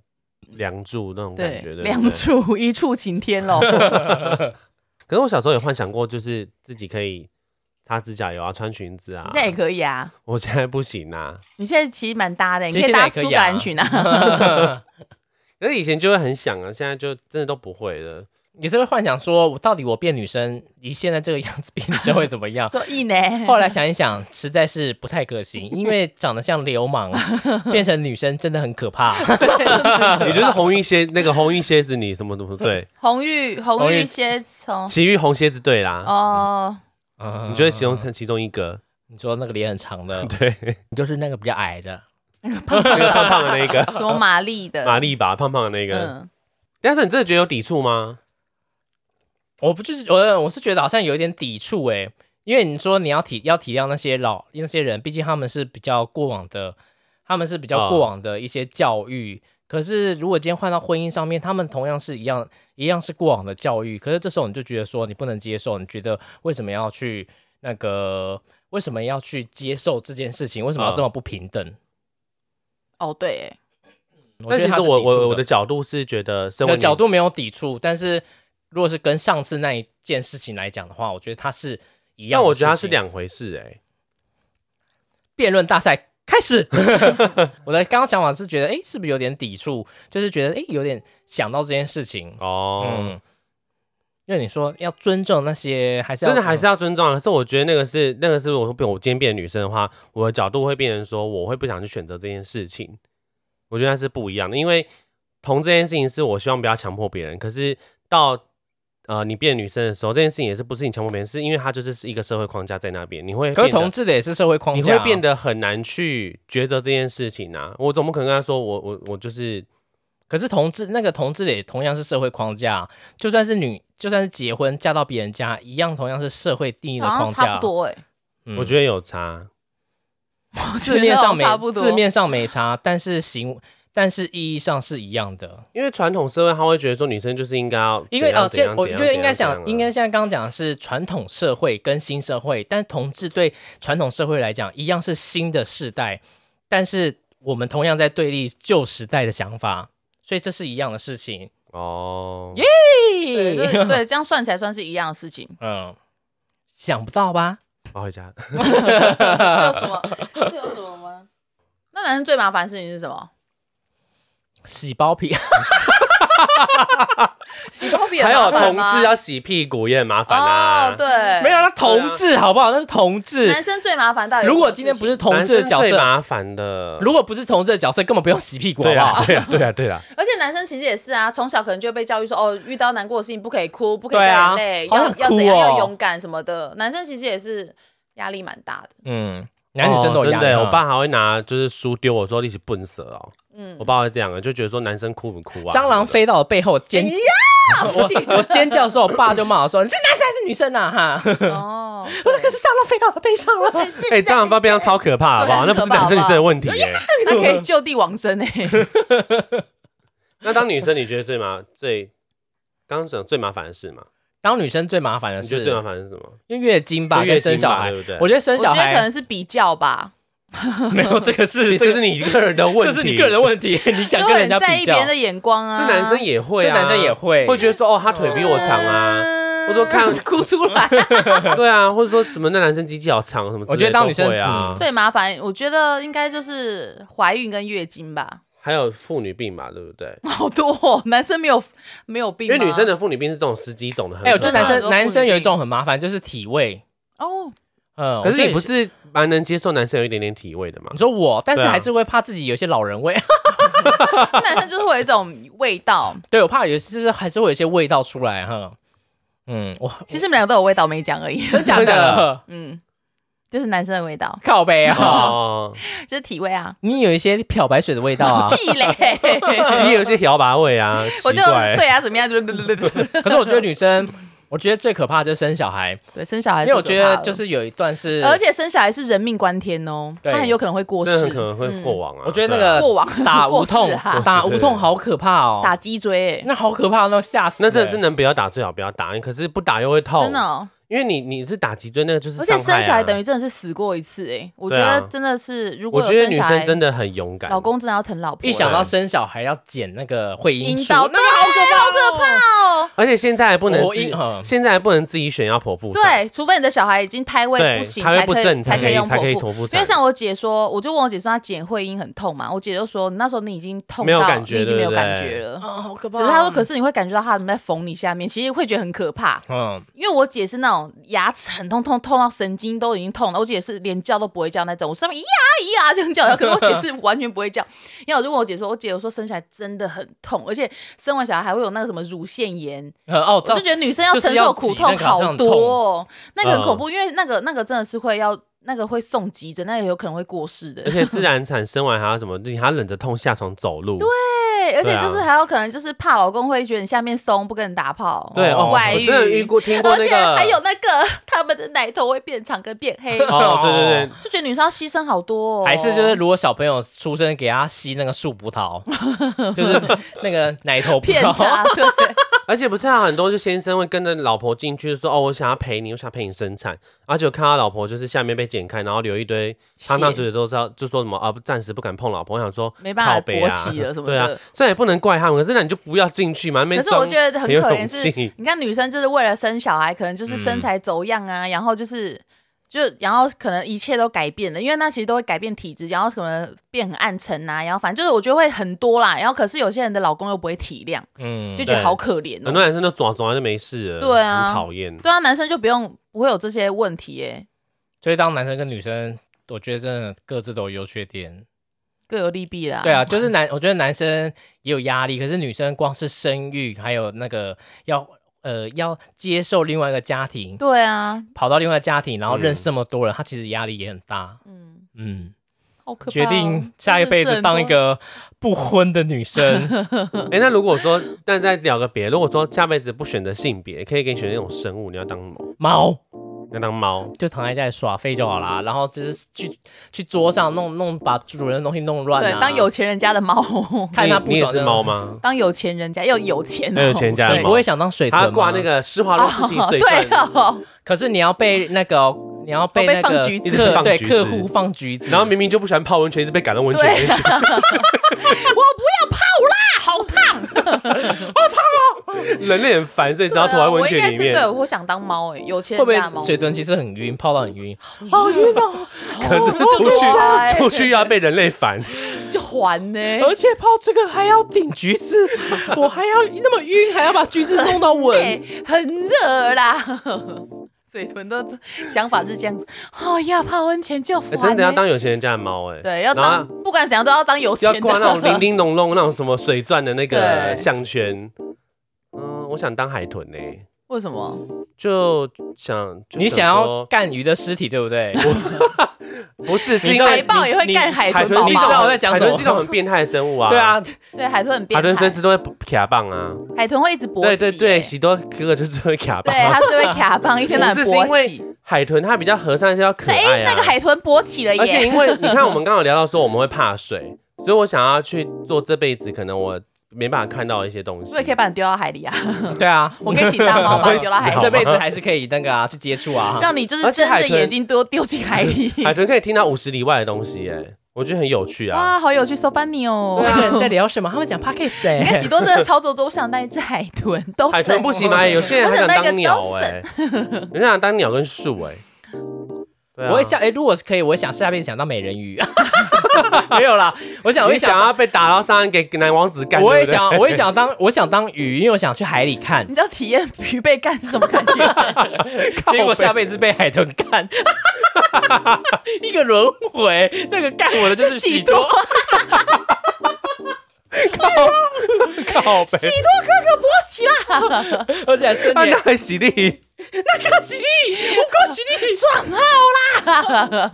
S1: 梁柱那种感
S3: 对
S1: 觉，，对
S3: 两
S1: 不对
S3: 处一处晴天喽。
S1: 可是我小时候也幻想过，就是自己可以擦指甲油啊，穿裙子啊
S3: 你。现在也可以啊，
S1: 我现在不行啊，
S3: 你现在其实蛮搭的，你
S2: 其
S3: 可
S2: 实
S3: 以搭
S2: 现在也可
S3: 苏格
S2: 以啊
S3: 兰 裙啊。？
S1: 可是以前就会很想啊，现在就真的都不会了。
S2: 你是会幻想说，我到底我变女生，以现在这个样子变女生会怎么样
S3: 说意呢？
S2: 后来想一想，实在是不太可行，因为长得像流氓，变成女生真的很可怕。
S1: 你就是红衣蝎那个红衣蝎子，你什么什么对，
S3: 红玉红
S2: 红玉
S3: 玉蝎从
S1: 奇遇红蝎子对啦，
S3: 哦，
S1: 你就会形容成其中一个，
S2: 嗯你说那个脸很长的，
S1: 对，
S2: 你就是那个比较矮的，
S3: 胖胖
S1: 那个胖
S3: 的，
S1: 胖的那个，
S3: 什 么玛丽的，
S1: 玛丽吧，胖胖的那个。
S3: 呃嗯，
S1: 但是你真的觉得有抵触吗？
S2: 我不就是呃我，我是觉得好像有一点抵触诶、因为你说你要体要体谅那些老那些人，毕竟他们是比较过往的，他们是比较
S1: 啊
S2: 过往的一些教育。可是如果今天换到婚姻上面，他们同样是一样一样是过往的教育，可是这时候你就觉得说你不能接受，你觉得为什么要去那个？为什么要去接受这件事情？为什么要
S1: 啊
S2: 这么不平等？
S3: 哦对，哎
S1: 但
S2: 觉
S1: 其
S2: 得他
S1: 实
S2: 是
S1: 我
S2: 抵触
S1: 我我的角度是觉得，身
S2: 的
S1: 为
S2: 角
S1: 女
S2: 度没有抵触，但是如果是跟上次那一件事情来讲的话，我觉得它是一样的事情。
S1: 但我觉得它是两回事哎、
S2: 辩论大赛开 始。我的刚刚想法是觉得，哎、是不是有点抵触？就是觉得，哎、有点想到这件事情。
S1: 哦，
S2: 嗯，因为你说要尊重那些，还是要
S1: 真的还是要尊重啊。可是我觉得那个是那个是我变我今天变女生的话，我的角度会变成说，我会不想去选择这件事情。我觉得那是不一样的，因为同这件事情是我希望不要强迫别人，可是到呃你变女生的时候，这件事情也是不是你强迫别人，是因为它就是是一个社会框架在那边，你会
S2: 可是
S1: 变得
S2: 同志的也是社会框
S1: 你
S2: 架、啊
S1: 会变，得很难去抉择这件事情啊。我总不可能跟他说我我我就是
S2: 可是同志那个同志的也同样是社会框架，啊就算是女，就算是结婚嫁到别人家，一样同样是社会定义的
S3: 好
S2: 框
S3: 像
S2: 架。啊
S3: 差不多哎，
S2: 嗯
S1: 我觉得有差，
S2: 字面上没
S3: 差不多
S2: 字面上没差，但是行，但是意义上是一样的。
S1: 因为传统社会他会觉得说女生就是应该要
S2: 因为
S1: 怎样
S2: 呃，
S1: 怎
S2: 这
S1: 样
S2: 我
S1: 怎
S2: 觉
S1: 样
S2: 得
S1: 怎
S2: 应该
S1: 样怎
S2: 想
S1: 样，啊
S2: 应该现在刚刚讲的是传统社会跟新社会，但同志对传统社会来讲，一样是新的世代，但是我们同样在对立旧时代的想法，所以这是一样的事情。
S1: 哦，
S3: 欸对对 对，这样算起来算是一样的事情。
S2: 嗯，想不到吧？
S1: 我 回家。
S3: 这有什么？这有什么吗？那男生最麻烦的事情是什么？
S2: 洗包皮，
S3: 哎洗包皮也
S1: 还
S3: 麻
S1: 有
S3: 烦
S1: 同
S3: 吗
S1: 志要洗屁股也很麻烦啊。
S3: 哦，，对，
S2: 没有那同志好不好？那是同
S3: 男
S2: 志。
S3: 生最麻烦到底有什
S2: 如
S3: 么
S2: 果今天
S3: 事
S2: 不
S3: 情
S2: 是同志的角
S1: 最
S2: 色，
S1: 麻烦的。
S2: 如果不是同志的角色，根本不用洗屁股，好
S1: 对
S2: 不好
S1: 啊，？对 啊，对啊，对啊，
S3: 而且男生其实也是啊，从小可能就被教育说，哦，遇到难过的事情不可以哭，不可以
S2: 对
S3: 掉
S2: 啊
S3: 眼泪，
S2: 好
S3: 要
S2: 想
S3: 要
S2: 哭
S3: 怎样，
S2: 哦
S3: 要勇敢什么的。男生其实也是压力蛮大的，
S2: 嗯，男女生都有
S1: 哦真
S2: 压
S1: 的
S2: 力啊
S1: 耶。
S2: 哈。
S1: 我爸还会拿就是书丢我说一起笨死哦。
S3: 嗯
S1: 我，爸会这样啊，就觉得说男生哭不哭啊？
S2: 蟑螂飞到我背后尖
S3: 哎呀，不
S2: 我
S3: 行，
S2: 尖叫的时候，我爸就骂我说：“你是男生还是女生啊？” 哈，我
S3: 哦，
S2: 说：“可是蟑螂飞到我背上了。
S1: 哎，蟑螂飞边上超可怕，好不
S3: 对
S1: 好？那
S3: 很
S1: 不
S3: 可
S1: 是
S3: 怕
S1: 男生女生的问题耶。
S3: 那 可以就地往生哎，
S1: 那当女生，你觉得最麻最刚刚讲最麻烦的事嘛？”
S2: 当女生最麻烦的
S1: 你觉
S2: 呃是
S1: 得最麻烦的是什么？
S2: 因为月经吧，
S1: 就月
S2: 跟
S1: 经
S2: 生小
S1: 吧
S2: 孩
S1: 对不对，
S2: 我觉得生
S3: 我
S2: 小
S3: 觉得可
S2: 孩
S3: 能是比较吧，
S2: 没有这个 是
S1: 这
S2: 这
S1: 个
S2: 个
S1: 是你个人的问
S2: 这
S1: 题，
S2: 是你个人的问题， 你
S3: 就
S2: 想跟人
S3: 很
S2: 家
S3: 在意
S2: 比
S3: 别
S2: 较
S3: 人，的眼光啊。
S1: 这男生也会
S2: 这
S1: 啊，
S2: 男生也会
S1: 会觉得说哦，他腿比我长啊，
S3: 啊
S1: 我说看
S3: 哭出来。
S1: 对啊，或者说什么那男生鸡鸡好长什么之类的，
S2: 哦我觉得当女生
S1: 都会啊
S2: 嗯，
S3: 最麻烦，我觉得应该就是怀孕跟月经吧，
S1: 还有妇女病嘛，对不对？
S3: 好多哦，男生没有没有病
S1: 因
S3: 吗，
S1: 为女生的妇女病是这种十几种的，很
S2: 哎，我觉得
S1: 可怕
S2: 男
S3: 很
S2: 生
S3: 多
S2: 男
S3: 妇女
S2: 生有一
S3: 病
S2: 种很麻烦，就是体味。
S3: 哦，
S2: 嗯，
S1: 可是
S2: 我
S1: 你
S2: 就
S1: 不是蛮能接受男生有一点点体味的嘛
S2: 你？说我，但是
S1: 对啊
S2: 还是会怕自己有些老人味。
S3: 男生就是会有一种味 道。
S2: 对我怕有就是还是会有一些味道出来哈。嗯，我
S3: 其实你们两个都有味道，没讲而已。
S2: 真假
S1: 真的假
S2: 的
S3: 嗯，就是男生的味道，
S2: 靠背啊，
S1: 哦，
S3: 就是体味啊，
S2: 你有一些漂白水的味道 啊。
S3: 屁嘞！
S1: 也有一些摇把味啊，奇
S3: 我就
S1: 怪。
S3: 对啊，怎么样？就
S2: 可是我觉得女生，我觉得最可怕的就是生小孩，
S3: 对，生小孩
S2: 因
S3: 最
S2: 为
S3: 可怕
S2: 我
S3: 了，
S2: 觉得就是有一段是，
S3: 而且生小孩是人命关天哦，
S2: 对
S3: 他很有可能会过
S1: 这很
S3: 世
S1: 可，能会过往啊。
S2: 嗯我觉得那
S1: 对啊
S2: 个
S3: 过往
S2: 打无
S3: 过世
S2: 痛
S3: 哈，
S2: 打
S1: 过世
S2: 无痛好可怕哦，
S3: 打脊椎、欸，
S2: 那好可怕，那吓死、欸。
S1: 那真的是能不要打最好不要打，可是不打又会痛，
S3: 真的哦、
S1: 因为你你是打脊椎那个就是
S3: 而
S1: 伤
S3: 且
S1: 害啊
S3: 生小孩等于真的是死过一次、欸，哎，我觉
S1: 对啊
S3: 得真的是，如
S1: 我
S3: 果有
S1: 觉得
S3: 生
S1: 女
S3: 小孩
S1: 生，真的很勇敢，
S3: 老公真的要疼老婆，欸
S2: 一想到生小孩要剪那个会阴
S3: 阴
S2: 处，
S3: 道
S2: 那个好可怕、哦，
S3: 哦，
S1: 而且现在还不能
S2: 我
S1: 自己
S2: 一嗯
S1: 现在还不能自己选要剖腹产，
S3: 对，除非你的小孩已经胎位
S1: 对
S3: 不行，
S1: 胎
S3: 才
S1: 位不
S3: 可以
S1: 正
S3: 才
S1: 可
S3: 可以用
S1: 才可以
S3: 剖腹。
S1: 剖腹产，
S3: 因为像我姐说，我就问我姐说她剪会阴很痛嘛，我姐就说那时候你已经痛
S1: 没有
S3: 到
S1: 感觉
S3: 你已经没有
S1: 对不
S3: 感
S1: 对
S3: 觉了。
S2: 啊，好可怕
S3: 可是她说，可哦是你会感觉到她怎么在缝你下面，其实会觉得很可怕。
S2: 嗯，
S3: 因为我姐是那种牙齿很痛痛痛到神经都已经痛了，我姐是连叫都不会叫那种，我上面咿呀咿呀这样叫，可是我姐是完全不会叫。然后我就问我姐说，我姐有说生下来真的很痛，而且生完小孩还会有那个什么乳腺炎，
S2: 呃哦，
S3: 我就觉得女生要承受苦痛好多、哦，那个很恐怖，因为那个那个真的是会要那个会送急诊，那个有可能会过世的
S1: 而。且自然产生完还要怎么？你还要忍着痛下床走路，对
S3: 对，而且就是
S1: 对啊
S3: 还有可能就是怕老公会觉得你下面松，不跟你打炮。
S1: 对
S2: 哦
S1: 哦，
S3: 外
S1: 我
S3: 遇
S1: 真的遇过听过
S3: 而
S1: 那
S3: 且
S1: 个，
S3: 还有那个，他们的奶头会变长跟变黑，
S1: 哦，对对对，
S3: 就觉得女生要牺牲好多、哦。
S2: 还是就是，如果小朋友出生，给他吸那个树葡萄， 就是那个奶头葡
S3: 骗
S2: 萄，
S3: 他，对，
S1: 而且不是还有很多就先生会跟着老婆进去说哦，我想要陪你，我想陪你生产，而且我看到老婆就是下面被剪开，然后留一堆，他那时候都知道就说什么啊，暂时不敢碰老婆，我想说
S3: 没办法
S1: 靠北啊
S3: 勃起了什么
S1: 对啊
S3: 的，
S1: 虽然也不能怪他们，可是那你就不要进去嘛，那边
S3: 可是我
S1: 装
S3: 觉得很
S1: 很有
S3: 可
S1: 勇
S3: 怜是
S1: 气，
S3: 你看女生就是为了生小孩，可能
S2: 嗯
S3: 就是身材走样啊，然后就是就然后可能一切都改变了，因为那其实都会改变体质，然后可能变很暗沉啊，然后反正就是我觉得会很多啦。然后可是有些人的老公又不会体谅，
S2: 嗯
S3: 就，觉得
S1: 对
S3: 好可怜
S1: 很多
S3: 哦。
S1: 男生都抓抓就没事了，
S3: 对啊
S1: 很讨厌。
S3: 对啊，男生就不用不会有这些问题耶、
S2: 所以当男生跟女生，我觉得真的各自都有优缺点。
S3: 各有利弊啦。
S2: 对啊，就是男，我觉得男生也有压力，可是女生光是生育，还有那个要呃要接受另外一个家庭，
S3: 对啊，
S2: 跑到另外一个家庭，然后认识
S1: 嗯
S2: 这么多人，他其实压力也很大。
S3: 嗯，
S2: 嗯，
S3: 好可怕、哦。
S2: 决定下一辈子当一个不婚的女 生。
S1: 哎，那如果说，但再聊个别，如果说下辈子不选择性别，可以给你选那种生物，你要当什么？
S2: 猫
S1: 要当猫？
S2: 就躺在家里耍废就好啦，然后就是去去桌上弄弄把主人的东西弄乱、啊。
S3: 对，当有钱人家的猫，
S2: 看他不
S1: 你你也
S2: 爽
S1: 是
S2: 的
S1: 猫吗？
S3: 当有钱人家又有钱、哦，
S1: 很有钱家
S2: 对，
S1: 的
S2: 你不
S1: 猫
S2: 会。想当水豚
S1: 他
S2: 吗
S1: 挂那，个施华洛世奇
S3: 哦
S1: 水
S3: 对
S1: 钻，
S3: 哦，
S2: 可是你要被那个哦你要被
S3: 被
S2: 那
S3: 放
S2: 个
S3: 橘子
S1: 一直被
S2: 客
S1: 放
S2: 对
S1: 橘
S2: 客
S1: 子
S2: 户放橘子，
S1: 然后明明就不喜欢泡温泉，一直被赶到温泉里面 去。
S3: 啊我不要泡啦，好 烫。
S1: 哦人类很烦，所以只要
S3: 对
S1: 投
S3: 啊
S1: 在温
S3: 我应该
S1: 泉里
S3: 是对，
S1: 面。
S3: 我想当猫哎、有钱
S2: 会不
S3: 人家的
S2: 会
S3: 猫。
S2: 水豚其实很晕，泡到很晕？
S3: 好晕哦，
S1: 可是
S3: 我就
S1: 出
S3: 过来
S1: 去出去要被人类烦，
S3: 就还呢、
S2: 而且泡这个还要顶橘 子，我还要那么晕，还要把橘子弄到
S3: 对
S2: 稳。，
S3: 很热啦。 水豚的想法是这样子，哦，要泡温泉就还呢、
S1: 欸真的要当有钱人家的猫哎。
S3: 对，要
S1: 然
S3: 当
S1: 后
S3: 不管怎样都要当有钱
S1: 要
S3: 的。
S1: 挂那种零零珑 珑那种什么水钻的那个
S3: 对
S1: 项圈。嗯，我想当海豚呢，
S3: 为什么？
S1: 就想就
S2: 你想要
S1: 说
S2: 干鱼的尸体，对不对？
S1: 不是是
S2: 你知
S1: 因
S2: 道
S1: 为
S3: 海豹也会
S2: 你
S3: 干海
S1: 海
S3: 豚宝宝，
S1: 豚是一
S2: 你知道我在
S1: 种
S2: 讲
S1: 海
S2: 什么
S1: 豚是一种很变态的生物 啊。
S2: 对啊，
S3: 对海豚很变
S1: 海豚
S3: 态
S1: 随，时都会卡棒啊。
S3: 海豚会一直勃起、
S1: 对对对，
S3: 欸
S1: 喜多哥哥就是会卡棒。
S3: 对， 它就会卡棒，一天到晚
S1: 不是是因
S3: 勃
S1: 为
S3: 起。
S1: 海豚它比较和善，是要可
S3: 所以哎、
S1: 爱啊。
S3: 那个海豚勃起了耶！
S1: 而且因为你看，我们刚刚有聊到说我们会怕水，所以我想要去做这辈子可能我没办法看到的一些东西
S3: 我也。可以把你丢到海里啊，
S2: 对啊，
S3: 我可以请大 猫把你丢到海里
S1: 好吗
S2: 这辈子还是可以那个啊，去接触啊。
S3: 让你就是
S1: 而且
S3: 睁
S1: 海
S3: 着
S1: 豚
S3: 眼睛都丢进海里。
S1: 海豚可以听到五十里外的东西，哎，我觉得很有趣啊。
S3: 哇，好有趣，收翻你哦！
S2: 那个人在聊什么？他们讲 podcast 哎、
S3: 你看喜多真的超走周想那一只海豚，都
S1: 海豚
S3: 粉哦
S1: 不行吗？哎有些人很想当鸟，哎，人家想当鸟跟树， 哎，对啊
S2: 我会想，哎、如果是可以，我会想下辈子想当美人 鱼。 没有啦，我想，
S1: 我
S2: 我也
S1: 也想要被打到上岸给男王子干。
S2: 我也
S1: 对不对
S2: 想，我也想当，我想当鱼，因为我想去海里 看
S3: 你。知道体验疲惫感是什么感觉？
S1: 背
S2: 结果下辈子被海豚 干，一个轮回。那个干我的就是喜多，
S1: 靠背，
S3: 起啦，
S2: 而且还瞬
S1: 那
S2: 间
S1: 那还喜力，
S3: 撞号啦！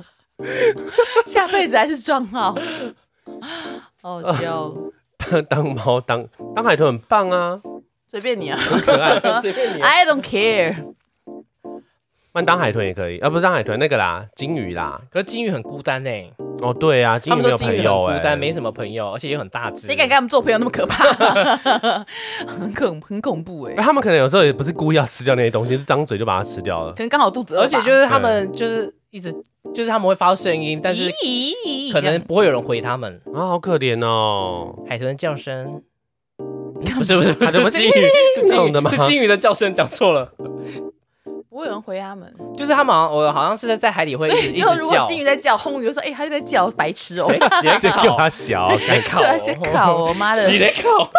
S3: 下辈子还是撞号，好笑。哦
S1: 当当猫当当海豚很棒啊。
S3: 随便你啊
S1: 很可爱，随便你啊。
S3: ，I don't care。
S1: 那当海豚也可以，啊，不是当海豚那个啦，金鱼啦。
S2: 可是金鱼很孤单呢、
S1: 哦，对啊，金
S2: 他
S1: 鱼
S2: 们说
S1: 没有
S2: 金
S1: 朋
S2: 鱼很
S1: 友哎、
S2: 孤单，没什么朋友，而且又很大只。
S3: 谁敢跟他们做朋友那么可怕？ 很恐很恐怖哎、
S1: 哎他们可能有时候也不是故意要吃掉那些东西，是张嘴就把它吃掉了
S3: 可。能刚好肚子饿吧，
S2: 而且就是他们就是一直就是他们会发出声音，但是
S3: 咦
S2: 可能不会有人回他们。
S1: 啊，好可怜哦。
S2: 海豚的叫声，不是不是不
S1: 啊
S2: 是
S1: 对不
S2: 不
S1: 起
S2: 是金 鱼，是
S1: 这
S2: 金
S1: 种的吗
S2: 鱼是金鱼的叫声，讲错了。
S3: 不会有人回他们，
S2: 就是他们好像我好像是在海里会
S3: 所
S2: 一直
S3: 以
S2: 一
S3: 就
S2: 直
S3: 如果
S2: 叫。
S3: 金鱼在叫，轰鱼就说：“哎、他就在叫，白痴哦、
S2: 谁
S1: 先
S2: 谁
S1: 叫
S2: 烤？
S1: 它小，
S2: 谁烤？
S3: 对啊，先烤哦，妈 的！哦
S2: 谁在烤？ 哦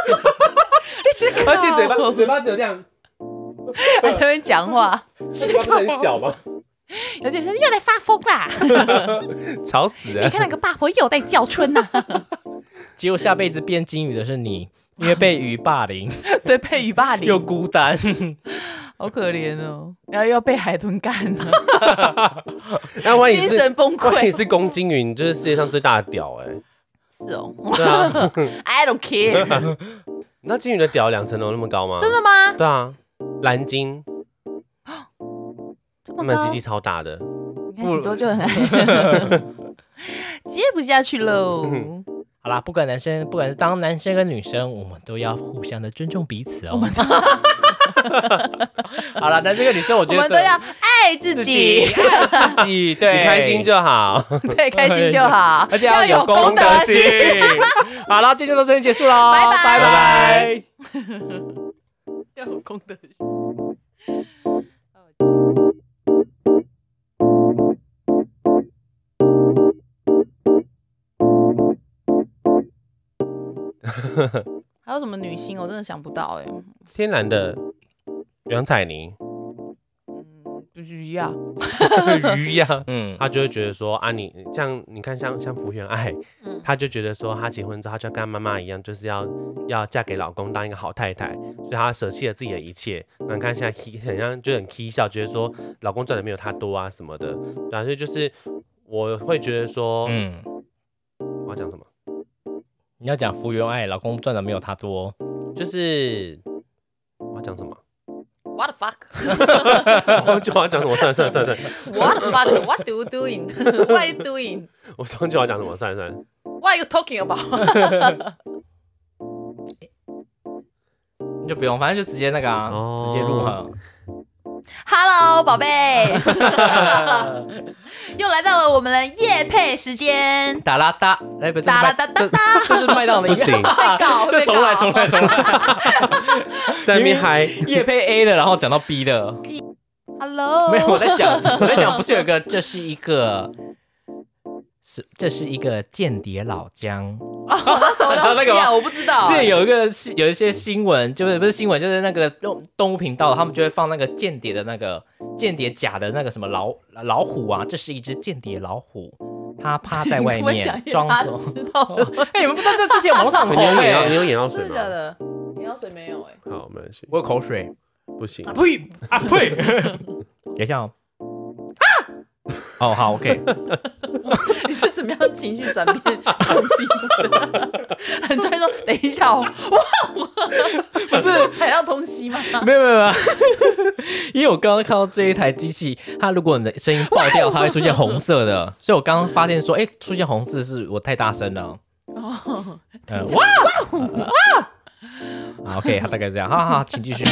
S1: 而且嘴巴嘴巴只有 这样，
S3: 还在那边讲话，
S1: 嘴巴不是很小吗？
S3: 而且说又在发疯啦！
S1: 吵死
S3: 你
S1: 了！
S3: 看那个八婆又在叫春 呐、
S2: 结果下辈子变金鱼的是你，因为被鱼霸凌
S3: 对，被鱼霸凌
S2: 又，孤单。
S3: 好可怜哦，然后又要被海豚干了，
S1: 那万一
S3: 精
S1: 是
S3: 神崩
S1: 万一
S3: 溃。
S1: 是公金鱼，你就是世界上最大的 屌哎、
S3: 是哦
S1: 对啊，
S3: ，I don't care，
S1: 你知道金鱼的屌两层楼那么高吗？
S3: 真的吗？
S1: 对啊，蓝鲸
S3: 这
S1: 它
S3: 么
S1: 们
S3: 高
S1: 鸡，鸡超大的，
S3: 你看许多就很爱， 接不下去喽。
S2: 好啦，不管男生，不管是当男生跟女生，我们都要互相的尊重彼此哦。 好啦，男生跟女生，我
S3: 我
S2: 觉得
S3: 们都要爱自
S2: 自
S3: 己
S2: 己，爱自 己，对，
S1: 你开心就好。
S3: 对，开心就好，
S2: 而且
S3: 要
S2: 有
S3: 公
S2: 德。 好啦，今天到这里结束喽，
S3: 拜拜
S2: 拜拜
S3: 要有公德心。还有什么女星？我真的想不到哎、
S1: 天然的杨 采妮
S3: 嗯，就是一样。
S1: 鱼呀，
S2: 嗯，
S1: 他就会觉得说啊，你像你看像像福原爱
S3: 哦嗯，
S1: 他就觉得说他结婚之后，他就要跟他妈妈一样，就是要要嫁给老公，当一个好太太，所以她舍弃了自己的一切。那你看现在 K 很像就很 K 笑，觉得说老公赚的没有她多啊什么的，对啊，所以就是我会觉得说，
S2: 嗯，
S1: 我要讲什么，
S2: 你要讲福原爱，老公赚的没有她多，
S1: 就是我要讲什么，
S3: What the fuck?
S1: 我就要讲什么，算了算了算了算了，
S3: What the fuck? What do you doing? What are you doing?
S1: 我终究要讲什么，算了算了，
S3: What are you talking about?
S2: 你就不用，反正就直接那个啊，
S1: 哦
S2: 直接录哈。 嗯
S3: Hello，宝 贝，
S2: 呃
S3: 又来到了我们的夜配时间。
S2: 哒啦哒，哎，不是
S3: 哒啦哒哒哒，
S2: 这这是 麦当劳的音
S1: 不行
S3: 被告 会被
S2: 这重来
S3: 告
S2: 重来重来，
S1: 在那边嗨，
S2: 叶配 A 的，然后讲到 B 的，
S3: 哦 Hello，
S2: 没有，我在想，我在想，不是有一个，这是一个。是，这是一个间谍老姜。
S3: 那什么东
S2: 那
S3: 西
S2: 个
S3: 啊？
S2: 吗
S3: 我不知道
S2: 这
S3: 欸。
S2: 有一个新有一些新闻，就是不是新闻，就是那个动动物频道，他们就会放那个间谍的那个间谍甲的那个什么老老虎啊，这是一只间谍老虎，它趴在外
S3: 你不会讲
S2: 面
S3: 给
S2: 装
S3: 他
S2: 作。
S3: 知道 的吗，
S2: 哎、你们不知道这之前网络上
S1: 你
S2: 很
S1: 有
S2: 红
S1: 眼药，
S2: 哎、
S1: 你有眼药水
S3: 真
S1: 吗
S3: 的？假的？眼药水没有哎。
S1: 好，没关系，
S2: 我有口水，
S1: 不行，
S2: 呸啊呸！等一下哦。啊！哦，好，OK，
S3: 你是怎么样情绪转变成病的？ 很专业说，等一下哦，
S2: 不是，
S3: 踩到东西吗？
S2: 没有没有没有，因为我刚刚看到这一台机器，它如果你的声音爆掉，它会出现红色的，所以我刚刚发现说，哎、出现红字是我太大声了。
S3: 哦，
S2: 呃，哇哇哇！好，OK，它大概是这样，哈哈，请继续。